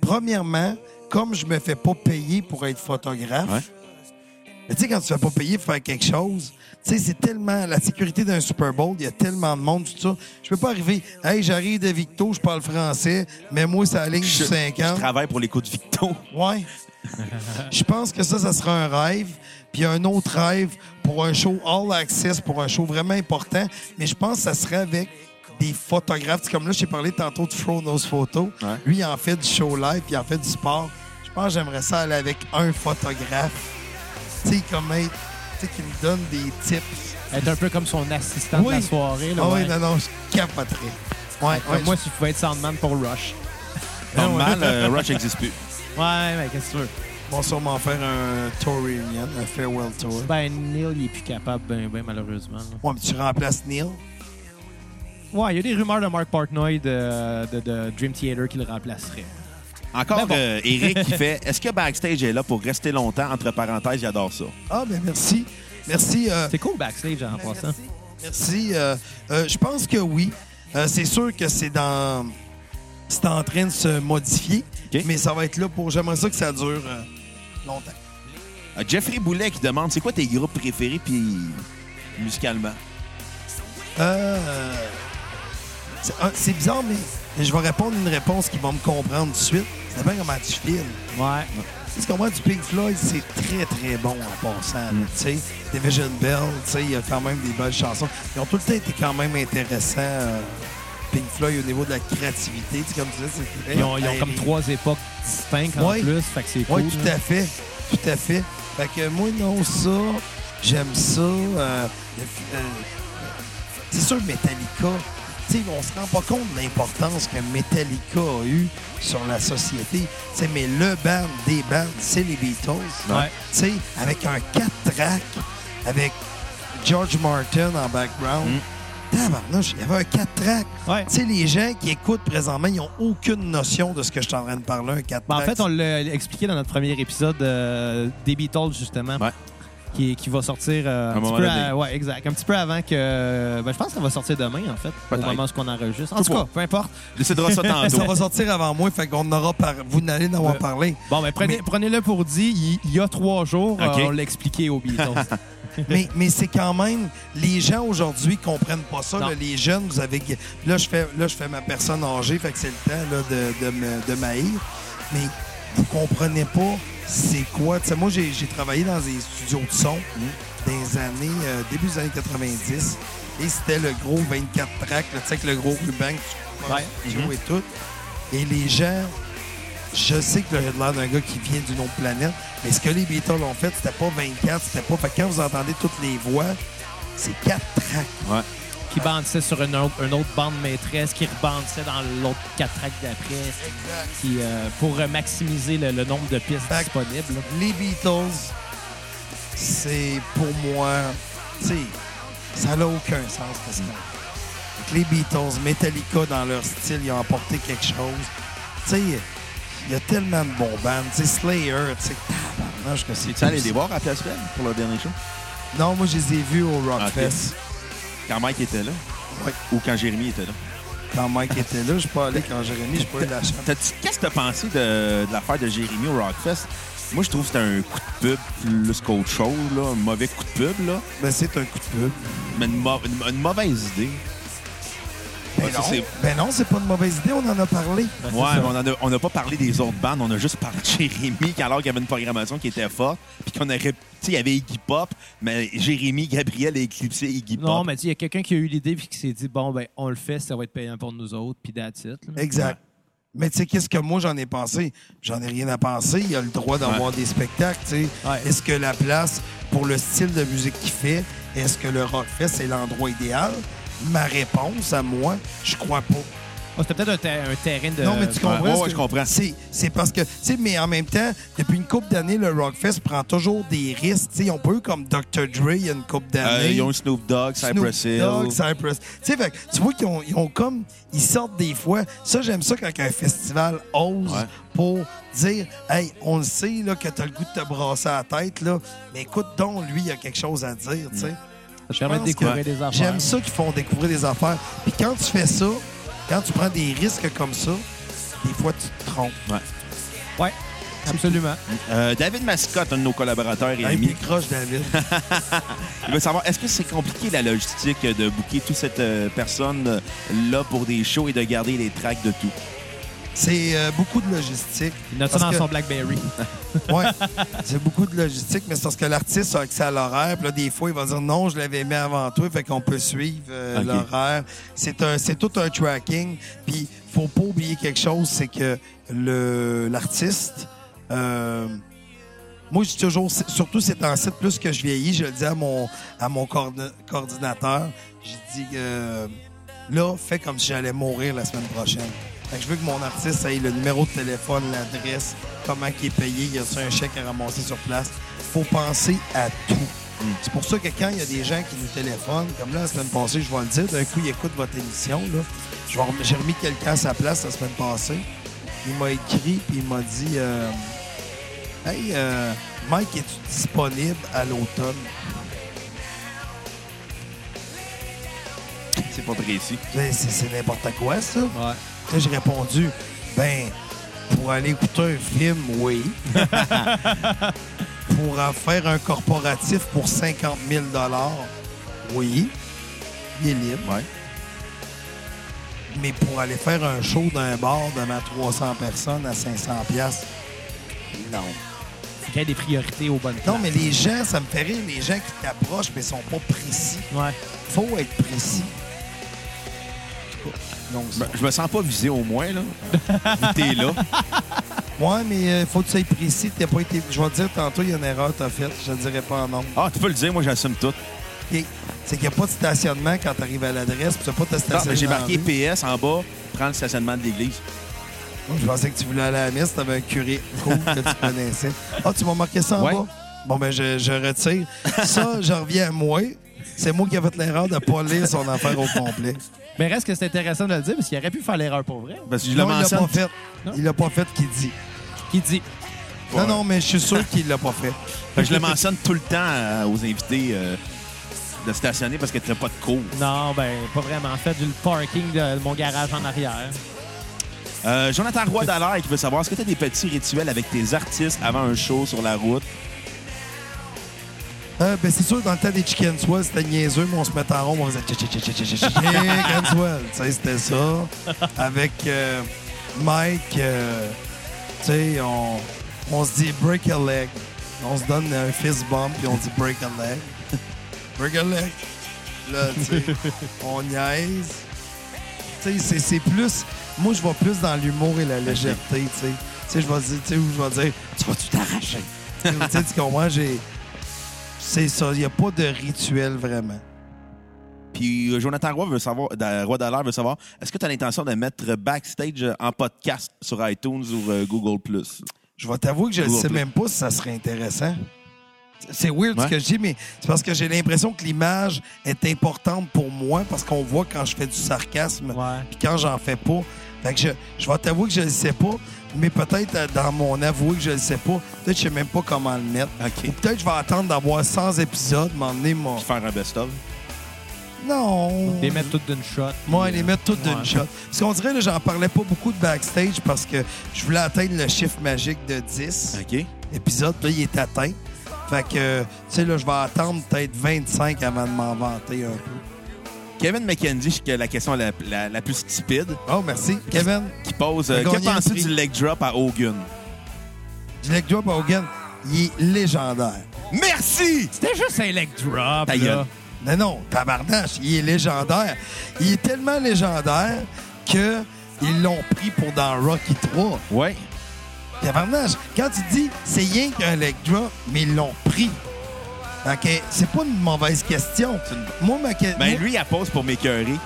[SPEAKER 4] premièrement, comme je me fais pas payer pour être photographe,
[SPEAKER 3] Ouais.
[SPEAKER 4] mais tu sais, quand tu ne pas payer pour faire quelque chose, tu sais, c'est tellement. La sécurité d'un Super Bowl, il y a tellement de monde, tout ça. Je peux pas arriver. Hey, j'arrive de Victo, je parle français, mais moi, c'est la ligne
[SPEAKER 3] Je,
[SPEAKER 4] du 50.
[SPEAKER 3] je travaille pour les coups de
[SPEAKER 4] Ah
[SPEAKER 3] Victo.
[SPEAKER 4] Ouais. Je pense que ça, ça sera un rêve. Puis un autre rêve pour un show all access, pour un show vraiment important. Mais je pense que ça serait avec des photographes. Tu sais, Comme là, j'ai parlé tantôt de Frono's Photo.
[SPEAKER 3] Ouais.
[SPEAKER 4] Lui, il en fait du show live, puis il en fait du sport. Je pense que j'aimerais ça aller avec un photographe. Tu sais, comme être. Tu sais, qui me donne des tips.
[SPEAKER 1] Être un peu comme son assistant de la soirée. Là,
[SPEAKER 4] Ah
[SPEAKER 1] ouais.
[SPEAKER 4] oui, non, non, je capoterais. Ouais,
[SPEAKER 1] Comme
[SPEAKER 4] ouais,
[SPEAKER 1] moi, si je pouvais être Sandman pour Rush.
[SPEAKER 3] Normal, euh, Rush n'existe plus.
[SPEAKER 1] Ouais, mais qu'est-ce que tu veux?
[SPEAKER 4] ils vont sûrement faire un tour reunion, un farewell tour.
[SPEAKER 1] Ben, Neil, il est plus capable, ben, ben, malheureusement. là.
[SPEAKER 4] Ouais, mais tu remplaces Neil.
[SPEAKER 1] Ouais, il y a des rumeurs de Mark Portnoy de, de- de Dream Theater qui le remplacerait.
[SPEAKER 3] Encore
[SPEAKER 4] Ben
[SPEAKER 1] Mais bon.
[SPEAKER 3] euh, Eric qui fait Est-ce que Backstage est là pour rester longtemps? Entre parenthèses, j'adore ça.
[SPEAKER 4] Ah, ben merci. Merci. euh,
[SPEAKER 1] C'est cool backstage hein, en passant.
[SPEAKER 4] merci. euh, euh, je pense que oui. Euh, c'est sûr que c'est dans. C'est en train de se modifier,
[SPEAKER 3] OK.
[SPEAKER 4] mais ça va être là pour. J'aimerais ça que ça dure euh, longtemps.
[SPEAKER 3] Euh, Jeffrey Boulet qui demande C'est quoi tes groupes préférés, puis musicalement?
[SPEAKER 4] Euh, c'est- ah, c'est bizarre, mais je vais répondre une réponse qui va me comprendre tout de suite. Ça dépend comment tu files.
[SPEAKER 1] Ouais.
[SPEAKER 4] Tu sais, comment du Pink Floyd, c'est très, très bon en passant.
[SPEAKER 1] Mm.
[SPEAKER 4] là, Tu sais, Division Bell, tu sais, il y a quand même des belles chansons. Ils ont tout le temps été quand même intéressants, euh, Pink Floyd, au niveau de la créativité. Tu sais, comme tu disais, c'est très
[SPEAKER 1] Ils ont, ils ont
[SPEAKER 4] aéré.
[SPEAKER 1] comme trois époques distinctes en
[SPEAKER 4] Ouais.
[SPEAKER 1] plus, fait que c'est
[SPEAKER 4] Oui,
[SPEAKER 1] cool.
[SPEAKER 4] tout
[SPEAKER 1] là.
[SPEAKER 4] à fait. Tout à fait. Fait que moi, non, ça, j'aime ça. euh, le fi- euh, c'est sûr, Metallica, tu sais, on se rend pas compte de l'importance que Metallica a eu sur la société. Tu sais, mais le band des bands, c'est les Beatles.
[SPEAKER 1] Ouais.
[SPEAKER 4] Tu sais, avec un 4 track, avec George Martin en background.
[SPEAKER 1] Mm.
[SPEAKER 4] Tabarnouche, il y avait un 4 track.
[SPEAKER 1] Ouais.
[SPEAKER 4] Tu sais, les gens qui écoutent présentement, ils n'ont aucune notion de ce que je suis en train de parler, un 4
[SPEAKER 1] Ben, en
[SPEAKER 4] track.
[SPEAKER 1] fait, on l'a expliqué dans notre premier épisode euh, des Beatles, justement.
[SPEAKER 3] Ouais.
[SPEAKER 1] Qui, qui va sortir euh,
[SPEAKER 3] un
[SPEAKER 1] un, petit
[SPEAKER 3] moment
[SPEAKER 1] peu
[SPEAKER 3] donné.
[SPEAKER 1] à- ouais, exact. un petit peu avant que. Ben, je pense que ça va sortir demain, en fait, au
[SPEAKER 3] Peut-être.
[SPEAKER 1] moment où on enregistre. En
[SPEAKER 3] Je sais
[SPEAKER 1] tout cas,
[SPEAKER 3] pas.
[SPEAKER 1] peu importe.
[SPEAKER 3] Décidera ça
[SPEAKER 4] Mais ça
[SPEAKER 3] tantôt.
[SPEAKER 4] va sortir avant moi, fait qu'on aura par... vous n'allez en avoir
[SPEAKER 1] Euh,
[SPEAKER 4] parlé.
[SPEAKER 1] Bon, ben, prenez,
[SPEAKER 4] Mais-
[SPEAKER 1] prenez-le pour dit, il, il y a trois jours,
[SPEAKER 3] OK.
[SPEAKER 1] euh, on l'a expliqué aux Beatles.
[SPEAKER 4] mais mais c'est quand même les gens aujourd'hui comprennent pas ça.
[SPEAKER 1] Non.
[SPEAKER 4] là, les jeunes, vous avez là je fais là je fais ma personne âgée, fait que c'est le temps là, de de me- de m'haïr. Mais vous comprenez pas c'est quoi. Tu sais, moi, j'ai j'ai travaillé dans des studios de son
[SPEAKER 1] Mm.
[SPEAKER 4] dans les années, euh, début des années 90. Et c'était le gros 24 tracks, là, tu sais, avec le gros ruban que tu
[SPEAKER 1] Ouais. Mm-hmm.
[SPEAKER 4] tu joues et tout. Et les gens, je sais que là, j'ai l'air d'un gars qui vient d'une autre planète, mais ce que les Beatles ont fait, c'était pas 24, c'était pas. Fait que quand vous entendez toutes les voix, c'est quatre tracks.
[SPEAKER 3] Ouais.
[SPEAKER 1] Qui bandissait sur une autre, une autre bande maîtresse, qui rebandissait dans l'autre 4 tracks d'après, qui, euh, pour euh, maximiser le, le nombre de pistes
[SPEAKER 4] Fait que-
[SPEAKER 1] disponibles. là.
[SPEAKER 4] Les Beatles, c'est pour moi, tu sais, ça n'a aucun sens parce que Fait que les Beatles, Metallica dans leur style, ils ont apporté quelque chose. Tu sais, il y a tellement de bons bands, tu sais, Slayer, tu sais, tabarnouche que c'est.
[SPEAKER 3] Tu allé les voir à Place Belle pour leur dernier show?
[SPEAKER 4] Non, moi je les ai vus au Rockfest.
[SPEAKER 3] Quand Mike était là?
[SPEAKER 4] Ouais.
[SPEAKER 3] Ou quand Jérémy était là?
[SPEAKER 4] Quand Mike était là, je suis pas allé. Quand Jérémy, je pas eu la chance.
[SPEAKER 3] T'as-tu- Qu'est-ce que t'as pensé de, de l'affaire de Jérémy au Rockfest? Moi, je trouve que c'était un coup de pub plus qu'autre chose, là. un mauvais coup de pub, là.
[SPEAKER 4] Mais Ben, c'est un coup de pub.
[SPEAKER 3] mais une, mau- une- une mauvaise idée.
[SPEAKER 4] Ben
[SPEAKER 3] Ouais, ça,
[SPEAKER 4] non,
[SPEAKER 3] c'est-
[SPEAKER 4] ben non, c'est pas une mauvaise idée, on en a parlé.
[SPEAKER 1] Ben, c'est
[SPEAKER 3] Ouais,
[SPEAKER 1] ça.
[SPEAKER 3] mais on en a- on n'a pas parlé des autres bandes, on a juste parlé de Jérémy, qui, alors qu'il y avait une programmation qui était forte, puis qu'on aurait. Tu sais, il y avait Iggy Pop, mais Jérémy Gabriel a éclipsé Iggy Pop.
[SPEAKER 1] Non, mais tu sais, il y a quelqu'un qui a eu l'idée puis qui s'est dit bon, ben, on le fait, ça va être payant pour nous autres, puis that's it. là.
[SPEAKER 4] Exact. Mais tu sais, qu'est-ce que moi j'en ai pensé? J'en ai rien à penser. Il a le droit d'avoir des spectacles. tu sais.
[SPEAKER 1] Ouais.
[SPEAKER 4] Est-ce que la place, pour le style de musique qu'il fait, est-ce que le Rockfest est l'endroit idéal? Ma réponse à moi, je crois pas.
[SPEAKER 1] Ah, C'était peut-être un, ter- un terrain de.
[SPEAKER 4] non, mais tu comprends?
[SPEAKER 3] Euh, ouais,
[SPEAKER 4] ce
[SPEAKER 3] ouais,
[SPEAKER 4] que-
[SPEAKER 3] je comprends.
[SPEAKER 4] C'est, c'est parce que, tu sais, mais en même temps, depuis une couple d'années, le Rockfest prend toujours des risques. Tu sais, ils ont pas eu comme Dr. Dre il y a une couple
[SPEAKER 3] Euh,
[SPEAKER 4] d'années.
[SPEAKER 3] ils ont eu Snoop Dogg, Cypress Hill.
[SPEAKER 4] Dogg, Cypress. Tu sais, fait que tu vois qu'ils ont, ils ont comme. Ils sortent des fois. Ça, j'aime ça quand un festival ose
[SPEAKER 3] Ouais.
[SPEAKER 4] pour dire Hey, on le sait là, que t'as le goût de te brasser la tête, là, mais écoute donc, lui, il a quelque chose à dire. tu sais.
[SPEAKER 1] Ça te permet de
[SPEAKER 4] pense que-
[SPEAKER 1] découvrir des affaires.
[SPEAKER 4] J'aime ça qu'ils font découvrir des affaires. Puis quand tu fais ça, quand tu prends des risques comme ça, des fois, tu te trompes.
[SPEAKER 1] Ouais, absolument.
[SPEAKER 3] Euh, David Mascotte, un de nos collaborateurs et
[SPEAKER 4] Hey,
[SPEAKER 3] amis,
[SPEAKER 4] puis croche, David.
[SPEAKER 3] il veut savoir est-ce que c'est compliqué la logistique de booker toute cette personne là pour des shows et de garder les tracks de tout?
[SPEAKER 4] C'est euh, beaucoup de logistique.
[SPEAKER 1] Il note ça
[SPEAKER 4] Parce
[SPEAKER 1] dans
[SPEAKER 4] que-
[SPEAKER 1] son Blackberry.
[SPEAKER 4] Oui, c'est beaucoup de logistique, mais c'est parce que l'artiste a accès à l'horaire. Puis là, des fois, il va dire non, je l'avais mis avant toi, fait qu'on peut suivre euh,
[SPEAKER 3] OK.
[SPEAKER 4] l'horaire. C'est un, c'est tout un tracking. Puis, faut pas oublier quelque chose, c'est que le l'artiste. euh, moi, j'ai toujours, surtout ces temps-ci, plus que je vieillis, je le dis à mon, à mon coordina- coordinateur, je dis, euh, là, fais comme si j'allais mourir la semaine prochaine. Fait que je veux que mon artiste ait le numéro de téléphone, l'adresse, comment il est payé, il y a un chèque à ramasser sur place. faut penser à tout. C'est pour ça que quand il y a des gens qui nous téléphonent, comme là, la semaine passée, je vais le dire, d'un coup, ils écoutent votre émission. Là. Je vais rem- J'ai remis quelqu'un à sa place la semaine passée. Il m'a écrit puis il m'a dit euh, Hey, euh, Mike, es-tu disponible à l'automne?
[SPEAKER 3] C'est pas précis.
[SPEAKER 4] Ben, C'est c'est n'importe quoi, ça.
[SPEAKER 1] Ouais.
[SPEAKER 4] Là, j'ai répondu, ben, pour aller écouter un film, oui. pour en faire un corporatif pour 50 000 oui. Il est libre.
[SPEAKER 3] Ouais.
[SPEAKER 4] Mais pour aller faire un show d'un bar devant 300 personnes à 500 pièces, non.
[SPEAKER 1] Faut qu'il y ait des priorités aux bonnes
[SPEAKER 4] Non,
[SPEAKER 1] places.
[SPEAKER 4] mais les gens, ça me fait rire, les gens qui t'approchent mais sont pas précis.
[SPEAKER 1] Ouais.
[SPEAKER 4] Faut être précis. En tout cas, Donc, ça.
[SPEAKER 3] Ben, je me sens pas visé au moins, là. Vu que T'es là.
[SPEAKER 4] Ouais, mais euh, faut que tu sois précis. T'as pas été. Je vais te dire tantôt, il y a une erreur que t'as faite. Je ne dirai pas en nom.
[SPEAKER 3] Ah, tu peux le dire, moi j'assume tout.
[SPEAKER 4] OK. C'est qu'il n'y a pas de stationnement quand tu arrives à l'adresse. puis Tu n'as pas de
[SPEAKER 3] Non,
[SPEAKER 4] stationnement.
[SPEAKER 3] mais j'ai marqué
[SPEAKER 4] dans la rue.
[SPEAKER 3] PS en bas, prends le stationnement de l'église.
[SPEAKER 4] Je pensais que tu voulais aller à la messe. T'avais un curé cool que tu connaissais. Ah, tu m'as marqué ça en
[SPEAKER 3] Ouais.
[SPEAKER 4] bas? Bon, ben, je, je retire. Ça, je reviens à moi. C'est moi qui ai fait l'erreur de ne pas lire son affaire au complet.
[SPEAKER 1] Mais reste que c'est intéressant de le dire parce qu'il aurait pu faire l'erreur pour vrai.
[SPEAKER 3] Parce que je le
[SPEAKER 4] non, il l'a
[SPEAKER 3] mentionne.
[SPEAKER 4] pas fait.
[SPEAKER 1] Non.
[SPEAKER 4] Il l'a pas fait qu'il dit.
[SPEAKER 1] Qui dit
[SPEAKER 4] Non, non, mais je suis sûr qu'il l'a pas fait.
[SPEAKER 3] Fait que je le mentionne tout le temps euh, aux invités euh, de stationner parce que t'as pas de cours.
[SPEAKER 1] Non, ben, pas vraiment. En fait, du parking de mon garage en arrière.
[SPEAKER 3] Euh, Jonathan Roy d'Alaire qui veut savoir est-ce que t'as des petits rituels avec tes artistes avant un show sur la route?
[SPEAKER 4] Euh, ben, c'est sûr, dans le temps des Chicken Swell, c'était niaiseux, mais on se mettait en rond, on faisait Chi- chi- chi- chi- chi- chi- Chicken Swell. Tu sais, c'était ça. Avec euh, Mike, euh, Tu sais, on, on se dit break a leg. On se donne un fist bump puis on dit break a leg. break a leg. Là, tu sais, on niaise. Tu sais, c'est- c'est plus. Moi, je vais plus dans l'humour et la légèreté, tu sais. Tu sais, je vais dire, tu sais, où je vais dire, tu vas tout arracher. tu sais, tu sais, tu comprends? J'ai. C'est ça, il n'y a pas de rituel vraiment.
[SPEAKER 3] Puis euh, Jonathan Roy veut savoir, da- Roy Dallaire veut savoir, est-ce que tu as l'intention de mettre Backstage euh, en podcast sur iTunes ou euh, Google Plus?
[SPEAKER 4] Je vais t'avouer que je ne
[SPEAKER 3] Google
[SPEAKER 4] sais
[SPEAKER 3] Play.
[SPEAKER 4] même pas si ça serait intéressant. C'est weird
[SPEAKER 3] Ouais.
[SPEAKER 4] ce que je dis, mais c'est parce que j'ai l'impression que l'image est importante pour moi parce qu'on voit quand je fais du sarcasme
[SPEAKER 1] Ouais.
[SPEAKER 4] puis quand j'en fais pas. Fait que je, je vais t'avouer que je ne le sais pas, mais peut-être euh, dans mon avoué que je ne le sais pas, peut-être que je ne sais même pas comment le mettre.
[SPEAKER 3] OK.
[SPEAKER 4] Ou peut-être que je vais attendre d'avoir 100 épisodes, m'emmener mon...
[SPEAKER 3] Puis faire un best-of?
[SPEAKER 4] Non!
[SPEAKER 1] Les mettre toutes d'une shot.
[SPEAKER 4] Moi,
[SPEAKER 1] puis,
[SPEAKER 4] les mettre toutes
[SPEAKER 1] ouais.
[SPEAKER 4] d'une shot. Parce qu'on dirait, là, j'en parlais pas beaucoup de backstage parce que je voulais atteindre le chiffre magique de 10
[SPEAKER 3] OK.
[SPEAKER 4] épisode, là, il est atteint. Fait que, euh, tu sais, là, je vais attendre peut-être 25 avant de m'en vanter un peu.
[SPEAKER 3] Kevin McKenzie, je- que la question la, la- la plus stupide,
[SPEAKER 4] Oh, merci. Kevin,
[SPEAKER 3] qui pose euh,
[SPEAKER 4] Il a
[SPEAKER 3] Que
[SPEAKER 4] gagné un
[SPEAKER 3] penses-tu
[SPEAKER 4] prix.
[SPEAKER 3] du leg drop à Hogan?
[SPEAKER 4] du leg drop Hogan, il est légendaire.
[SPEAKER 3] Merci!
[SPEAKER 1] C'était juste un leg drop. là.
[SPEAKER 3] Ta gueule.
[SPEAKER 4] Non, non, tabarnache, il est légendaire. Il est tellement légendaire que ils l'ont pris pour dans Rocky 3.
[SPEAKER 3] Ouais.
[SPEAKER 4] Tabarnache, quand tu dis c'est rien qu'un leg drop, mais ils l'ont pris. OK, c'est pas une mauvaise question. Moi, ma question.
[SPEAKER 3] Ben lui, il pose pour m'écœurer.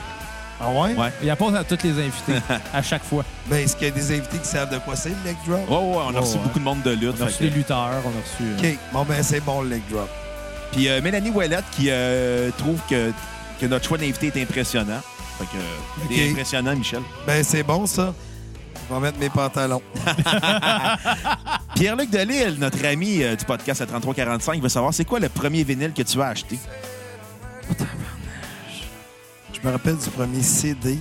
[SPEAKER 4] Ah ouais?
[SPEAKER 3] Ouais.
[SPEAKER 1] Il apporte à tous les invités, à chaque fois.
[SPEAKER 4] Ben, est-ce qu'il y a des invités qui savent de quoi c'est le leg drop?
[SPEAKER 3] Ouais, ouais, on a
[SPEAKER 1] Ouais,
[SPEAKER 3] reçu
[SPEAKER 1] ouais.
[SPEAKER 3] beaucoup de monde de lutte.
[SPEAKER 1] On a
[SPEAKER 3] fait
[SPEAKER 1] reçu
[SPEAKER 3] que-
[SPEAKER 1] les lutteurs, on a reçu... euh,
[SPEAKER 4] OK. Bon, ben, c'est bon, le leg drop.
[SPEAKER 3] Puis euh, Mélanie Ouellette qui euh, trouve que, que notre choix d'invité est impressionnant. Fait que, euh, il est
[SPEAKER 4] Ok.
[SPEAKER 3] impressionnant, Michel.
[SPEAKER 4] Ben, c'est bon, ça. Je vais mettre mes pantalons.
[SPEAKER 3] Pierre-Luc Delille, notre ami euh, du podcast à 3345, veut savoir c'est quoi le premier vinyle que tu as acheté?
[SPEAKER 4] Je me rappelle du premier CD,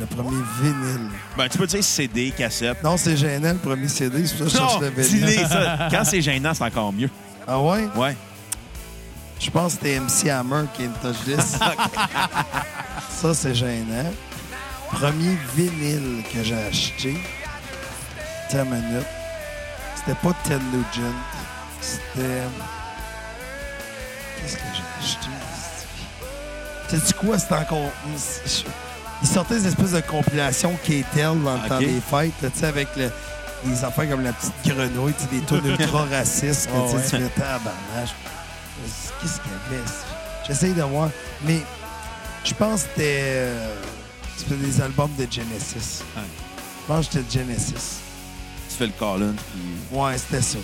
[SPEAKER 4] le premier vinyle.
[SPEAKER 3] Ben, tu peux dire CD, cassette.
[SPEAKER 4] Non, c'est gênant, le premier CD. C'est pour ça que je cherche le vinyle.
[SPEAKER 3] dis-les, ça. Quand c'est gênant, c'est encore mieux.
[SPEAKER 4] Ah ouais?
[SPEAKER 3] Ouais.
[SPEAKER 4] Je pense que c'était MC Hammer qui est une touch list. ça, c'est gênant. Premier vinyle que j'ai acheté, 10 minutes, c'était pas Ted Nugent. C'était. Qu'est-ce que j'ai acheté? Sais-tu quoi? C'était encore. Ils sortaient des espèces de compilations K-Tel dans le
[SPEAKER 3] Ok.
[SPEAKER 4] temps des fêtes, là, tu sais, avec le- des affaires comme la petite grenouille, tu sais, des tonnes ultra racistes,
[SPEAKER 1] Ah
[SPEAKER 4] tu
[SPEAKER 1] ouais.
[SPEAKER 4] sais, tu fais tabarnage. Qu'est-ce qu'il y avait? ça? J'essaye de voir. Mais je pense que c'était. euh, c'était des albums de Genesis.
[SPEAKER 3] Ouais.
[SPEAKER 4] Je pense que c'était Genesis.
[SPEAKER 3] Tu fais le call-in, puis...
[SPEAKER 4] Ouais, c'était ça.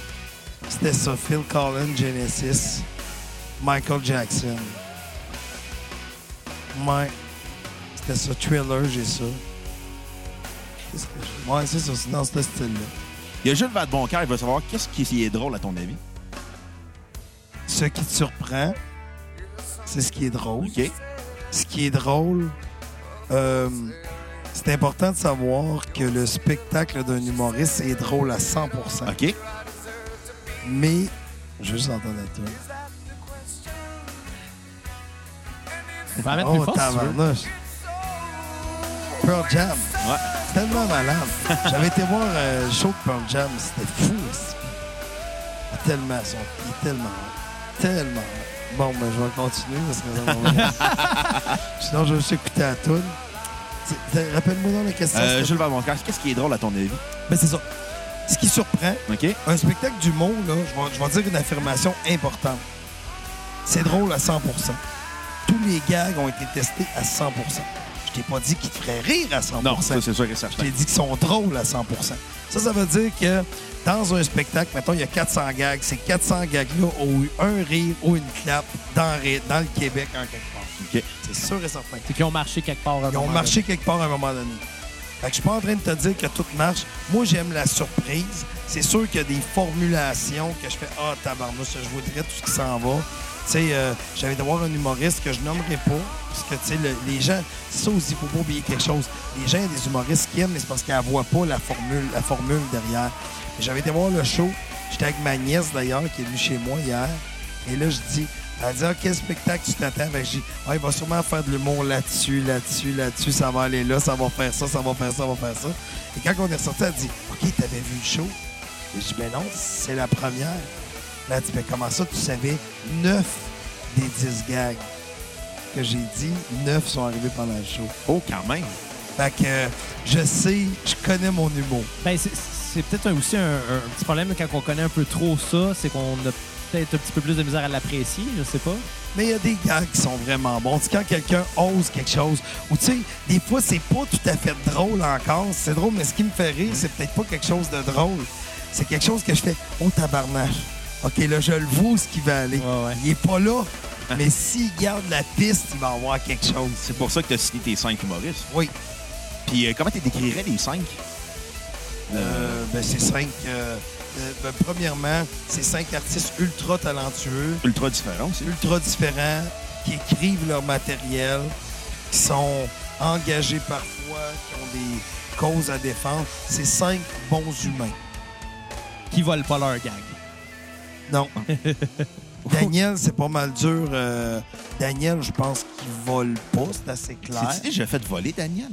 [SPEAKER 4] C'était ça. Phil Collins, Genesis. Michael Jackson. Ouais. C'était ça. Thriller, j'ai ça. Qu'est-ce que j'ai- Ouais, c'est ça. C'est dans ce style-là.
[SPEAKER 3] Il y a Jules Vadeboncoeur, il veut savoir qu'est-ce qui est drôle, à ton avis?
[SPEAKER 4] Ce qui te surprend, c'est ce qui est drôle.
[SPEAKER 3] OK.
[SPEAKER 4] Ce qui est drôle, euh, c'est important de savoir que le spectacle d'un humoriste est drôle à 100
[SPEAKER 3] OK.
[SPEAKER 4] Mais, je veux juste entendre à toi.
[SPEAKER 1] On va mettre plus
[SPEAKER 4] Oh,
[SPEAKER 1] fort, Ah, si tu veux.
[SPEAKER 4] tabarnouche. Pearl Jam,
[SPEAKER 3] Ouais.
[SPEAKER 4] tellement malade. J'avais été voir euh, le show de Pearl Jam, c'était fou. c'est- Ah, Tellement, son est tellement, hot. tellement. hot. Bon, ben, je vais continuer parce que ça va- sinon, je vais juste écouter à tout. Rappelle-moi donc la question.
[SPEAKER 3] Euh,
[SPEAKER 4] c'était-
[SPEAKER 3] Jules Vadeboncoeur, qu'est-ce qui est drôle, à ton avis?
[SPEAKER 4] Ben, c'est ça. Ce qui surprend,
[SPEAKER 3] OK.
[SPEAKER 4] un spectacle d'humour, là, je vais, je vais dire une affirmation importante. C'est drôle à 100 Tous les gags ont été testés à 100 Je t'ai pas dit qu'ils te feraient rire à 100
[SPEAKER 3] Non, ça, c'est sûr et
[SPEAKER 4] Je
[SPEAKER 3] certain.
[SPEAKER 4] t'ai dit qu'ils sont drôles à 100 Ça, ça veut dire que dans un spectacle, mettons, il y a 400 gags. Ces 400 gags-là ont eu un rire ou une clap dans, ré- dans le Québec en quelque part.
[SPEAKER 3] OK.
[SPEAKER 4] C'est sûr et certain.
[SPEAKER 1] C'est qu'ils ont marché quelque part. à un
[SPEAKER 4] Ils ont
[SPEAKER 1] moment
[SPEAKER 4] marché quelque part à un moment donné. Fait que je suis pas en train de te dire que tout marche. Moi, j'aime la surprise. C'est sûr qu'il y a des formulations que je fais Ah, tabarnouche, je vous dirais tout ce qui s'en va. Tu sais, euh, j'avais de voir un humoriste que je nommerai pas, parce que, tu sais, le- les gens, c'est ça aussi, il faut pas oublier quelque chose. Les gens, il y a des humoristes qui aiment, mais c'est parce qu'elles voient pas la formule, la formule derrière. J'avais été voir le show. J'étais avec ma nièce, d'ailleurs, qui est venue chez moi hier. Et là, je dis, Elle dit Ah, quel spectacle tu t'attends? Ben, j'ai dit, ah, il va sûrement faire de l'humour là-dessus, là-dessus, là-dessus, ça va aller là, ça va faire ça, ça va faire ça, ça va faire ça. Et quand on est ressorti, elle dit OK, t'avais vu le show? Et je dis Ben non, c'est la première. Là, elle dit Ben comment ça, tu savais neuf des 10 gags que j'ai dit, neuf sont arrivés pendant le show.
[SPEAKER 3] Oh, quand même.
[SPEAKER 4] Fait que euh, je sais, je connais mon humour.
[SPEAKER 1] Ben, c'est- c'est peut-être un- aussi un, un petit problème quand on connaît un peu trop ça, c'est qu'on a peut-être un petit peu plus de misère à l'apprécier, je sais pas.
[SPEAKER 4] Mais il y a des gars qui sont vraiment bons. Tu sais, quand quelqu'un ose quelque chose, ou tu sais, des fois, c'est pas tout à fait drôle encore. C'est drôle, mais ce qui me fait rire, c'est peut-être pas quelque chose de drôle. C'est quelque chose que je fais, oh tabarnache. OK, là, je le vois où ce qui va aller.
[SPEAKER 1] Ouais, ouais.
[SPEAKER 4] Il est pas là, mais s'il garde la piste, il va avoir quelque chose.
[SPEAKER 3] C'est pour ça que tu as signé tes cinq humoristes.
[SPEAKER 4] Oui.
[SPEAKER 3] Puis euh, comment tu décrirais les cinq?
[SPEAKER 4] Euh, ben, c'est cinq. euh, euh, ben, premièrement, c'est cinq artistes ultra talentueux.
[SPEAKER 3] Ultra différents aussi.
[SPEAKER 4] ultra différents, qui écrivent leur matériel, qui sont engagés parfois, qui ont des causes à défendre. C'est cinq bons humains.
[SPEAKER 1] Qui volent pas leur gag.
[SPEAKER 4] Non. Daniel, c'est pas mal dur. Euh, Daniel, je pense qu'il vole pas, c'est assez clair.
[SPEAKER 3] C'est-tu déjà fait voler, Daniel?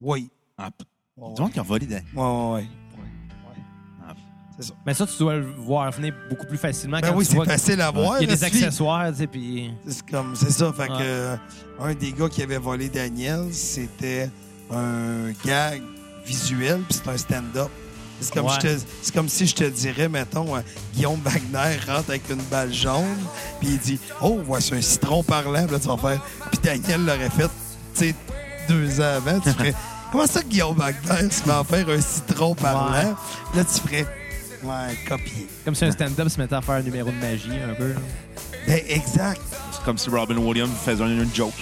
[SPEAKER 4] Oui.
[SPEAKER 3] Ah, p-
[SPEAKER 4] Ouais,
[SPEAKER 3] Du monde qui a volé Daniel.
[SPEAKER 4] ouais, ouais, ouais.
[SPEAKER 3] Ah.
[SPEAKER 4] C'est ça.
[SPEAKER 1] Mais Ben, ça, tu dois le voir venir beaucoup plus facilement
[SPEAKER 4] Ben
[SPEAKER 1] quand
[SPEAKER 4] oui,
[SPEAKER 1] tu vois
[SPEAKER 4] c'est
[SPEAKER 1] qu'il
[SPEAKER 4] facile à voir.
[SPEAKER 1] y a des
[SPEAKER 4] Steve.
[SPEAKER 1] accessoires, tu sais, puis...
[SPEAKER 4] C'est comme c'est ça. Fait que
[SPEAKER 1] Ouais.
[SPEAKER 4] euh, un des gars qui avait volé Daniel, c'était un gag visuel, puis c'est un stand-up. C'est comme,
[SPEAKER 1] Ouais.
[SPEAKER 4] je te- c'est comme si je te dirais, mettons, euh, Guillaume Wagner rentre avec une balle jaune, puis il dit Oh, voici un citron parlant, Puis là, tu vas faire. Puis Daniel l'aurait fait, tu sais, deux ans avant. Tu ferais Comment ça, que Guillaume Wagner, tu vas en faire un citron parlant? Là, tu ferais Ouais, copier.
[SPEAKER 1] Comme si un stand-up se mettait à faire un numéro de magie, un peu.
[SPEAKER 4] Ben, exact.
[SPEAKER 3] C'est comme si Robin Williams faisait une, une joke.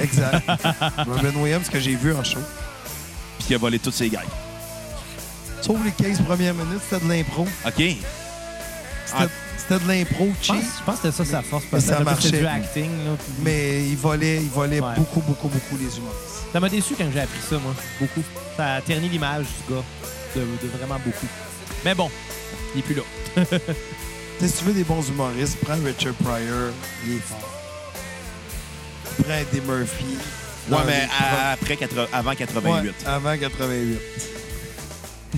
[SPEAKER 4] Exact. Robin Williams, que j'ai vu en show.
[SPEAKER 3] Puis qu'il a volé tous ses gars.
[SPEAKER 4] Sauf les 15 premières minutes, c'était de l'impro.
[SPEAKER 3] OK.
[SPEAKER 4] C'était
[SPEAKER 3] Ah.
[SPEAKER 4] c'était de l'impro
[SPEAKER 1] Je
[SPEAKER 4] cheap,
[SPEAKER 1] pense, je pense que c'était ça sa force.
[SPEAKER 4] mais
[SPEAKER 1] parce que
[SPEAKER 4] ça
[SPEAKER 1] c'était plus
[SPEAKER 4] marchait.
[SPEAKER 1] du acting, là. puis-
[SPEAKER 4] mais il volait, il volait
[SPEAKER 1] Ouais.
[SPEAKER 4] beaucoup, beaucoup, beaucoup les humoristes.
[SPEAKER 1] Ça m'a déçu quand j'ai appris ça, moi. Beaucoup. Ça a terni l'image du gars. De, de vraiment beaucoup. Mais bon, il est plus là.
[SPEAKER 4] Tu sais, si tu veux des bons humoristes, prends Richard Pryor, il est fort. Prends Eddie Murphy.
[SPEAKER 3] Ouais,
[SPEAKER 4] l'un
[SPEAKER 3] mais
[SPEAKER 4] des
[SPEAKER 3] à- après, 80 avant
[SPEAKER 4] premiers.
[SPEAKER 3] 88.
[SPEAKER 4] Ouais, avant 88.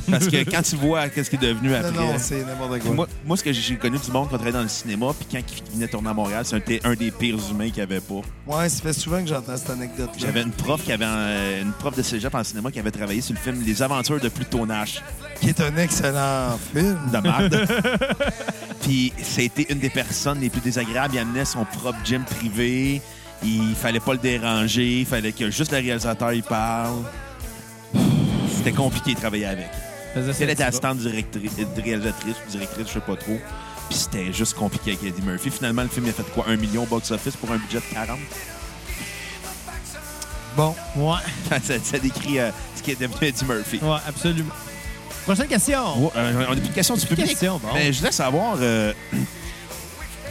[SPEAKER 3] Parce que quand tu vois qu'est-ce qui est devenu après.
[SPEAKER 4] Non, non, c'est n'importe
[SPEAKER 3] Puis
[SPEAKER 4] quoi.
[SPEAKER 3] Moi, moi, ce que j'ai connu du monde qui travaillait dans le cinéma, puis quand il venait tourner à Montréal, c'était un des pires humains qu'il y avait pas.
[SPEAKER 4] Ouais, ça fait souvent que j'entends cette anecdote-là.
[SPEAKER 3] J'avais une prof qui avait euh, une prof de cégep en cinéma qui avait travaillé sur le film Les Aventures de Plutonage
[SPEAKER 4] Qui est un excellent film.
[SPEAKER 3] de merde. puis c'était une des personnes les plus désagréables. Il amenait son propre gym privé. Il fallait pas le déranger. Il fallait que juste le réalisateur il parle. C'était compliqué de travailler avec.
[SPEAKER 1] Faisait ça,
[SPEAKER 3] Elle était
[SPEAKER 1] tu vois.
[SPEAKER 3] assistante directrice, réalisatrice ou directrice, je sais pas trop. Puis c'était juste compliqué avec Eddie Murphy. Finalement, le film il a fait quoi? Un million au box-office pour un budget de 40?
[SPEAKER 4] Bon,
[SPEAKER 1] Ouais,
[SPEAKER 3] ça, ça décrit euh, ce qui est devenu Eddie Murphy.
[SPEAKER 1] ouais, absolument. Prochaine question.
[SPEAKER 3] Ouais, euh, on a plus de questions du public.
[SPEAKER 1] Question, bon.
[SPEAKER 3] Mais je voulais savoir, euh,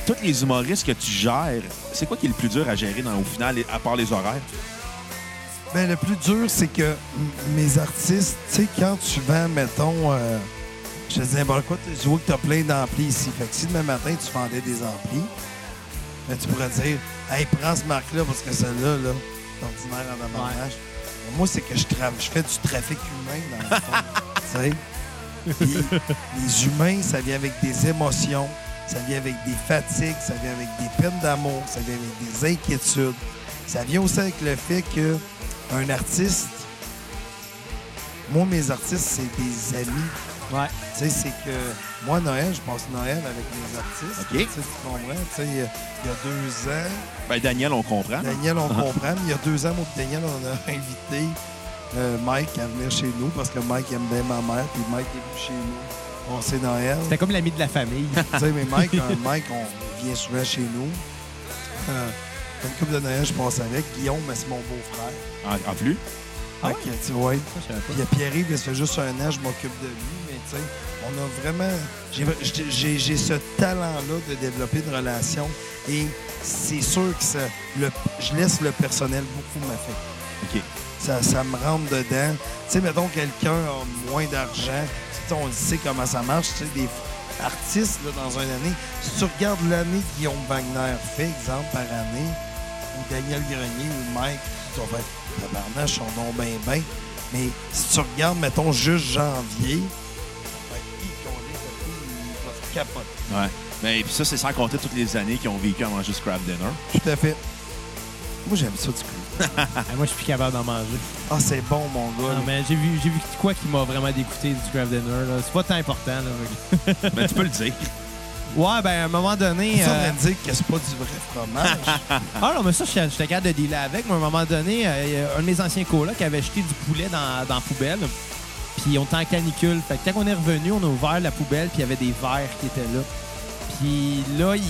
[SPEAKER 3] tous les humoristes que tu gères, c'est quoi qui est le plus dur à gérer dans, au final, à part les horaires?
[SPEAKER 4] Ben, le plus dur, c'est que m- mes artistes, tu sais, quand tu vends, mettons, euh, je te dis, bon, quoi, tu- je vois que tu as plein d'amplis ici. Fait que si demain matin, tu vendais des amplis, ben, tu pourrais dire, hey, prends ce marque-là parce que celle-là, là, c'est ordinaire en avantage. Moi, c'est que je, tra- je fais du trafic humain dans le fond. tu sais? Puis, les humains, ça vient avec des émotions, ça vient avec des fatigues, ça vient avec des peines d'amour, ça vient avec des inquiétudes. Ça vient aussi avec le fait que un artiste, moi, mes artistes, c'est des amis.
[SPEAKER 1] Ouais.
[SPEAKER 4] Tu sais, c'est que moi, Noël, je passe Noël avec mes artistes.
[SPEAKER 3] OK.
[SPEAKER 4] Tu sais, tu comprends? Tu sais, il y a- il y a deux ans,
[SPEAKER 3] Ben, Daniel, on comprend.
[SPEAKER 4] Daniel, on comprend. mais Il y a deux ans, moi et Daniel, on a invité euh, Mike à venir chez nous parce que Mike aime bien ma mère. Puis Mike est venu chez nous. On sait Noël.
[SPEAKER 1] C'était comme l'ami de la famille.
[SPEAKER 4] Tu sais, mais Mike, euh, Mike, on vient souvent chez nous. Euh, une coupe de Noël, je passe avec. Guillaume, mais c'est mon beau-frère.
[SPEAKER 3] En, en plus,
[SPEAKER 1] Ah
[SPEAKER 4] Fait que, tu vois,
[SPEAKER 1] Ça, je savais pas.
[SPEAKER 4] Puis il y a Pierre-Yves, il se fait juste un an, je m'occupe de lui, mais tu sais, on a vraiment. j'ai- j'ai- J'ai j'ai ce talent-là de développer une relation et c'est sûr que ça, le- je laisse le personnel beaucoup m'affecter.
[SPEAKER 3] OK.
[SPEAKER 4] Ça, ça me rentre dedans. Tu sais, mettons, quelqu'un a moins d'argent, tu sais, on le sait comment ça marche, tu sais, des, artistes là, dans une année. Si tu regardes l'année que Guillaume Wagner fait, exemple, par année, ou Daniel Grenier ou Mike, tu vas faire tabarnache, son nom bien, bien. Mais si tu regardes, mettons, juste janvier, ben, qui qu'on est, le pays, il va se capoter.
[SPEAKER 3] Ouais. Mais puis ça, c'est sans compter toutes les années qu'ils ont vécu à manger Scrap Dinner.
[SPEAKER 4] Tout à fait. Moi, j'aime ça du coup.
[SPEAKER 1] Ah, moi, je suis plus capable d'en manger.
[SPEAKER 4] Ah, c'est bon, mon gars.
[SPEAKER 1] Non, mais j'ai vu, j'ai vu quoi qui m'a vraiment dégoûté du Crab Dinner. là. C'est pas tant important. Là.
[SPEAKER 3] Mais Ben, tu peux le dire.
[SPEAKER 1] Ouais, ben, à un moment donné.
[SPEAKER 4] Ça, on
[SPEAKER 1] euh,
[SPEAKER 4] vient de dire que c'est pas du vrai fromage.
[SPEAKER 1] Ah non, mais ça, j'étais j'étais capable de dealer avec. Mais à un moment donné, euh, il y a un de mes anciens colocs avait jeté du poulet dans, dans la poubelle. Puis on était en canicule. Fait que quand on est revenu, on a ouvert la poubelle, puis il y avait des verres qui étaient là. Puis là, il...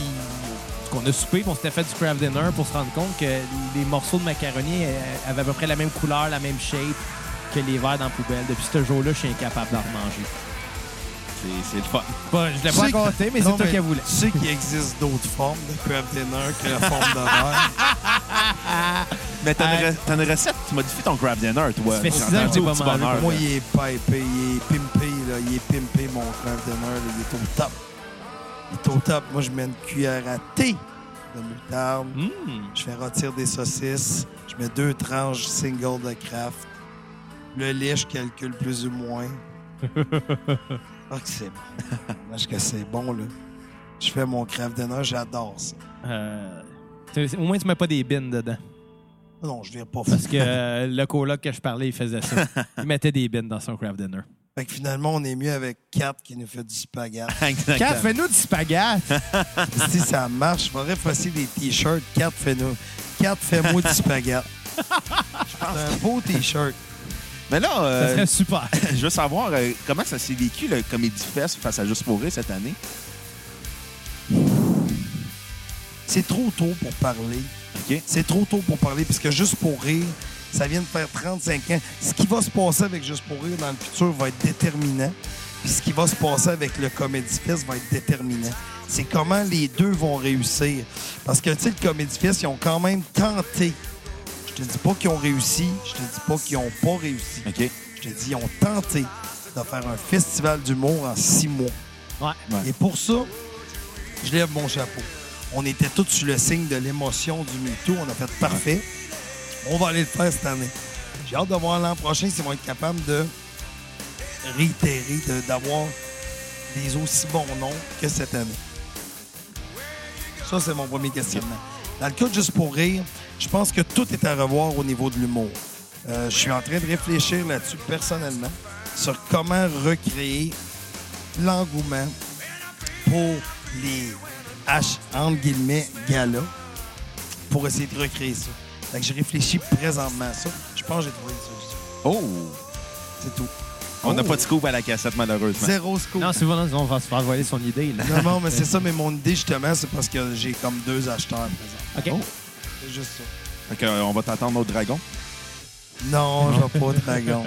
[SPEAKER 1] qu'on a soupé, puis on s'était fait du craft dinner pour se rendre compte que les morceaux de macaroni euh, avaient à peu près la même couleur, la même shape que les verres dans la poubelle. Depuis ce jour-là, je suis incapable d'en remanger.
[SPEAKER 3] C'est c'est le fun.
[SPEAKER 1] Bon, je l'ai
[SPEAKER 4] Tu sais
[SPEAKER 1] pas raconté,
[SPEAKER 4] que-
[SPEAKER 1] mais c'est
[SPEAKER 4] Non,
[SPEAKER 1] toi qui as voulu.
[SPEAKER 4] Tu sais qu'il existe d'autres formes de crab dinner que la forme de verre.
[SPEAKER 3] Mais Ben, t'as une,
[SPEAKER 1] Euh,
[SPEAKER 3] re- t'as une recette, tu modifies ton Crab Dinner, toi.
[SPEAKER 1] Ça fait
[SPEAKER 3] J'entends
[SPEAKER 1] six ans que j'ai
[SPEAKER 3] au
[SPEAKER 1] pas
[SPEAKER 3] petit
[SPEAKER 1] mangé.
[SPEAKER 3] bonheur,
[SPEAKER 4] Moi,
[SPEAKER 3] là.
[SPEAKER 4] il est pipé, il est pimpé, là. Il est pimpé, mon crab dinner, là. Il est au top. Il est au top. Moi, je mets une cuillère à thé de moutarde.
[SPEAKER 1] Mm.
[SPEAKER 4] Je fais rôtir des saucisses. Je mets deux tranches single de craft. Le lait, je calcule plus ou moins. Ah, que c'est bon. Parce que c'est bon, là. Je fais mon craft dinner, j'adore ça.
[SPEAKER 1] Euh, c'est- au moins, tu mets pas des bines dedans.
[SPEAKER 4] Non, je viens pas fou.
[SPEAKER 1] Parce que euh, le coloc que je parlais, il faisait ça. Il mettait des bines dans son craft dinner.
[SPEAKER 4] Fait que finalement, on est mieux avec Kat qui nous fait du spaghetti.
[SPEAKER 3] Exactement.
[SPEAKER 1] Kat, fais-nous du spaghette.
[SPEAKER 4] si ça marche, il faudrait passer des t-shirts. Kat, fais-nous. Kat, fais-moi du spaghetti. C'est un beau t-shirt.
[SPEAKER 3] Mais là,
[SPEAKER 1] Ça
[SPEAKER 3] euh,
[SPEAKER 1] serait super.
[SPEAKER 3] je veux savoir euh, comment ça s'est vécu le Comedy Fest face à Juste pour rire cette année.
[SPEAKER 4] C'est trop tôt pour parler.
[SPEAKER 3] OK?
[SPEAKER 4] C'est trop tôt pour parler, puisque Juste pour rire, ça vient de faire 35 ans. Ce qui va se passer avec Juste pour rire dans le futur va être déterminant. Puis ce qui va se passer avec le Comedy Fest va être déterminant. C'est comment les deux vont réussir. Parce que, tu sais, le Comedy Fest, ils ont quand même tenté. Je te dis pas qu'ils ont réussi, je te dis pas qu'ils ont pas réussi.
[SPEAKER 3] OK? Ouais.
[SPEAKER 4] Je te dis, ils ont tenté de faire un festival d'humour en six mois.
[SPEAKER 1] Ouais.
[SPEAKER 4] Et pour ça, je lève mon chapeau. On était tous sur le signe de l'émotion du MeToo. On a fait parfait. On va aller le faire cette année. J'ai hâte de voir l'an prochain s'ils vont être capables de réitérer, de- d'avoir des aussi bons noms que cette année. Ça, c'est mon premier questionnement. Dans le cas de Juste pour rire, je pense que tout est à revoir au niveau de l'humour. Euh, je suis en train de réfléchir là-dessus personnellement sur comment recréer l'engouement pour les H, entre guillemets, galas, pour essayer de recréer ça. Fait que je réfléchis présentement à ça. Je pense que j'ai trouvé une solution.
[SPEAKER 3] Oh!
[SPEAKER 4] C'est tout.
[SPEAKER 3] On n'a pas de scoop à la cassette, malheureusement.
[SPEAKER 4] Zéro scoop.
[SPEAKER 1] Non, c'est bon, non, on va se faire voler son idée. Là.
[SPEAKER 4] Non, non, mais c'est ça, mais mon idée, justement, c'est parce que j'ai comme deux acheteurs présents.
[SPEAKER 1] OK.
[SPEAKER 4] C'est juste ça.
[SPEAKER 3] Fait que, euh, on va t'attendre au dragon.
[SPEAKER 4] Non, je vais pas au dragon.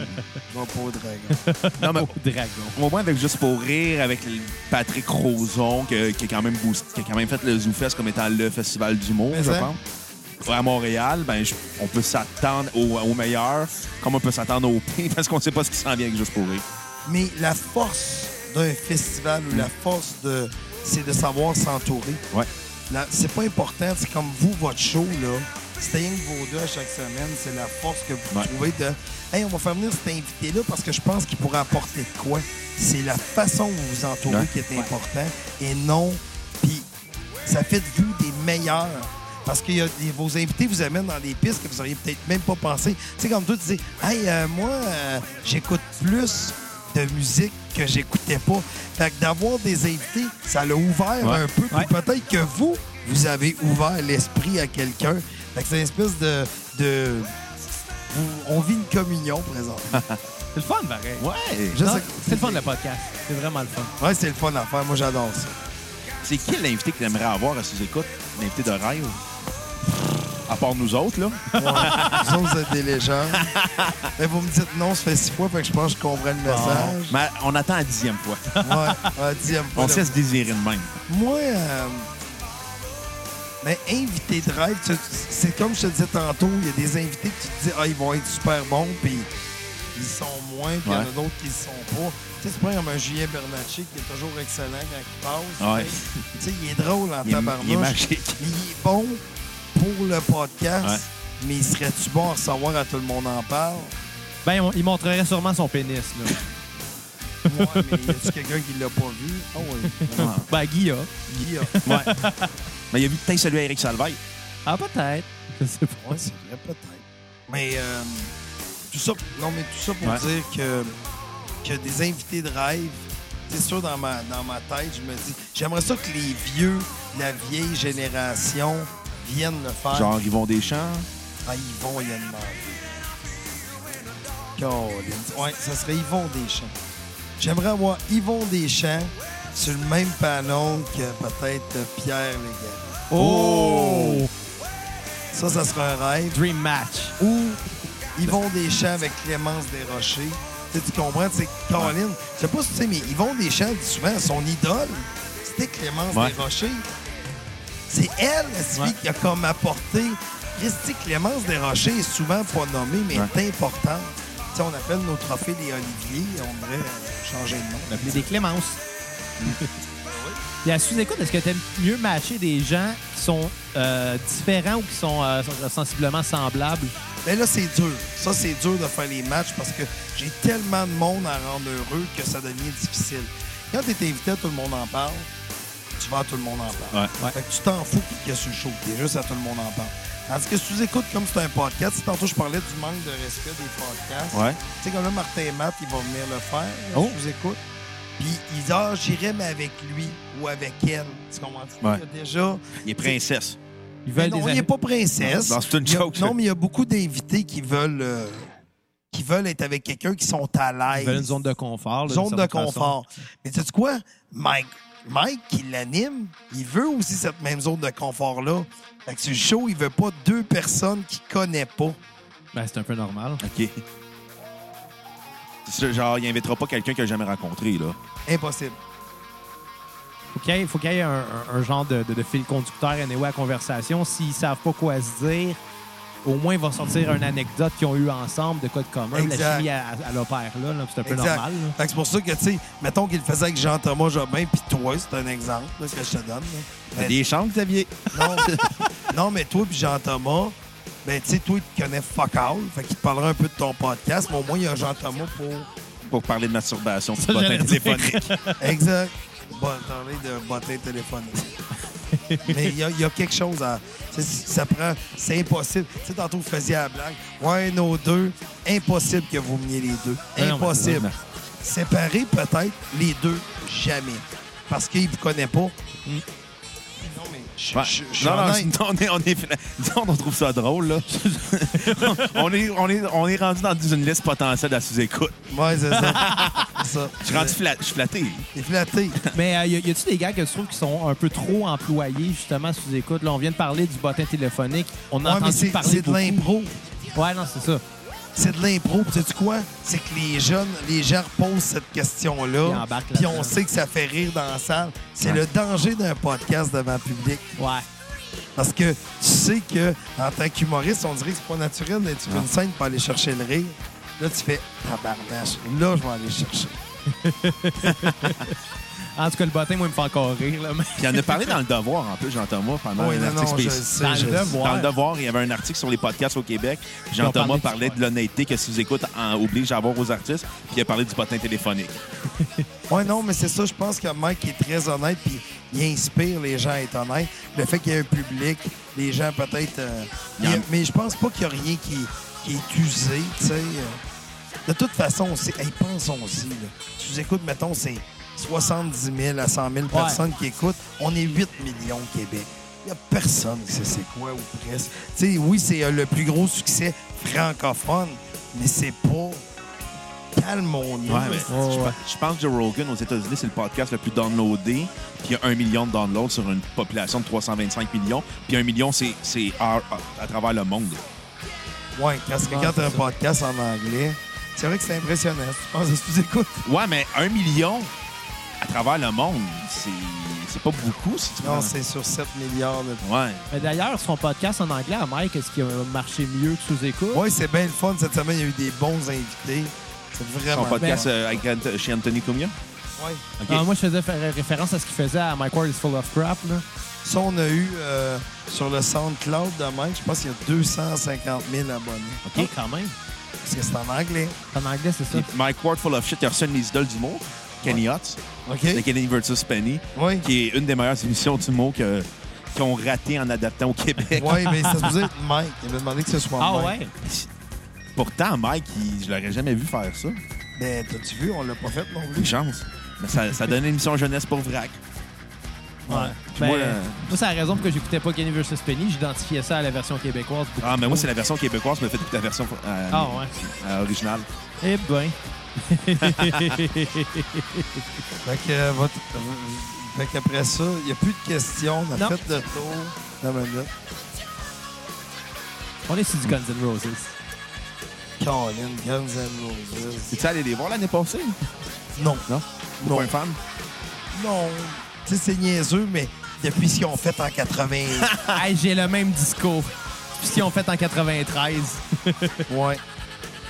[SPEAKER 4] Je vais pas au dragon.
[SPEAKER 3] Non, mais
[SPEAKER 1] Oh, dragon.
[SPEAKER 3] au moins avec Juste pour rire, avec le- Patrick Roson, que- qui, a quand même boosté- qui a quand même fait le ZooFest comme étant le festival d'humour,
[SPEAKER 4] Mais
[SPEAKER 3] je
[SPEAKER 4] ça.
[SPEAKER 3] pense. À Montréal, ben, je- on peut s'attendre au, au meilleur, comme on peut s'attendre au pire, parce qu'on ne sait pas ce qui s'en vient avec Juste pour rire.
[SPEAKER 4] Mais la force d'un festival ou la force de. c'est de savoir s'entourer.
[SPEAKER 3] Ouais.
[SPEAKER 4] La- C'est pas important, c'est comme vous, votre show, là. C'est rien que vos deux à chaque semaine, c'est la force que vous
[SPEAKER 3] Ouais.
[SPEAKER 4] trouvez de Hey, on va faire venir cet invité-là parce que je pense qu'il pourrait apporter de quoi. C'est la façon où vous vous entourez
[SPEAKER 3] Ouais.
[SPEAKER 4] qui est important et non. Puis ça fait de vous des meilleurs. Parce que y a des- vos invités vous amènent dans des pistes que vous auriez peut-être même pas pensé. Tu sais, comme toi, tu dis Hey, euh, moi, euh, j'écoute plus de musique que j'écoutais pas. Fait que d'avoir des invités, ça l'a ouvert
[SPEAKER 3] Ouais.
[SPEAKER 4] un peu. Puis
[SPEAKER 1] Ouais.
[SPEAKER 4] peut-être que vous, vous avez ouvert l'esprit à quelqu'un. Fait que c'est une espèce de. de- vous- on vit une communion présente.
[SPEAKER 1] C'est le fun, pareil.
[SPEAKER 3] Ouais!
[SPEAKER 4] Je
[SPEAKER 1] Ah. Non,
[SPEAKER 4] sais-
[SPEAKER 1] C'est le fun, le podcast. C'est vraiment le fun.
[SPEAKER 4] Ouais, c'est le fun à faire. Moi, j'adore ça.
[SPEAKER 3] C'est qui l'invité que t'aimerais avoir à ses écoutes? L'invité de rêve? À part nous autres, là.
[SPEAKER 4] Ouais. Vous autres, vous êtes des légendes. Mais vous me dites non, ça fait six fois, fait que je pense que je comprends le message.
[SPEAKER 3] Mais on attend la dixième fois.
[SPEAKER 4] Ouais, ouais, dixième fois.
[SPEAKER 3] On sait se désirer de même.
[SPEAKER 4] Moi, euh, ben, invité de rêve, tu- c'est comme je te disais tantôt, il y a des invités que tu te dis, ah, ils vont être super bons, puis qui le sont moins, puis il y en a
[SPEAKER 3] Ouais.
[SPEAKER 4] d'autres qui le sont pas. Tu sais, c'est pas comme un Julien Bernatchez qui est toujours excellent quand il passe.
[SPEAKER 3] Ouais.
[SPEAKER 4] Tu sais, il est drôle
[SPEAKER 3] Il
[SPEAKER 4] en
[SPEAKER 3] est, il est
[SPEAKER 4] tabarnouche.
[SPEAKER 3] magique.
[SPEAKER 4] Il est bon pour le podcast,
[SPEAKER 3] Ouais.
[SPEAKER 4] mais serais-tu bon à recevoir à tout le monde en parle?
[SPEAKER 1] Ben, on- il montrerait sûrement son pénis, là.
[SPEAKER 4] Ouais, mais y a-tu quelqu'un qui l'a pas vu? Ah oui.
[SPEAKER 3] Ouais.
[SPEAKER 1] ben, Guilla.
[SPEAKER 4] Guy a-
[SPEAKER 3] Ouais. Mais il a vu peut-être celui à Eric Salvaille.
[SPEAKER 1] Ah, peut-être. Je sais pas.
[SPEAKER 4] Oui, c'est vrai, peut-être. Mais euh, tout ça, non, mais tout ça pour
[SPEAKER 3] Ouais.
[SPEAKER 4] dire que, que des invités de rêve, c'est sûr, dans ma, dans ma tête, je me dis, j'aimerais ça que les vieux, la vieille génération viennent le faire.
[SPEAKER 3] Genre Yvon Deschamps.
[SPEAKER 4] Ah, Yvon, il a demandé. Colin. Ouais, ça serait Yvon Deschamps. J'aimerais avoir Yvon Deschamps sur le même panneau que peut-être Pierre Légal.
[SPEAKER 1] Oh!
[SPEAKER 4] Ça, ça serait un rêve.
[SPEAKER 1] Dream match.
[SPEAKER 4] ou Yvon Deschamps avec Clémence Desrochers. Tu, sais, tu comprends? C'est Colin. Je sais pas si tu sais, mais Yvon Deschamps dit souvent son idole, c'était Clémence
[SPEAKER 3] Ouais.
[SPEAKER 4] Desrochers. C'est elle, celui
[SPEAKER 1] Ouais.
[SPEAKER 4] qui a comme apporté. Christy Clémence Desrochers est souvent pas nommée, mais
[SPEAKER 3] Ouais.
[SPEAKER 4] est importante. Tu sais, on appelle nos trophées les Olivier. On devrait euh, changer de nom.
[SPEAKER 1] L'appeler des Clémences. Et à sous-écoute, est-ce que t'aimes mieux matcher des gens qui sont euh, différents ou qui sont euh, sensiblement semblables?
[SPEAKER 4] Mais là, c'est dur. Ça, c'est dur de faire les matchs parce que j'ai tellement de monde à rendre heureux que ça devient difficile. Quand tu es invité, à tout le monde en parle. Tu vas à tout le monde en parle.
[SPEAKER 3] Ouais.
[SPEAKER 4] Fait que tu t'en fous qu'il y a sur le show. T'es juste à tout le monde en parle. Tandis que si tu écoutes comme c'est un podcast, si tantôt je parlais du manque de respect des podcasts,
[SPEAKER 3] Ouais.
[SPEAKER 4] tu sais, comme là, Martin et Matt, il va venir le faire. là,
[SPEAKER 1] Oh.
[SPEAKER 4] Je vous écoute. Puis il dit, ah, j'irai, mais avec lui ou avec elle. Tu comprends?
[SPEAKER 3] Ouais.
[SPEAKER 4] Il y a déjà.
[SPEAKER 3] Il est princesse.
[SPEAKER 1] Ils veulent
[SPEAKER 4] Mais non,
[SPEAKER 1] des
[SPEAKER 4] il n'est pas princesse.
[SPEAKER 3] Non, c'est une
[SPEAKER 4] Il y a-
[SPEAKER 3] joke, ça.
[SPEAKER 4] Non, mais il y a beaucoup d'invités qui veulent euh, qui veulent être avec quelqu'un qui sont à l'aise.
[SPEAKER 1] Ils veulent une zone de confort. là, d'une
[SPEAKER 4] Zone de
[SPEAKER 1] certaine façon.
[SPEAKER 4] confort. Mais tu sais quoi? Mike, Mike qui l'anime, il veut aussi cette même zone de confort-là. Fait que sur le show, il veut pas deux personnes qu'il connaît pas.
[SPEAKER 1] Ben, c'est un peu normal.
[SPEAKER 3] OK. C'est sûr, genre, il invitera pas quelqu'un qu'il a jamais rencontré, là.
[SPEAKER 4] Impossible.
[SPEAKER 1] Faut qu'il y ait, faut qu'il y ait un, un- un genre de, de- de fil conducteur anyway, à la conversation. S'ils savent pas quoi se dire, au moins, ils vont sortir une anecdote qu'ils ont eue ensemble de quoi de commun.
[SPEAKER 4] Exact.
[SPEAKER 1] La chimie, à l'opère, là, là, c'est un peu
[SPEAKER 4] Exact.
[SPEAKER 1] normal. là.
[SPEAKER 4] Fait que c'est pour ça que, tu sais, mettons qu'il le faisait avec Jean-Thomas Jobin, puis toi, c'est un exemple là, que je te donne. là.
[SPEAKER 3] T'as
[SPEAKER 4] Mais
[SPEAKER 3] des chances, Xavier?
[SPEAKER 4] Non, non mais toi puis Jean-Thomas, ben tu sais, toi, tu connais fuck all. Fait qu'il te parlera un peu de ton podcast, mais au moins, il y a Jean-Thomas pour...
[SPEAKER 3] Pour parler de masturbation,
[SPEAKER 1] Ça,
[SPEAKER 3] c'est pas
[SPEAKER 1] j'allais
[SPEAKER 3] un
[SPEAKER 1] dire.
[SPEAKER 3] téléphonique.
[SPEAKER 4] Exact. Bon, parler de bottin téléphonique. mais il y, a- il y a quelque chose à... tu sais, Ça prend... C'est impossible. Tu sais, tantôt, vous faisiez la blague. Ouais, nos deux, impossible que vous meniez les
[SPEAKER 1] Ouais,
[SPEAKER 4] deux.
[SPEAKER 1] Ben non, mais c'est
[SPEAKER 4] Impossible. Séparer, peut-être, les deux, jamais. Parce qu'il ne vous connaît pas.
[SPEAKER 1] Hmm.
[SPEAKER 4] Non, mais je-
[SPEAKER 1] Ben,
[SPEAKER 3] Ouais.
[SPEAKER 4] je- je suis
[SPEAKER 3] non, non,
[SPEAKER 4] honnête.
[SPEAKER 3] on est, on est- disons, on trouve ça drôle, là. on, est, on, est, on est rendu dans une liste potentielle à sous-écoute.
[SPEAKER 4] Ouais, c'est ça. C'est ça.
[SPEAKER 3] Je suis rendu fla- je suis flatté.
[SPEAKER 4] Il est flatté.
[SPEAKER 1] Mais euh, y a- y a-tu des gars que tu trouves qui sont un peu trop employés, justement, sous écoute? Là, on vient de parler du bottin téléphonique. On a
[SPEAKER 4] Ouais, mais
[SPEAKER 1] entendu
[SPEAKER 4] c'est
[SPEAKER 1] parler
[SPEAKER 4] c'est de
[SPEAKER 1] beaucoup.
[SPEAKER 4] l'impro.
[SPEAKER 1] Ouais, non, c'est ça.
[SPEAKER 4] C'est de l'impro. Puis Sais-tu quoi? C'est que les jeunes, les gens posent cette
[SPEAKER 1] Ils
[SPEAKER 4] question-là.
[SPEAKER 1] embarquent
[SPEAKER 4] Puis
[SPEAKER 1] là-dedans.
[SPEAKER 4] on sait que ça fait rire dans la salle. C'est le danger d'un podcast devant le public.
[SPEAKER 1] Ouais.
[SPEAKER 4] Parce que tu sais que en tant qu'humoriste, on dirait que c'est pas naturel d'être sur une scène pour aller chercher le rire. Là, tu fais tabarnache. Là, je vais aller chercher.
[SPEAKER 1] En tout cas, le bottin, moi, il me fait encore rire. Là, mais...
[SPEAKER 3] Puis il en a parlé dans le devoir, en plus, Jean-Thomas, pendant
[SPEAKER 4] Oui,
[SPEAKER 3] un
[SPEAKER 4] non,
[SPEAKER 3] article
[SPEAKER 4] non, je le
[SPEAKER 3] spécial.
[SPEAKER 4] sais.
[SPEAKER 1] Dans
[SPEAKER 4] je
[SPEAKER 1] le
[SPEAKER 4] le sais.
[SPEAKER 1] devoir.
[SPEAKER 3] Dans le devoir, il y avait un article sur les podcasts au Québec.
[SPEAKER 1] ont parlé
[SPEAKER 3] Jean-Thomas
[SPEAKER 1] du
[SPEAKER 3] parlait
[SPEAKER 1] sport.
[SPEAKER 3] de l'honnêteté que sous-écoute en- oblige à avoir aux artistes, puis il a parlé du bottin téléphonique.
[SPEAKER 4] Oui, non, mais c'est ça. Je pense que Mike est très honnête, puis il inspire les gens à être honnêtes. Le fait qu'il y ait un public, les gens peut-être. euh,
[SPEAKER 3] Il y en-
[SPEAKER 4] il y a- Mais je pense pas qu'il y a rien qui, qui est usé, tu sais. euh. De toute façon, on sait- hey, pensons-y. là. Tu nous écoutes, mettons, c'est 70 000 à 100 000 personnes qui écoutent. On est 8 millions au Québec. Il n'y a personne qui sait c'est quoi ou presque. Tu sais, oui, c'est euh, le plus gros succès francophone, mais c'est pas. Calmons-nous.
[SPEAKER 3] Ouais, mais
[SPEAKER 1] ouais,
[SPEAKER 3] je,
[SPEAKER 1] ouais.
[SPEAKER 3] je pense que Joe Rogan aux États-Unis, c'est le podcast le plus downloadé. Puis il y a un million de downloads sur une population de 325 millions. Puis un million, c'est c'est à, à- à travers le monde.
[SPEAKER 4] Oui, parce que
[SPEAKER 1] Ouais,
[SPEAKER 4] quand
[SPEAKER 1] c'est
[SPEAKER 4] t'as un
[SPEAKER 1] ça.
[SPEAKER 4] podcast en anglais, c'est vrai que c'est impressionnant. Tu penses que tu écoutes?
[SPEAKER 3] Ouais, mais un million à travers le monde, c'est c'est pas beaucoup si tu
[SPEAKER 4] Non,
[SPEAKER 3] prends-
[SPEAKER 4] c'est sur 7 milliards de
[SPEAKER 3] Ouais.
[SPEAKER 1] Mais d'ailleurs, son podcast en anglais à Mike, est-ce qu'il a marché mieux que sous écoute?
[SPEAKER 4] Oui, c'est bien le fun. Cette semaine, il y a eu des bons invités. C'est
[SPEAKER 3] Son
[SPEAKER 4] vraiment.
[SPEAKER 3] podcast euh, avec Ant- chez Anthony Cumia.
[SPEAKER 4] Ouais.
[SPEAKER 3] OK.
[SPEAKER 1] Ah, moi, je faisais faire référence à ce qu'il faisait à My World is Full of Crap. Là.
[SPEAKER 4] Ça, on a eu euh, sur le SoundCloud de même, je pense qu'il y a 250 000 abonnés.
[SPEAKER 1] OK, quand même.
[SPEAKER 4] Parce que c'est en anglais.
[SPEAKER 1] En anglais, c'est ça.
[SPEAKER 3] Puis Mike Ward Full of Shit, il a reçu une des idoles d'humour, Kenny Hotz,
[SPEAKER 4] OK?
[SPEAKER 3] de Kenny versus Penny,
[SPEAKER 4] Oui.
[SPEAKER 3] qui est une des meilleures émissions d'humour que- qu'ils ont raté en adaptant au Québec.
[SPEAKER 4] Oui, mais c'est supposé être Mike. Il m'a demandé que ce soit
[SPEAKER 1] Ah
[SPEAKER 4] Mike.
[SPEAKER 1] ouais?
[SPEAKER 3] Pourtant, Mike, il- je l'aurais jamais vu faire ça.
[SPEAKER 4] Mais Ben, t'as-tu vu, on l'a pas fait non
[SPEAKER 3] Une
[SPEAKER 4] plus.
[SPEAKER 3] chance. Mais ça, ça donne une émission jeunesse pour Vrac.
[SPEAKER 1] Ouais.
[SPEAKER 3] Puis
[SPEAKER 1] Ben,
[SPEAKER 3] moi, euh,
[SPEAKER 1] moi, c'est la raison pour laquelle j'écoutais pas Kenny vs. Penny. J'identifiais ça à la version québécoise. beaucoup
[SPEAKER 3] Ah, mais
[SPEAKER 1] trop.
[SPEAKER 3] moi, c'est la version québécoise, mais faites toute la version euh,
[SPEAKER 1] Ah ouais.
[SPEAKER 3] euh, originale.
[SPEAKER 1] Eh ben.
[SPEAKER 4] Fait que, euh, votre- euh, fait qu'après ça, il n'y a plus de questions. On a
[SPEAKER 1] Non.
[SPEAKER 4] fait le tour. Non, mais là,
[SPEAKER 1] On est sur du Guns N' Roses.
[SPEAKER 4] Colin, Guns N' Roses.
[SPEAKER 3] Es-tu allé les voir l'année passée?
[SPEAKER 4] Non.
[SPEAKER 3] Non?
[SPEAKER 4] Non.
[SPEAKER 3] Pas un fan?
[SPEAKER 4] Non. Tu sais, c'est niaiseux, mais depuis ce qu'ils ont fait en 80.
[SPEAKER 1] Hey, j'ai le même disco. Puis si on fait en 93.
[SPEAKER 4] ouais.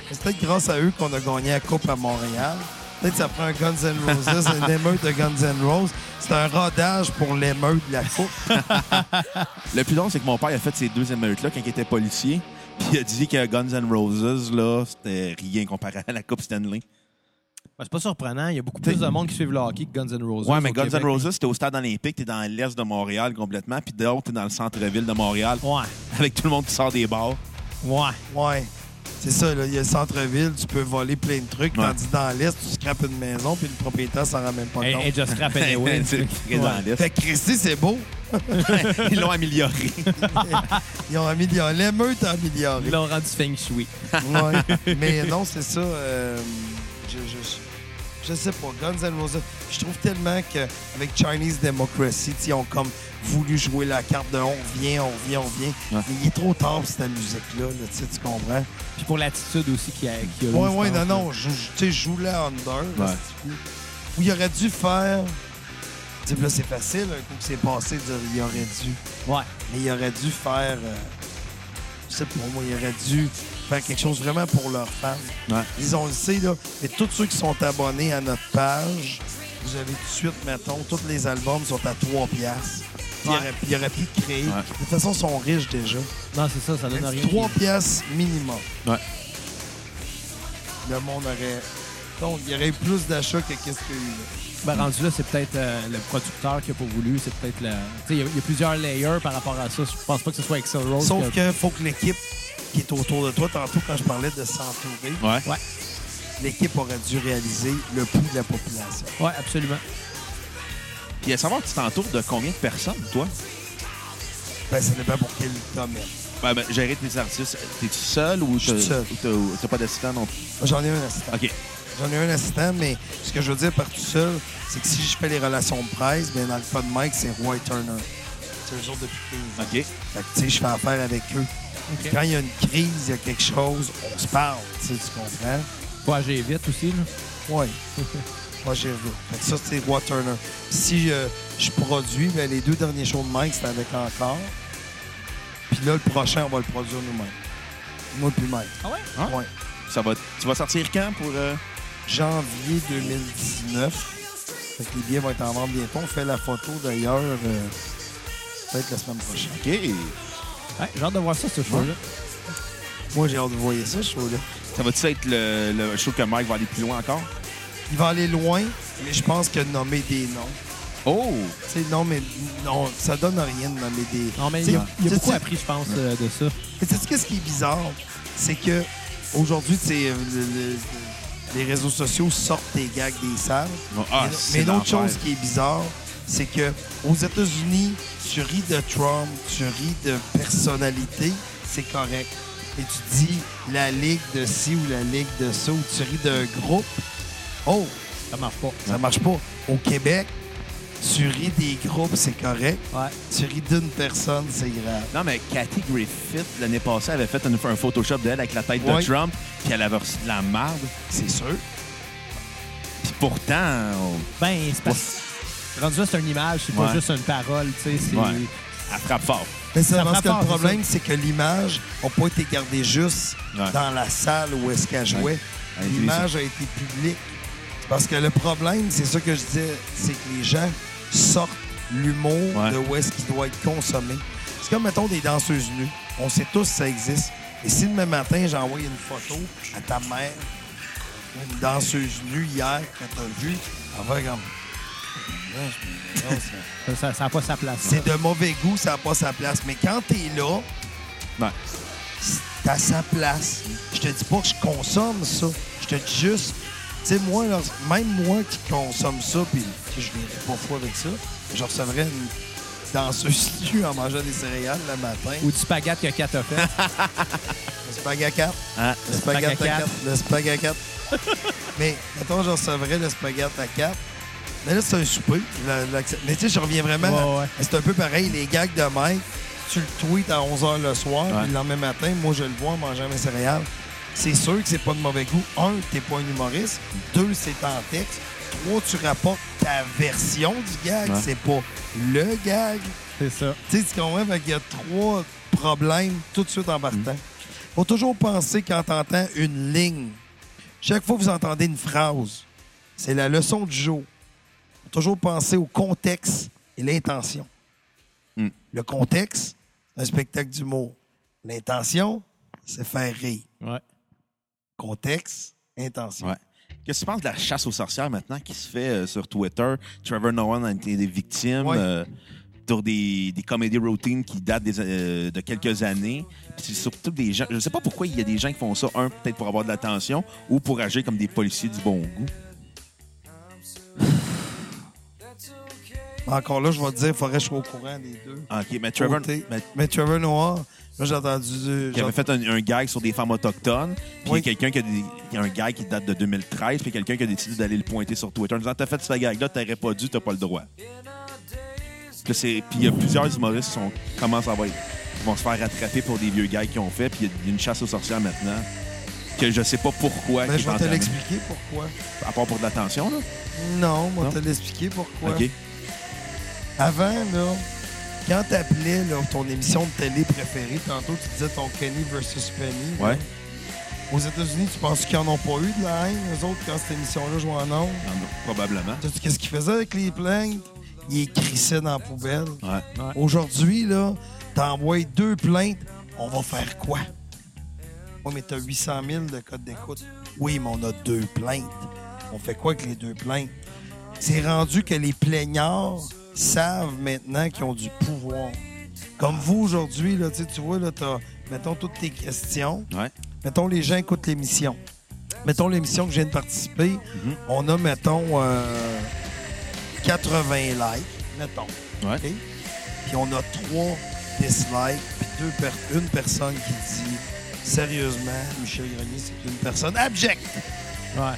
[SPEAKER 4] C'est peut-être grâce à eux qu'on a gagné la Coupe à Montréal. Peut-être que ça prend un Guns N' Roses, une émeute de Guns N' Roses. C'est un rodage pour l'émeute de la Coupe.
[SPEAKER 3] Le plus drôle, c'est que mon père a fait ces deux émeutes-là quand il était policier. Puis il a dit que Guns N' Roses, là, c'était rien comparé à la Coupe Stanley.
[SPEAKER 1] Ben, c'est pas surprenant. Il y a beaucoup plus de monde qui suivent le hockey que Guns N' Roses.
[SPEAKER 3] Ouais, mais
[SPEAKER 1] au
[SPEAKER 3] Guns
[SPEAKER 1] Québec.
[SPEAKER 3] N' Roses, t'es au stade olympique, t'es dans l'est de Montréal complètement, puis dehors, t'es dans le centre-ville de Montréal,
[SPEAKER 1] Ouais.
[SPEAKER 3] avec tout le monde qui sort des bars.
[SPEAKER 1] Ouais.
[SPEAKER 4] Ouais. C'est ça, là. Il y a le centre-ville, tu peux voler plein de trucs.
[SPEAKER 3] Ouais.
[SPEAKER 4] Tandis que dans l'Est, tu scrapes une maison, puis le propriétaire s'en ramène pas
[SPEAKER 1] Hey,
[SPEAKER 4] compte.
[SPEAKER 1] hey, just rap anyway.
[SPEAKER 3] C'est le cri dans
[SPEAKER 1] Ouais.
[SPEAKER 3] l'est.
[SPEAKER 4] Fait que Christy, c'est beau.
[SPEAKER 3] Ils l'ont amélioré.
[SPEAKER 4] Ils ont amélioré. L'émeute a amélioré.
[SPEAKER 1] Ils l'ont rendu feng shui.
[SPEAKER 4] Ouais. Mais non, c'est ça. euh, je, je, je sais pas. Guns N' Roses. Je trouve tellement qu'avec Chinese Democracy, tu sais, ils ont comme voulu jouer la carte de on vient, on vient, on vient.
[SPEAKER 3] Ouais.
[SPEAKER 4] Mais il est trop tard pour cette musique-là, là, tu sais, tu comprends?
[SPEAKER 1] Puis pour l'attitude aussi qu'il y a, qu'il y a eu,
[SPEAKER 4] Ouais,
[SPEAKER 1] je
[SPEAKER 4] ouais,
[SPEAKER 1] pense,
[SPEAKER 4] non,
[SPEAKER 1] là.
[SPEAKER 4] non. Je, je- tu sais, je joue là under. là,
[SPEAKER 3] Ouais.
[SPEAKER 4] c'est tout. Ou il aurait dû faire. Tu sais, là, c'est facile, un coup que c'est passé, de dire il aurait dû.
[SPEAKER 1] Ouais.
[SPEAKER 4] Mais il aurait dû faire. euh, je sais pas, moi, il aurait dû faire quelque chose vraiment pour leurs fans.
[SPEAKER 3] Ouais.
[SPEAKER 4] Ils ont le sait, là. Mais tous ceux qui sont abonnés à notre page, vous avez tout de suite, mettons, tous les albums sont à 3 piastres. Puis
[SPEAKER 1] Ouais.
[SPEAKER 4] Il, aurait, il aurait pu créer.
[SPEAKER 3] Ouais.
[SPEAKER 4] De toute façon, ils sont riches déjà.
[SPEAKER 1] Non, c'est ça, ça donne rien.
[SPEAKER 4] 3 piastres minimum.
[SPEAKER 3] Ouais.
[SPEAKER 4] Le monde aurait. Donc, il y aurait eu plus d'achats que qu'est-ce qu'il y a eu. là.
[SPEAKER 1] Ben, rendu là, c'est peut-être euh, le producteur qui a pas voulu. C'est peut-être le. Tu sais, il y a- il y, a plusieurs layers par rapport à ça. Je pense pas que ce soit Excel Rose.
[SPEAKER 4] Sauf
[SPEAKER 1] que-
[SPEAKER 4] qu'il faut que l'équipe qui est autour de toi, tantôt, quand je parlais de s'entourer,
[SPEAKER 3] Ouais.
[SPEAKER 4] l'équipe aurait dû réaliser le pouls de la population.
[SPEAKER 1] Ouais, absolument.
[SPEAKER 3] Puis à savoir, tu t'entoures de combien de personnes, toi?
[SPEAKER 4] Ben, ça dépend pour quel domaine.
[SPEAKER 3] Ben, ben, gérer tes artistes, t'es-tu seul ou
[SPEAKER 4] Je suis
[SPEAKER 3] t'as-
[SPEAKER 4] seul.
[SPEAKER 3] ou t'as ou t'as pas d'assistant non plus?
[SPEAKER 4] J'en ai un assistant.
[SPEAKER 3] OK.
[SPEAKER 4] J'en ai un assistant, mais ce que je veux dire par tout ça, c'est que si je fais les relations de presse, bien, dans le cas de Mike, c'est Roy Turner. C'est le jour depuis 15 ans.
[SPEAKER 3] OK.
[SPEAKER 4] Fait que, tu sais, je fais affaire avec eux.
[SPEAKER 1] OK.
[SPEAKER 4] Quand il y a une crise, il y a quelque chose, on se parle, tu sais, tu comprends?
[SPEAKER 1] Faut agir vite aussi, là.
[SPEAKER 4] Oui. Moi, j'ai vu. Fait que ça, c'est Roy Turner. Si euh, je produis, ben, les deux derniers shows de Mike, c'était avec encore. Puis là, le prochain, on va le produire nous-mêmes. Moi puis Mike.
[SPEAKER 1] Ah ouais?
[SPEAKER 4] Ouais.
[SPEAKER 3] Ça va, tu vas sortir quand pour. euh,
[SPEAKER 4] Janvier 2019. Fait que les billets vont être en vente bientôt. On fait la photo d'ailleurs euh, peut-être la semaine prochaine.
[SPEAKER 3] OK.
[SPEAKER 1] Ouais, j'ai hâte de voir ça, ce show-là.
[SPEAKER 4] Moi, j'ai hâte de voir ça, ce show-là.
[SPEAKER 3] Ça va-tu être le, le show que Mike va aller plus loin encore?
[SPEAKER 4] Il va aller loin, mais je pense que nommer des noms.
[SPEAKER 3] Oh!
[SPEAKER 4] Tu sais, non, mais non, ça donne rien de nommer des.
[SPEAKER 1] Non, mais il
[SPEAKER 4] Tu sais,
[SPEAKER 1] y a, il y a
[SPEAKER 4] tu sais,
[SPEAKER 1] beaucoup
[SPEAKER 4] tu-
[SPEAKER 1] appris, je pense, euh, de ça.
[SPEAKER 4] Mais tu sais qu'est-ce qui est bizarre? C'est que aujourd'hui, tu sais, euh, le- le- les réseaux sociaux sortent des gags des salles.
[SPEAKER 3] Ah,
[SPEAKER 4] Mais-
[SPEAKER 3] c'est
[SPEAKER 4] mais l'autre
[SPEAKER 3] l'enfer.
[SPEAKER 4] chose qui est bizarre, c'est que aux États-Unis, tu ris de Trump, tu ris de personnalité, c'est correct. Et tu dis la ligue de ci ou la ligue de ça, ou tu ris d'un groupe. Oh,
[SPEAKER 1] Ça marche pas.
[SPEAKER 4] ça marche pas. Au Québec, tu ris des groupes, c'est correct.
[SPEAKER 1] Ouais.
[SPEAKER 4] Tu ris d'une personne, c'est grave.
[SPEAKER 3] Non, mais Cathy Griffith, l'année passée, avait fait un, un Photoshop d'elle avec la tête
[SPEAKER 4] Ouais.
[SPEAKER 3] de Trump, puis elle avait reçu de la merde.
[SPEAKER 4] C'est sûr.
[SPEAKER 3] Puis pourtant, on-
[SPEAKER 1] Ben, c'est pas. Rendu là, c'est une image, c'est
[SPEAKER 3] Ouais.
[SPEAKER 1] pas juste une parole, tu sais. c'est-
[SPEAKER 3] Ouais. elle frappe fort.
[SPEAKER 4] Mais c'est
[SPEAKER 1] Ça
[SPEAKER 4] parce
[SPEAKER 1] frappe
[SPEAKER 4] que le
[SPEAKER 1] fort,
[SPEAKER 4] problème, c'est que l'image n'a pas été gardée juste
[SPEAKER 3] Ouais.
[SPEAKER 4] dans la salle où est-ce qu'elle jouait.
[SPEAKER 3] À la télévision.
[SPEAKER 4] l'image a été publique. Parce que le problème, c'est ça que je disais, c'est que les gens sortent l'humour
[SPEAKER 3] Ouais.
[SPEAKER 4] de où est-ce qu'il doit être consommé. C'est comme, mettons, des danseuses nues. On sait tous que ça existe. Et si demain matin, j'envoie une photo à ta mère, une danseuse nue hier, quand t'as vu, elle va comme... Non, c'est-
[SPEAKER 1] Ça n'a pas sa place.
[SPEAKER 4] C'est de mauvais goût, ça n'a pas sa place. Mais quand t'es là,
[SPEAKER 3] Ouais.
[SPEAKER 4] t'as sa place. Je te dis pas que je consomme ça. Je te dis juste, tu sais, moi, là, même moi qui consomme ça, puis que je viens pas fou avec ça, je recevrais une danseuse nue en mangeant des céréales le matin.
[SPEAKER 1] Ou du spaghette que Kat a fait.
[SPEAKER 4] Le spag à quatre.
[SPEAKER 3] Hein?
[SPEAKER 4] Le spag à
[SPEAKER 1] spag à
[SPEAKER 4] quatre.
[SPEAKER 1] quatre.
[SPEAKER 4] Le spag à quatre. Mais, mettons, je recevrais le spaghette à quatre. Mais là, c'est un souper. La- la- Mais tu sais, je reviens vraiment.
[SPEAKER 1] Ouais, ouais.
[SPEAKER 4] C'est un peu pareil, les gags de Mike. Tu le tweets à 11h le soir,
[SPEAKER 3] Ouais.
[SPEAKER 4] puis le lendemain matin, moi, je le vois en mangeant mes céréales. C'est sûr que c'est pas de mauvais goût. Un, t'es pas un humoriste. Deux, c'est en texte. Trois, tu rapportes ta version du gag.
[SPEAKER 3] Ouais.
[SPEAKER 4] C'est pas le gag.
[SPEAKER 1] C'est ça.
[SPEAKER 4] Tu sais, tu comprends? Fait qu'il y a trois problèmes tout de suite en partant. Faut toujours penser quand t'entends une ligne, chaque fois que vous entendez une phrase, c'est la leçon du jour. Faut toujours penser au contexte et l'intention.
[SPEAKER 3] Mm.
[SPEAKER 4] Le contexte, c'est un spectacle d'humour. L'intention, c'est faire rire.
[SPEAKER 1] Ouais.
[SPEAKER 4] Contexte, intention.
[SPEAKER 3] Ouais. Qu'est-ce que tu penses de la chasse aux sorcières maintenant qui se fait euh, sur Twitter? Trevor Noah a été des victimes
[SPEAKER 4] Ouais.
[SPEAKER 3] euh, pour des, des comédies routines qui datent des, euh, de quelques années. Puis C'est surtout des gens. Je ne sais pas pourquoi il y a des gens qui font ça, un, peut-être pour avoir de l'attention ou pour agir comme des policiers du bon goût.
[SPEAKER 4] Mais Encore là, je vais te dire, il faudrait que je sois au courant des deux.
[SPEAKER 3] OK, mais Trevor.
[SPEAKER 4] Côté.
[SPEAKER 3] mais-
[SPEAKER 4] Mais Trevor Noah, là, j'ai entendu. euh,
[SPEAKER 3] qui avait fait un, un gag sur des femmes autochtones. Puis il y a
[SPEAKER 4] Oui.
[SPEAKER 3] quelqu'un qui a, des- il y a un gag qui date de 2013, puis quelqu'un qui a décidé d'aller le pointer sur Twitter en disant T'as fait ce gag-là, t'aurais pas dû, t'as pas le droit. Puis là, c'est- puis il y a plusieurs humoristes qui sont, commencent à avoir- qui vont se faire rattraper pour des vieux gags qu'ils ont fait, puis il y a- il y a une chasse aux sorcières maintenant, que je sais pas pourquoi.
[SPEAKER 4] Ben,
[SPEAKER 3] qui
[SPEAKER 4] je
[SPEAKER 3] est
[SPEAKER 4] vais te
[SPEAKER 3] entamée.
[SPEAKER 4] l'expliquer pourquoi.
[SPEAKER 3] À part pour de l'attention, là.
[SPEAKER 4] Non, moi,
[SPEAKER 3] Non?
[SPEAKER 4] te l'expliquer pourquoi.
[SPEAKER 3] OK.
[SPEAKER 4] Avant, là, quand t'appelais là, ton émission de télé préférée, tantôt, tu disais ton Kenny versus Penny. là.
[SPEAKER 3] Ouais.
[SPEAKER 4] Aux États-Unis, tu penses qu'ils en ont pas eu de la haine, eux autres, quand cette émission-là jouait en ondes?
[SPEAKER 3] Non, non, probablement.
[SPEAKER 4] Sais-tu Qu'est-ce qu'ils faisaient avec les plaintes? Ils écrissaient dans la poubelle.
[SPEAKER 3] Ouais.
[SPEAKER 4] Aujourd'hui, là, t'envoies deux plaintes, on va faire quoi? Oui, mais t'as 800 000 de code d'écoute. Oui, mais on a deux plaintes. On fait quoi avec les deux plaintes? C'est rendu que les plaignards savent maintenant qu'ils ont du pouvoir. Comme vous aujourd'hui, là, tu sais, tu vois, là, t'as, mettons toutes tes questions.
[SPEAKER 3] Ouais.
[SPEAKER 4] Mettons, les gens écoutent l'émission. Mettons l'émission que je viens de participer. On a, mettons, euh, 80 likes. Mettons.
[SPEAKER 3] Ouais.
[SPEAKER 4] OK? Puis on a trois dislikes, puis deux per- une personne qui dit Sérieusement, Michel Grenier, c'est une personne abjecte.
[SPEAKER 1] Ouais.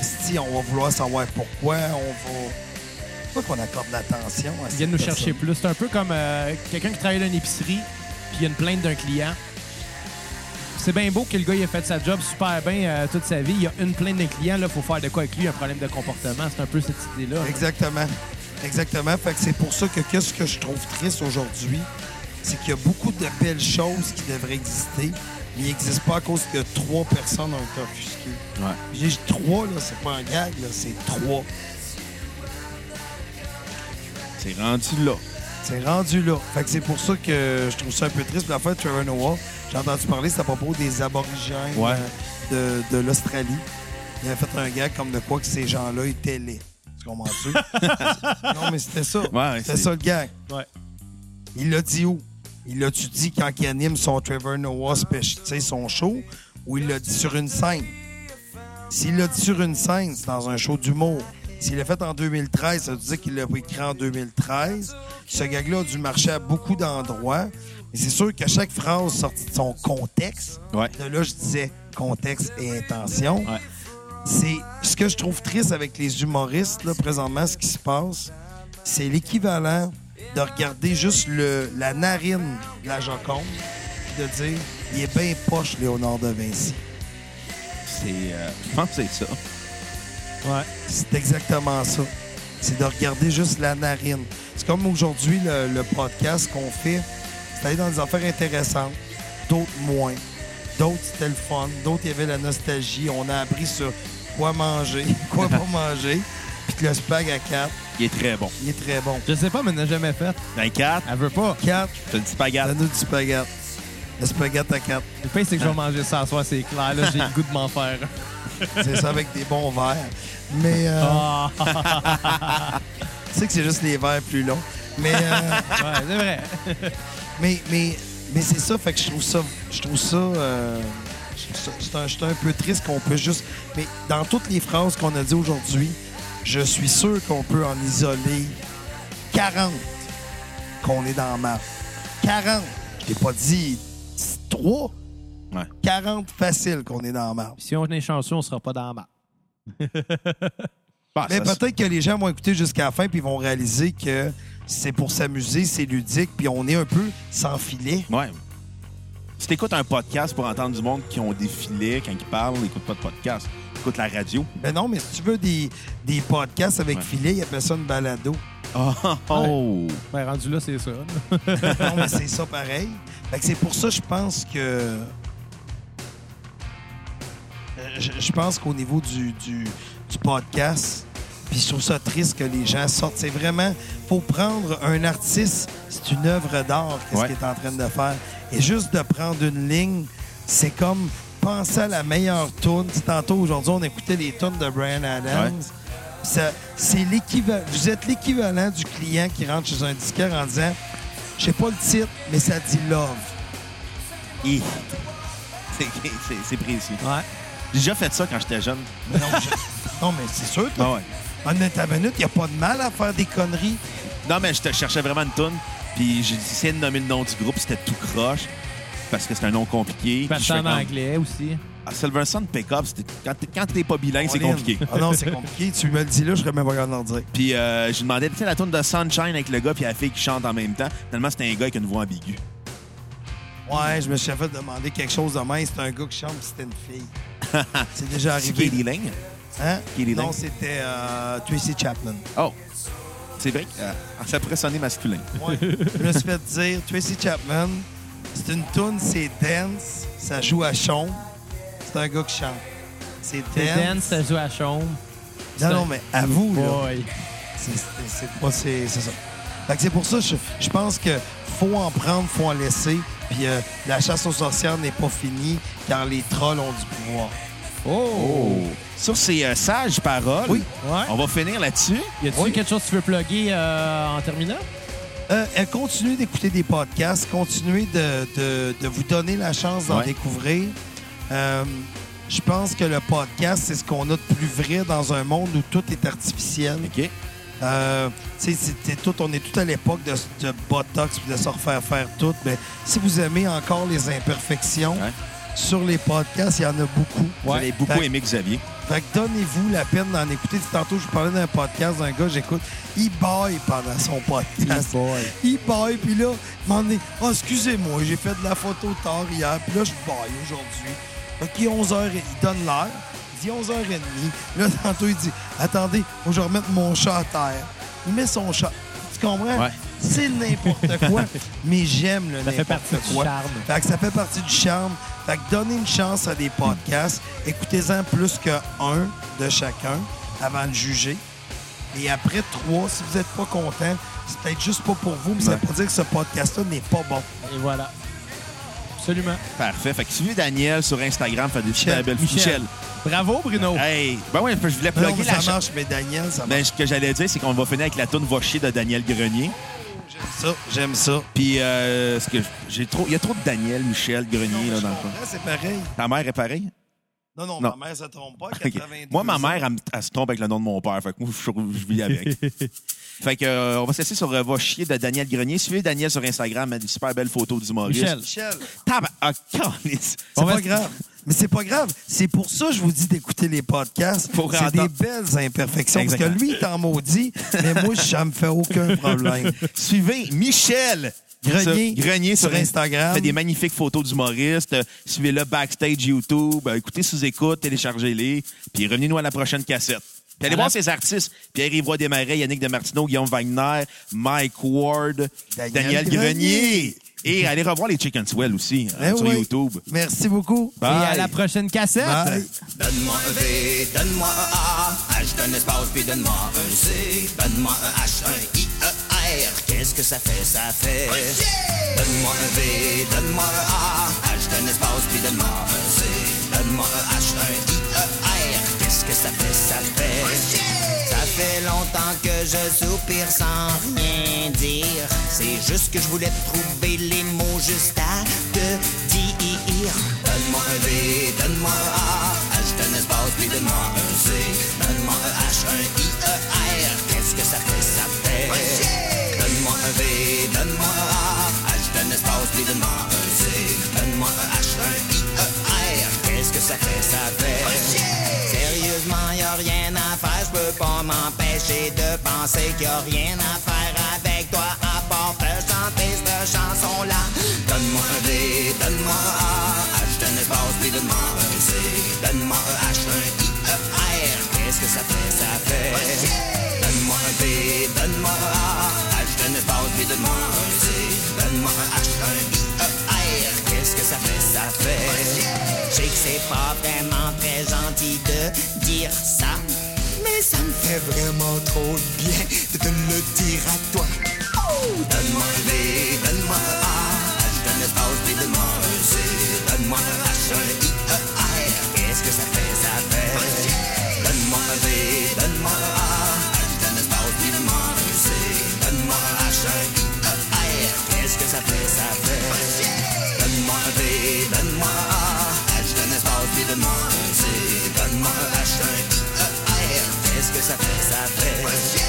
[SPEAKER 4] Si on va vouloir savoir pourquoi, on va. Pourquoi qu'on accorde l'attention à
[SPEAKER 1] Ils
[SPEAKER 4] cette
[SPEAKER 1] viennent nous
[SPEAKER 4] personne?
[SPEAKER 1] chercher plus. C'est un peu comme euh, quelqu'un qui travaille dans une épicerie, puis il y a une plainte d'un client. C'est bien beau que le gars il a fait sa job super bien euh, toute sa vie. Il y a une plainte d'un client, là, faut faire de quoi avec lui, un problème de comportement. C'est un peu cette idée-là.
[SPEAKER 4] Exactement. Exactement. Fait que c'est pour ça que qu'est-ce que je trouve triste aujourd'hui, c'est qu'il y a beaucoup de belles choses qui devraient exister, mais ils n'existent pas à cause que trois personnes ont été offusquées.
[SPEAKER 3] Ouais.
[SPEAKER 4] J'ai dit trois, là, c'est pas un gag, là, c'est trois.
[SPEAKER 3] C'est rendu là.
[SPEAKER 4] C'est rendu là. Fait que c'est pour ça que je trouve ça un peu triste. Puis La fois, de Trevor Noah, j'ai entendu parler, c'est à propos des aborigènes
[SPEAKER 3] Ouais.
[SPEAKER 4] euh, de, de l'Australie. Il avait fait un gag comme de quoi que ces gens-là étaient laids. Tu comprends-tu? non, mais c'était ça.
[SPEAKER 3] Ouais,
[SPEAKER 4] c'était
[SPEAKER 3] c'est-
[SPEAKER 4] ça le gag.
[SPEAKER 1] Ouais.
[SPEAKER 4] Il l'a dit où? Il l'a-tu dit quand il anime son Trevor Noah, spéc- tu sais, son show, ou il l'a dit sur une scène? S'il l'a dit sur une scène, c'est dans un show d'humour. S'il l'a fait en 2013, ça veut dire qu'il l'a écrit en 2013. Ce gag-là a dû marcher à beaucoup d'endroits. Mais c'est sûr qu'à chaque phrase sortie de son contexte,
[SPEAKER 3] Ouais.
[SPEAKER 4] de là, je disais contexte et intention.
[SPEAKER 3] Ouais.
[SPEAKER 4] C'est ce que je trouve triste avec les humoristes, là, présentement, ce qui se passe, c'est l'équivalent de regarder juste le, la narine de la Joconde et de dire il est bien poche, Léonard de Vinci.
[SPEAKER 3] C'est. euh, je pense que c'est ça.
[SPEAKER 1] Ouais.
[SPEAKER 4] C'est exactement ça. C'est de regarder juste la narine. C'est comme aujourd'hui le, le podcast qu'on fait. C'est aller dans des affaires intéressantes, d'autres moins. D'autres, c'était le fun. D'autres, il y avait la nostalgie. On a appris sur quoi manger, quoi pas manger. Puis que le spag à 4,
[SPEAKER 3] Il est très bon.
[SPEAKER 4] il est très bon.
[SPEAKER 1] Je sais pas, mais elle n'a jamais fait.
[SPEAKER 3] Dans 4,
[SPEAKER 1] Elle veut pas.
[SPEAKER 4] 4,
[SPEAKER 3] t'as une spaghetti.
[SPEAKER 4] donne-nous du spaghetti. Le spaghetti à 4.
[SPEAKER 1] Le pire, c'est que je vais manger ça à soir, c'est clair. Là, j'ai le goût de m'en faire.
[SPEAKER 4] C'est ça avec des bons verres. Mais euh,
[SPEAKER 1] Ah, ouais,
[SPEAKER 4] tu sais que c'est juste les verres plus longs. Mais, euh,
[SPEAKER 1] c'est vrai.
[SPEAKER 4] mais, mais, mais c'est ça, fait que je trouve ça. Je trouve ça. euh, je trouve ça- c'est un, c'est un peu triste qu'on peut juste. Mais dans toutes les phrases qu'on a dit aujourd'hui, je suis sûr qu'on peut en isoler 40 qu'on est dans ma 40. Je t'ai pas dit 3.
[SPEAKER 3] Ouais.
[SPEAKER 4] 40 facile qu'on est dans ma
[SPEAKER 1] Si on est chanceux, on sera pas dans la map.
[SPEAKER 3] Bah,
[SPEAKER 4] Mais
[SPEAKER 3] ça,
[SPEAKER 4] peut-être que les gens vont écouter jusqu'à la fin puis ils vont réaliser que c'est pour s'amuser, c'est ludique, puis on est un peu sans filet.
[SPEAKER 3] Ouais. Si t'écoutes un podcast pour entendre du monde qui ont des filets quand ils parlent, écoute pas de podcast. Écoute la radio.
[SPEAKER 4] Mais Ben non, mais si tu veux des, des podcasts avec
[SPEAKER 3] Ouais.
[SPEAKER 4] filet, ils appellent ça une balado.
[SPEAKER 3] Oh!
[SPEAKER 1] Ben, rendu là, c'est ça. là.
[SPEAKER 4] non, mais c'est ça pareil. Fait que c'est pour ça, je pense que. Euh, Je, je pense qu'au niveau du, du, du podcast, puis je trouve ça triste que les gens sortent. C'est vraiment. faut prendre un artiste, c'est une œuvre d'art, qu'est-ce
[SPEAKER 3] Ouais.
[SPEAKER 4] qu'il est en train de faire. Et juste de prendre une ligne, c'est comme penser à la meilleure tune. Tu sais, Tantôt, aujourd'hui, on écoutait les tunes de Brian Adams.
[SPEAKER 3] Ouais.
[SPEAKER 4] Ça- c'est l'équivalent. Vous êtes l'équivalent du client qui rentre chez un disquaire en disant Je sais pas le titre, mais ça dit love.
[SPEAKER 3] Hi. C'est- c'est- C'est précis.
[SPEAKER 1] Ouais.
[SPEAKER 3] J'ai déjà fait ça quand j'étais jeune.
[SPEAKER 4] Non, je- non, mais c'est sûr,
[SPEAKER 3] Ah
[SPEAKER 4] toi.
[SPEAKER 3] ouais.
[SPEAKER 4] En minute à minute, il n'y a pas de mal à faire des conneries.
[SPEAKER 3] Non, mais je te- je cherchais vraiment une toune. Puis j'ai essayé de nommer le nom du groupe. C'était tout croche. Parce que c'est un nom compliqué.
[SPEAKER 1] Parce
[SPEAKER 3] Puis
[SPEAKER 1] que
[SPEAKER 3] je fais
[SPEAKER 1] en
[SPEAKER 3] comme-
[SPEAKER 1] anglais aussi.
[SPEAKER 3] Ah, Silverson Pickup, c'était- quand t'es- quand t'es pas bilingue, c'est
[SPEAKER 4] On est-
[SPEAKER 3] compliqué.
[SPEAKER 4] Ah non, c'est compliqué. tu me le dis là, je serais même pas capable d'en dire.
[SPEAKER 3] Puis euh, je lui demandais, tu sais, la tourne de Sunshine avec le gars puis la fille qui chante en même temps. Finalement, c'était un gars avec une voix ambiguë.
[SPEAKER 4] Ouais, je me suis fait demander quelque chose de même. C'était un gars qui chante, puis c'était une fille. c'est déjà
[SPEAKER 3] C'est
[SPEAKER 4] arrivé.
[SPEAKER 3] Katie Lang.
[SPEAKER 4] Hein?
[SPEAKER 3] Katie
[SPEAKER 4] non,
[SPEAKER 3] Lang.
[SPEAKER 4] c'était euh, Tracy Chaplin.
[SPEAKER 3] Oh! C'est vrai que euh, ça pourrait sonner masculin.
[SPEAKER 4] Ouais. je me suis fait dire, Tracy Chapman, c'est une tune, c'est dance, ça joue à chon. C'est un gars qui chante. C'est
[SPEAKER 1] C'est Dan,
[SPEAKER 4] dance.
[SPEAKER 1] ça joue à chambre.
[SPEAKER 4] non, non, mais à vous, là.
[SPEAKER 1] Boy.
[SPEAKER 4] C'est- c'est- C'est pas, c'est c'est ça. Fait que c'est pour ça, je, je pense que faut en prendre, faut en laisser. Puis euh, la chasse aux sorcières n'est pas finie, car les trolls ont du pouvoir.
[SPEAKER 1] Oh!
[SPEAKER 3] Sur ces euh, sages paroles,
[SPEAKER 4] Oui.
[SPEAKER 1] Ouais.
[SPEAKER 3] on va finir là-dessus.
[SPEAKER 1] Y a-tu quelque chose que tu veux plugger euh, en terminant?
[SPEAKER 4] Euh, euh, continuez d'écouter des podcasts, continuez de, de- de vous donner la chance d'en
[SPEAKER 3] Ouais.
[SPEAKER 4] découvrir. Euh, je pense que le podcast, c'est ce qu'on a de plus vrai dans un monde où tout est artificiel.
[SPEAKER 3] OK.
[SPEAKER 4] Euh, tu sais, c'est- c'est tout, on est tout à l'époque de, de Botox puis de se refaire faire tout. Mais si vous aimez encore les imperfections,
[SPEAKER 3] Ouais.
[SPEAKER 4] sur les podcasts, il y en a beaucoup.
[SPEAKER 3] J'avais beaucoup
[SPEAKER 4] Fait-
[SPEAKER 3] aimé Xavier.
[SPEAKER 4] fait que donnez-vous la peine d'en écouter. Tantôt, je vous parlais d'un podcast d'un gars, j'écoute. Il baille pendant son podcast. Il baille, puis là, il m'en est. Ah, excusez-moi, j'ai fait de la photo tard hier, puis là, je baille aujourd'hui. Fait qu'il est 11h, il donne l'heure, il dit 11h30. Là, tantôt, il dit Attendez, faut que je remette mon chat à terre. Il met son chat. Tu comprends?
[SPEAKER 3] Ouais.
[SPEAKER 4] C'est n'importe quoi, mais j'aime le
[SPEAKER 1] Ça fait
[SPEAKER 4] n'importe
[SPEAKER 1] partie du
[SPEAKER 4] quoi.
[SPEAKER 1] charme.
[SPEAKER 4] Fait que ça fait partie du charme. Fait que donnez une chance à des podcasts. Écoutez-en plus que un de chacun avant de juger. Et après trois, si vous n'êtes pas content, c'est peut-être juste pas pour vous, mais ça
[SPEAKER 3] Ouais.
[SPEAKER 4] veut pas dire que ce podcast-là n'est pas bon.
[SPEAKER 1] Et voilà. Absolument.
[SPEAKER 3] Parfait. Fait que suivez Daniel sur Instagram, fait des
[SPEAKER 4] Michel.
[SPEAKER 3] super belles
[SPEAKER 1] Michel.
[SPEAKER 3] Michel.
[SPEAKER 1] Bravo, Bruno.
[SPEAKER 3] Hey! Ben ouais, je voulais
[SPEAKER 4] Non,
[SPEAKER 3] plugger
[SPEAKER 4] mais
[SPEAKER 3] la
[SPEAKER 4] ça
[SPEAKER 3] cha-
[SPEAKER 4] marche, mais Daniel, ça marche.
[SPEAKER 3] Ben, ce que j'allais dire, c'est qu'on va finir avec la toune Va chier de Daniel Grenier.
[SPEAKER 4] Ça, Oh, j'aime ça.
[SPEAKER 3] Puis, euh, ce que j'ai trop, il y a trop de Daniel, Michel,
[SPEAKER 4] Non,
[SPEAKER 3] Grenier
[SPEAKER 4] mais
[SPEAKER 3] là
[SPEAKER 4] je
[SPEAKER 3] dans le fond.
[SPEAKER 4] comprends, c'est pareil.
[SPEAKER 3] Ta mère est pareille.
[SPEAKER 4] Non, non,
[SPEAKER 3] Non.
[SPEAKER 4] ma mère, ça trompe pas.
[SPEAKER 3] Ok.
[SPEAKER 4] 82
[SPEAKER 3] Moi, ma
[SPEAKER 4] ans.
[SPEAKER 3] mère, elle, me- elle se trompe avec le nom de mon père. Fait que moi, je, je vis avec. fait que, euh, on va se laisser sur euh, Va chier de Daniel Grenier. Suivez Daniel sur Instagram. Elle a des super belles photos du Maurice.
[SPEAKER 1] Michel.
[SPEAKER 4] Michel,
[SPEAKER 3] Tab ah, câlisse.
[SPEAKER 4] c'est
[SPEAKER 1] On va-
[SPEAKER 4] pas grave. Mais c'est pas grave. C'est pour ça que je vous dis d'écouter les podcasts.
[SPEAKER 3] Pour
[SPEAKER 4] C'est des
[SPEAKER 3] entendre.
[SPEAKER 4] belles imperfections. Parce
[SPEAKER 3] Exactement.
[SPEAKER 4] que lui, il est en maudit, mais moi, ça me fait aucun problème.
[SPEAKER 3] Suivez Michel
[SPEAKER 4] Grenier.
[SPEAKER 3] sur, Grenier sur,
[SPEAKER 4] Sur Instagram.
[SPEAKER 3] Il fait des magnifiques photos d'humoristes. Euh, Suivez-le backstage YouTube. Euh, Écoutez sous-écoute, téléchargez-les. Puis revenez-nous à la prochaine cassette. Puis allez
[SPEAKER 1] À la-
[SPEAKER 3] voir ces artistes. Pierre-Yvois Desmarais, Yannick Demartino, Guillaume Wagner, Mike Ward,
[SPEAKER 4] Daniel
[SPEAKER 3] Daniel, Grenier.
[SPEAKER 4] Grenier.
[SPEAKER 3] Et allez revoir les Chicken Swell aussi hein,
[SPEAKER 4] Eh
[SPEAKER 3] sur
[SPEAKER 4] oui.
[SPEAKER 3] YouTube.
[SPEAKER 4] Merci beaucoup.
[SPEAKER 1] Et
[SPEAKER 3] Bye.
[SPEAKER 1] à la prochaine cassette.
[SPEAKER 4] Bye.
[SPEAKER 5] Donne-moi un V, donne-moi un A, H donne espace, puis donne-moi un C, donne-moi un H, un I, un R, qu'est-ce que ça fait, ça fait Donne-moi un V, donne-moi un A, H donne espace, puis donne-moi un C, donne-moi un H, un I, un R, qu'est-ce que ça fait, ça fait Ça fait longtemps que je soupire sans rien dire, c'est juste que je voulais trouver les mots juste à te dire. Donne-moi un V, donne-moi un A, H donne espace, puis donne-moi un C. Donne-moi un H, un I, un R, qu'est-ce que ça fait, ça fait Donne-moi un V, donne-moi un A, H donne espace, puis donne-moi un C. Donne-moi un H, un I, un R, qu'est-ce que ça fait, ça fait Sérieusement, y a rien à faire, je peux pas m'empêcher de penser qu'il y a rien à faire avec toi à part te chanter cette chanson-là. Donne-moi un D, donne-moi un A, H, donne espace, puis donne-moi un C. Donne-moi un H, un I, un R, qu'est-ce que ça fait, ça fait Donne-moi un D, donne-moi un A, H, donne espace, puis donne-moi un C. Donne-moi un H, un I, un R, qu'est-ce que ça fait, ça fait Je sais que c'est pas vraiment très gentil de dire ça, mais ça me fait vraiment trop de bien de te le dire à toi. Oh! Donne-moi un D, donne-moi un A, H, donne espace, puis donne-moi un C. Donne-moi un H, un I, un R, qu'est-ce que ça fait, ça fait Donne-moi un D, donne-moi un A, H, donne espace, puis donne-moi un C. Donne-moi un H, un I, un R, qu'est-ce que ça fait, ça fait Donne-moi un D, donne-moi un A, H, donne espace, puis donne-moi un C. Donne-moi un H, un I, un R, qu'est-ce que ça fait, ça fait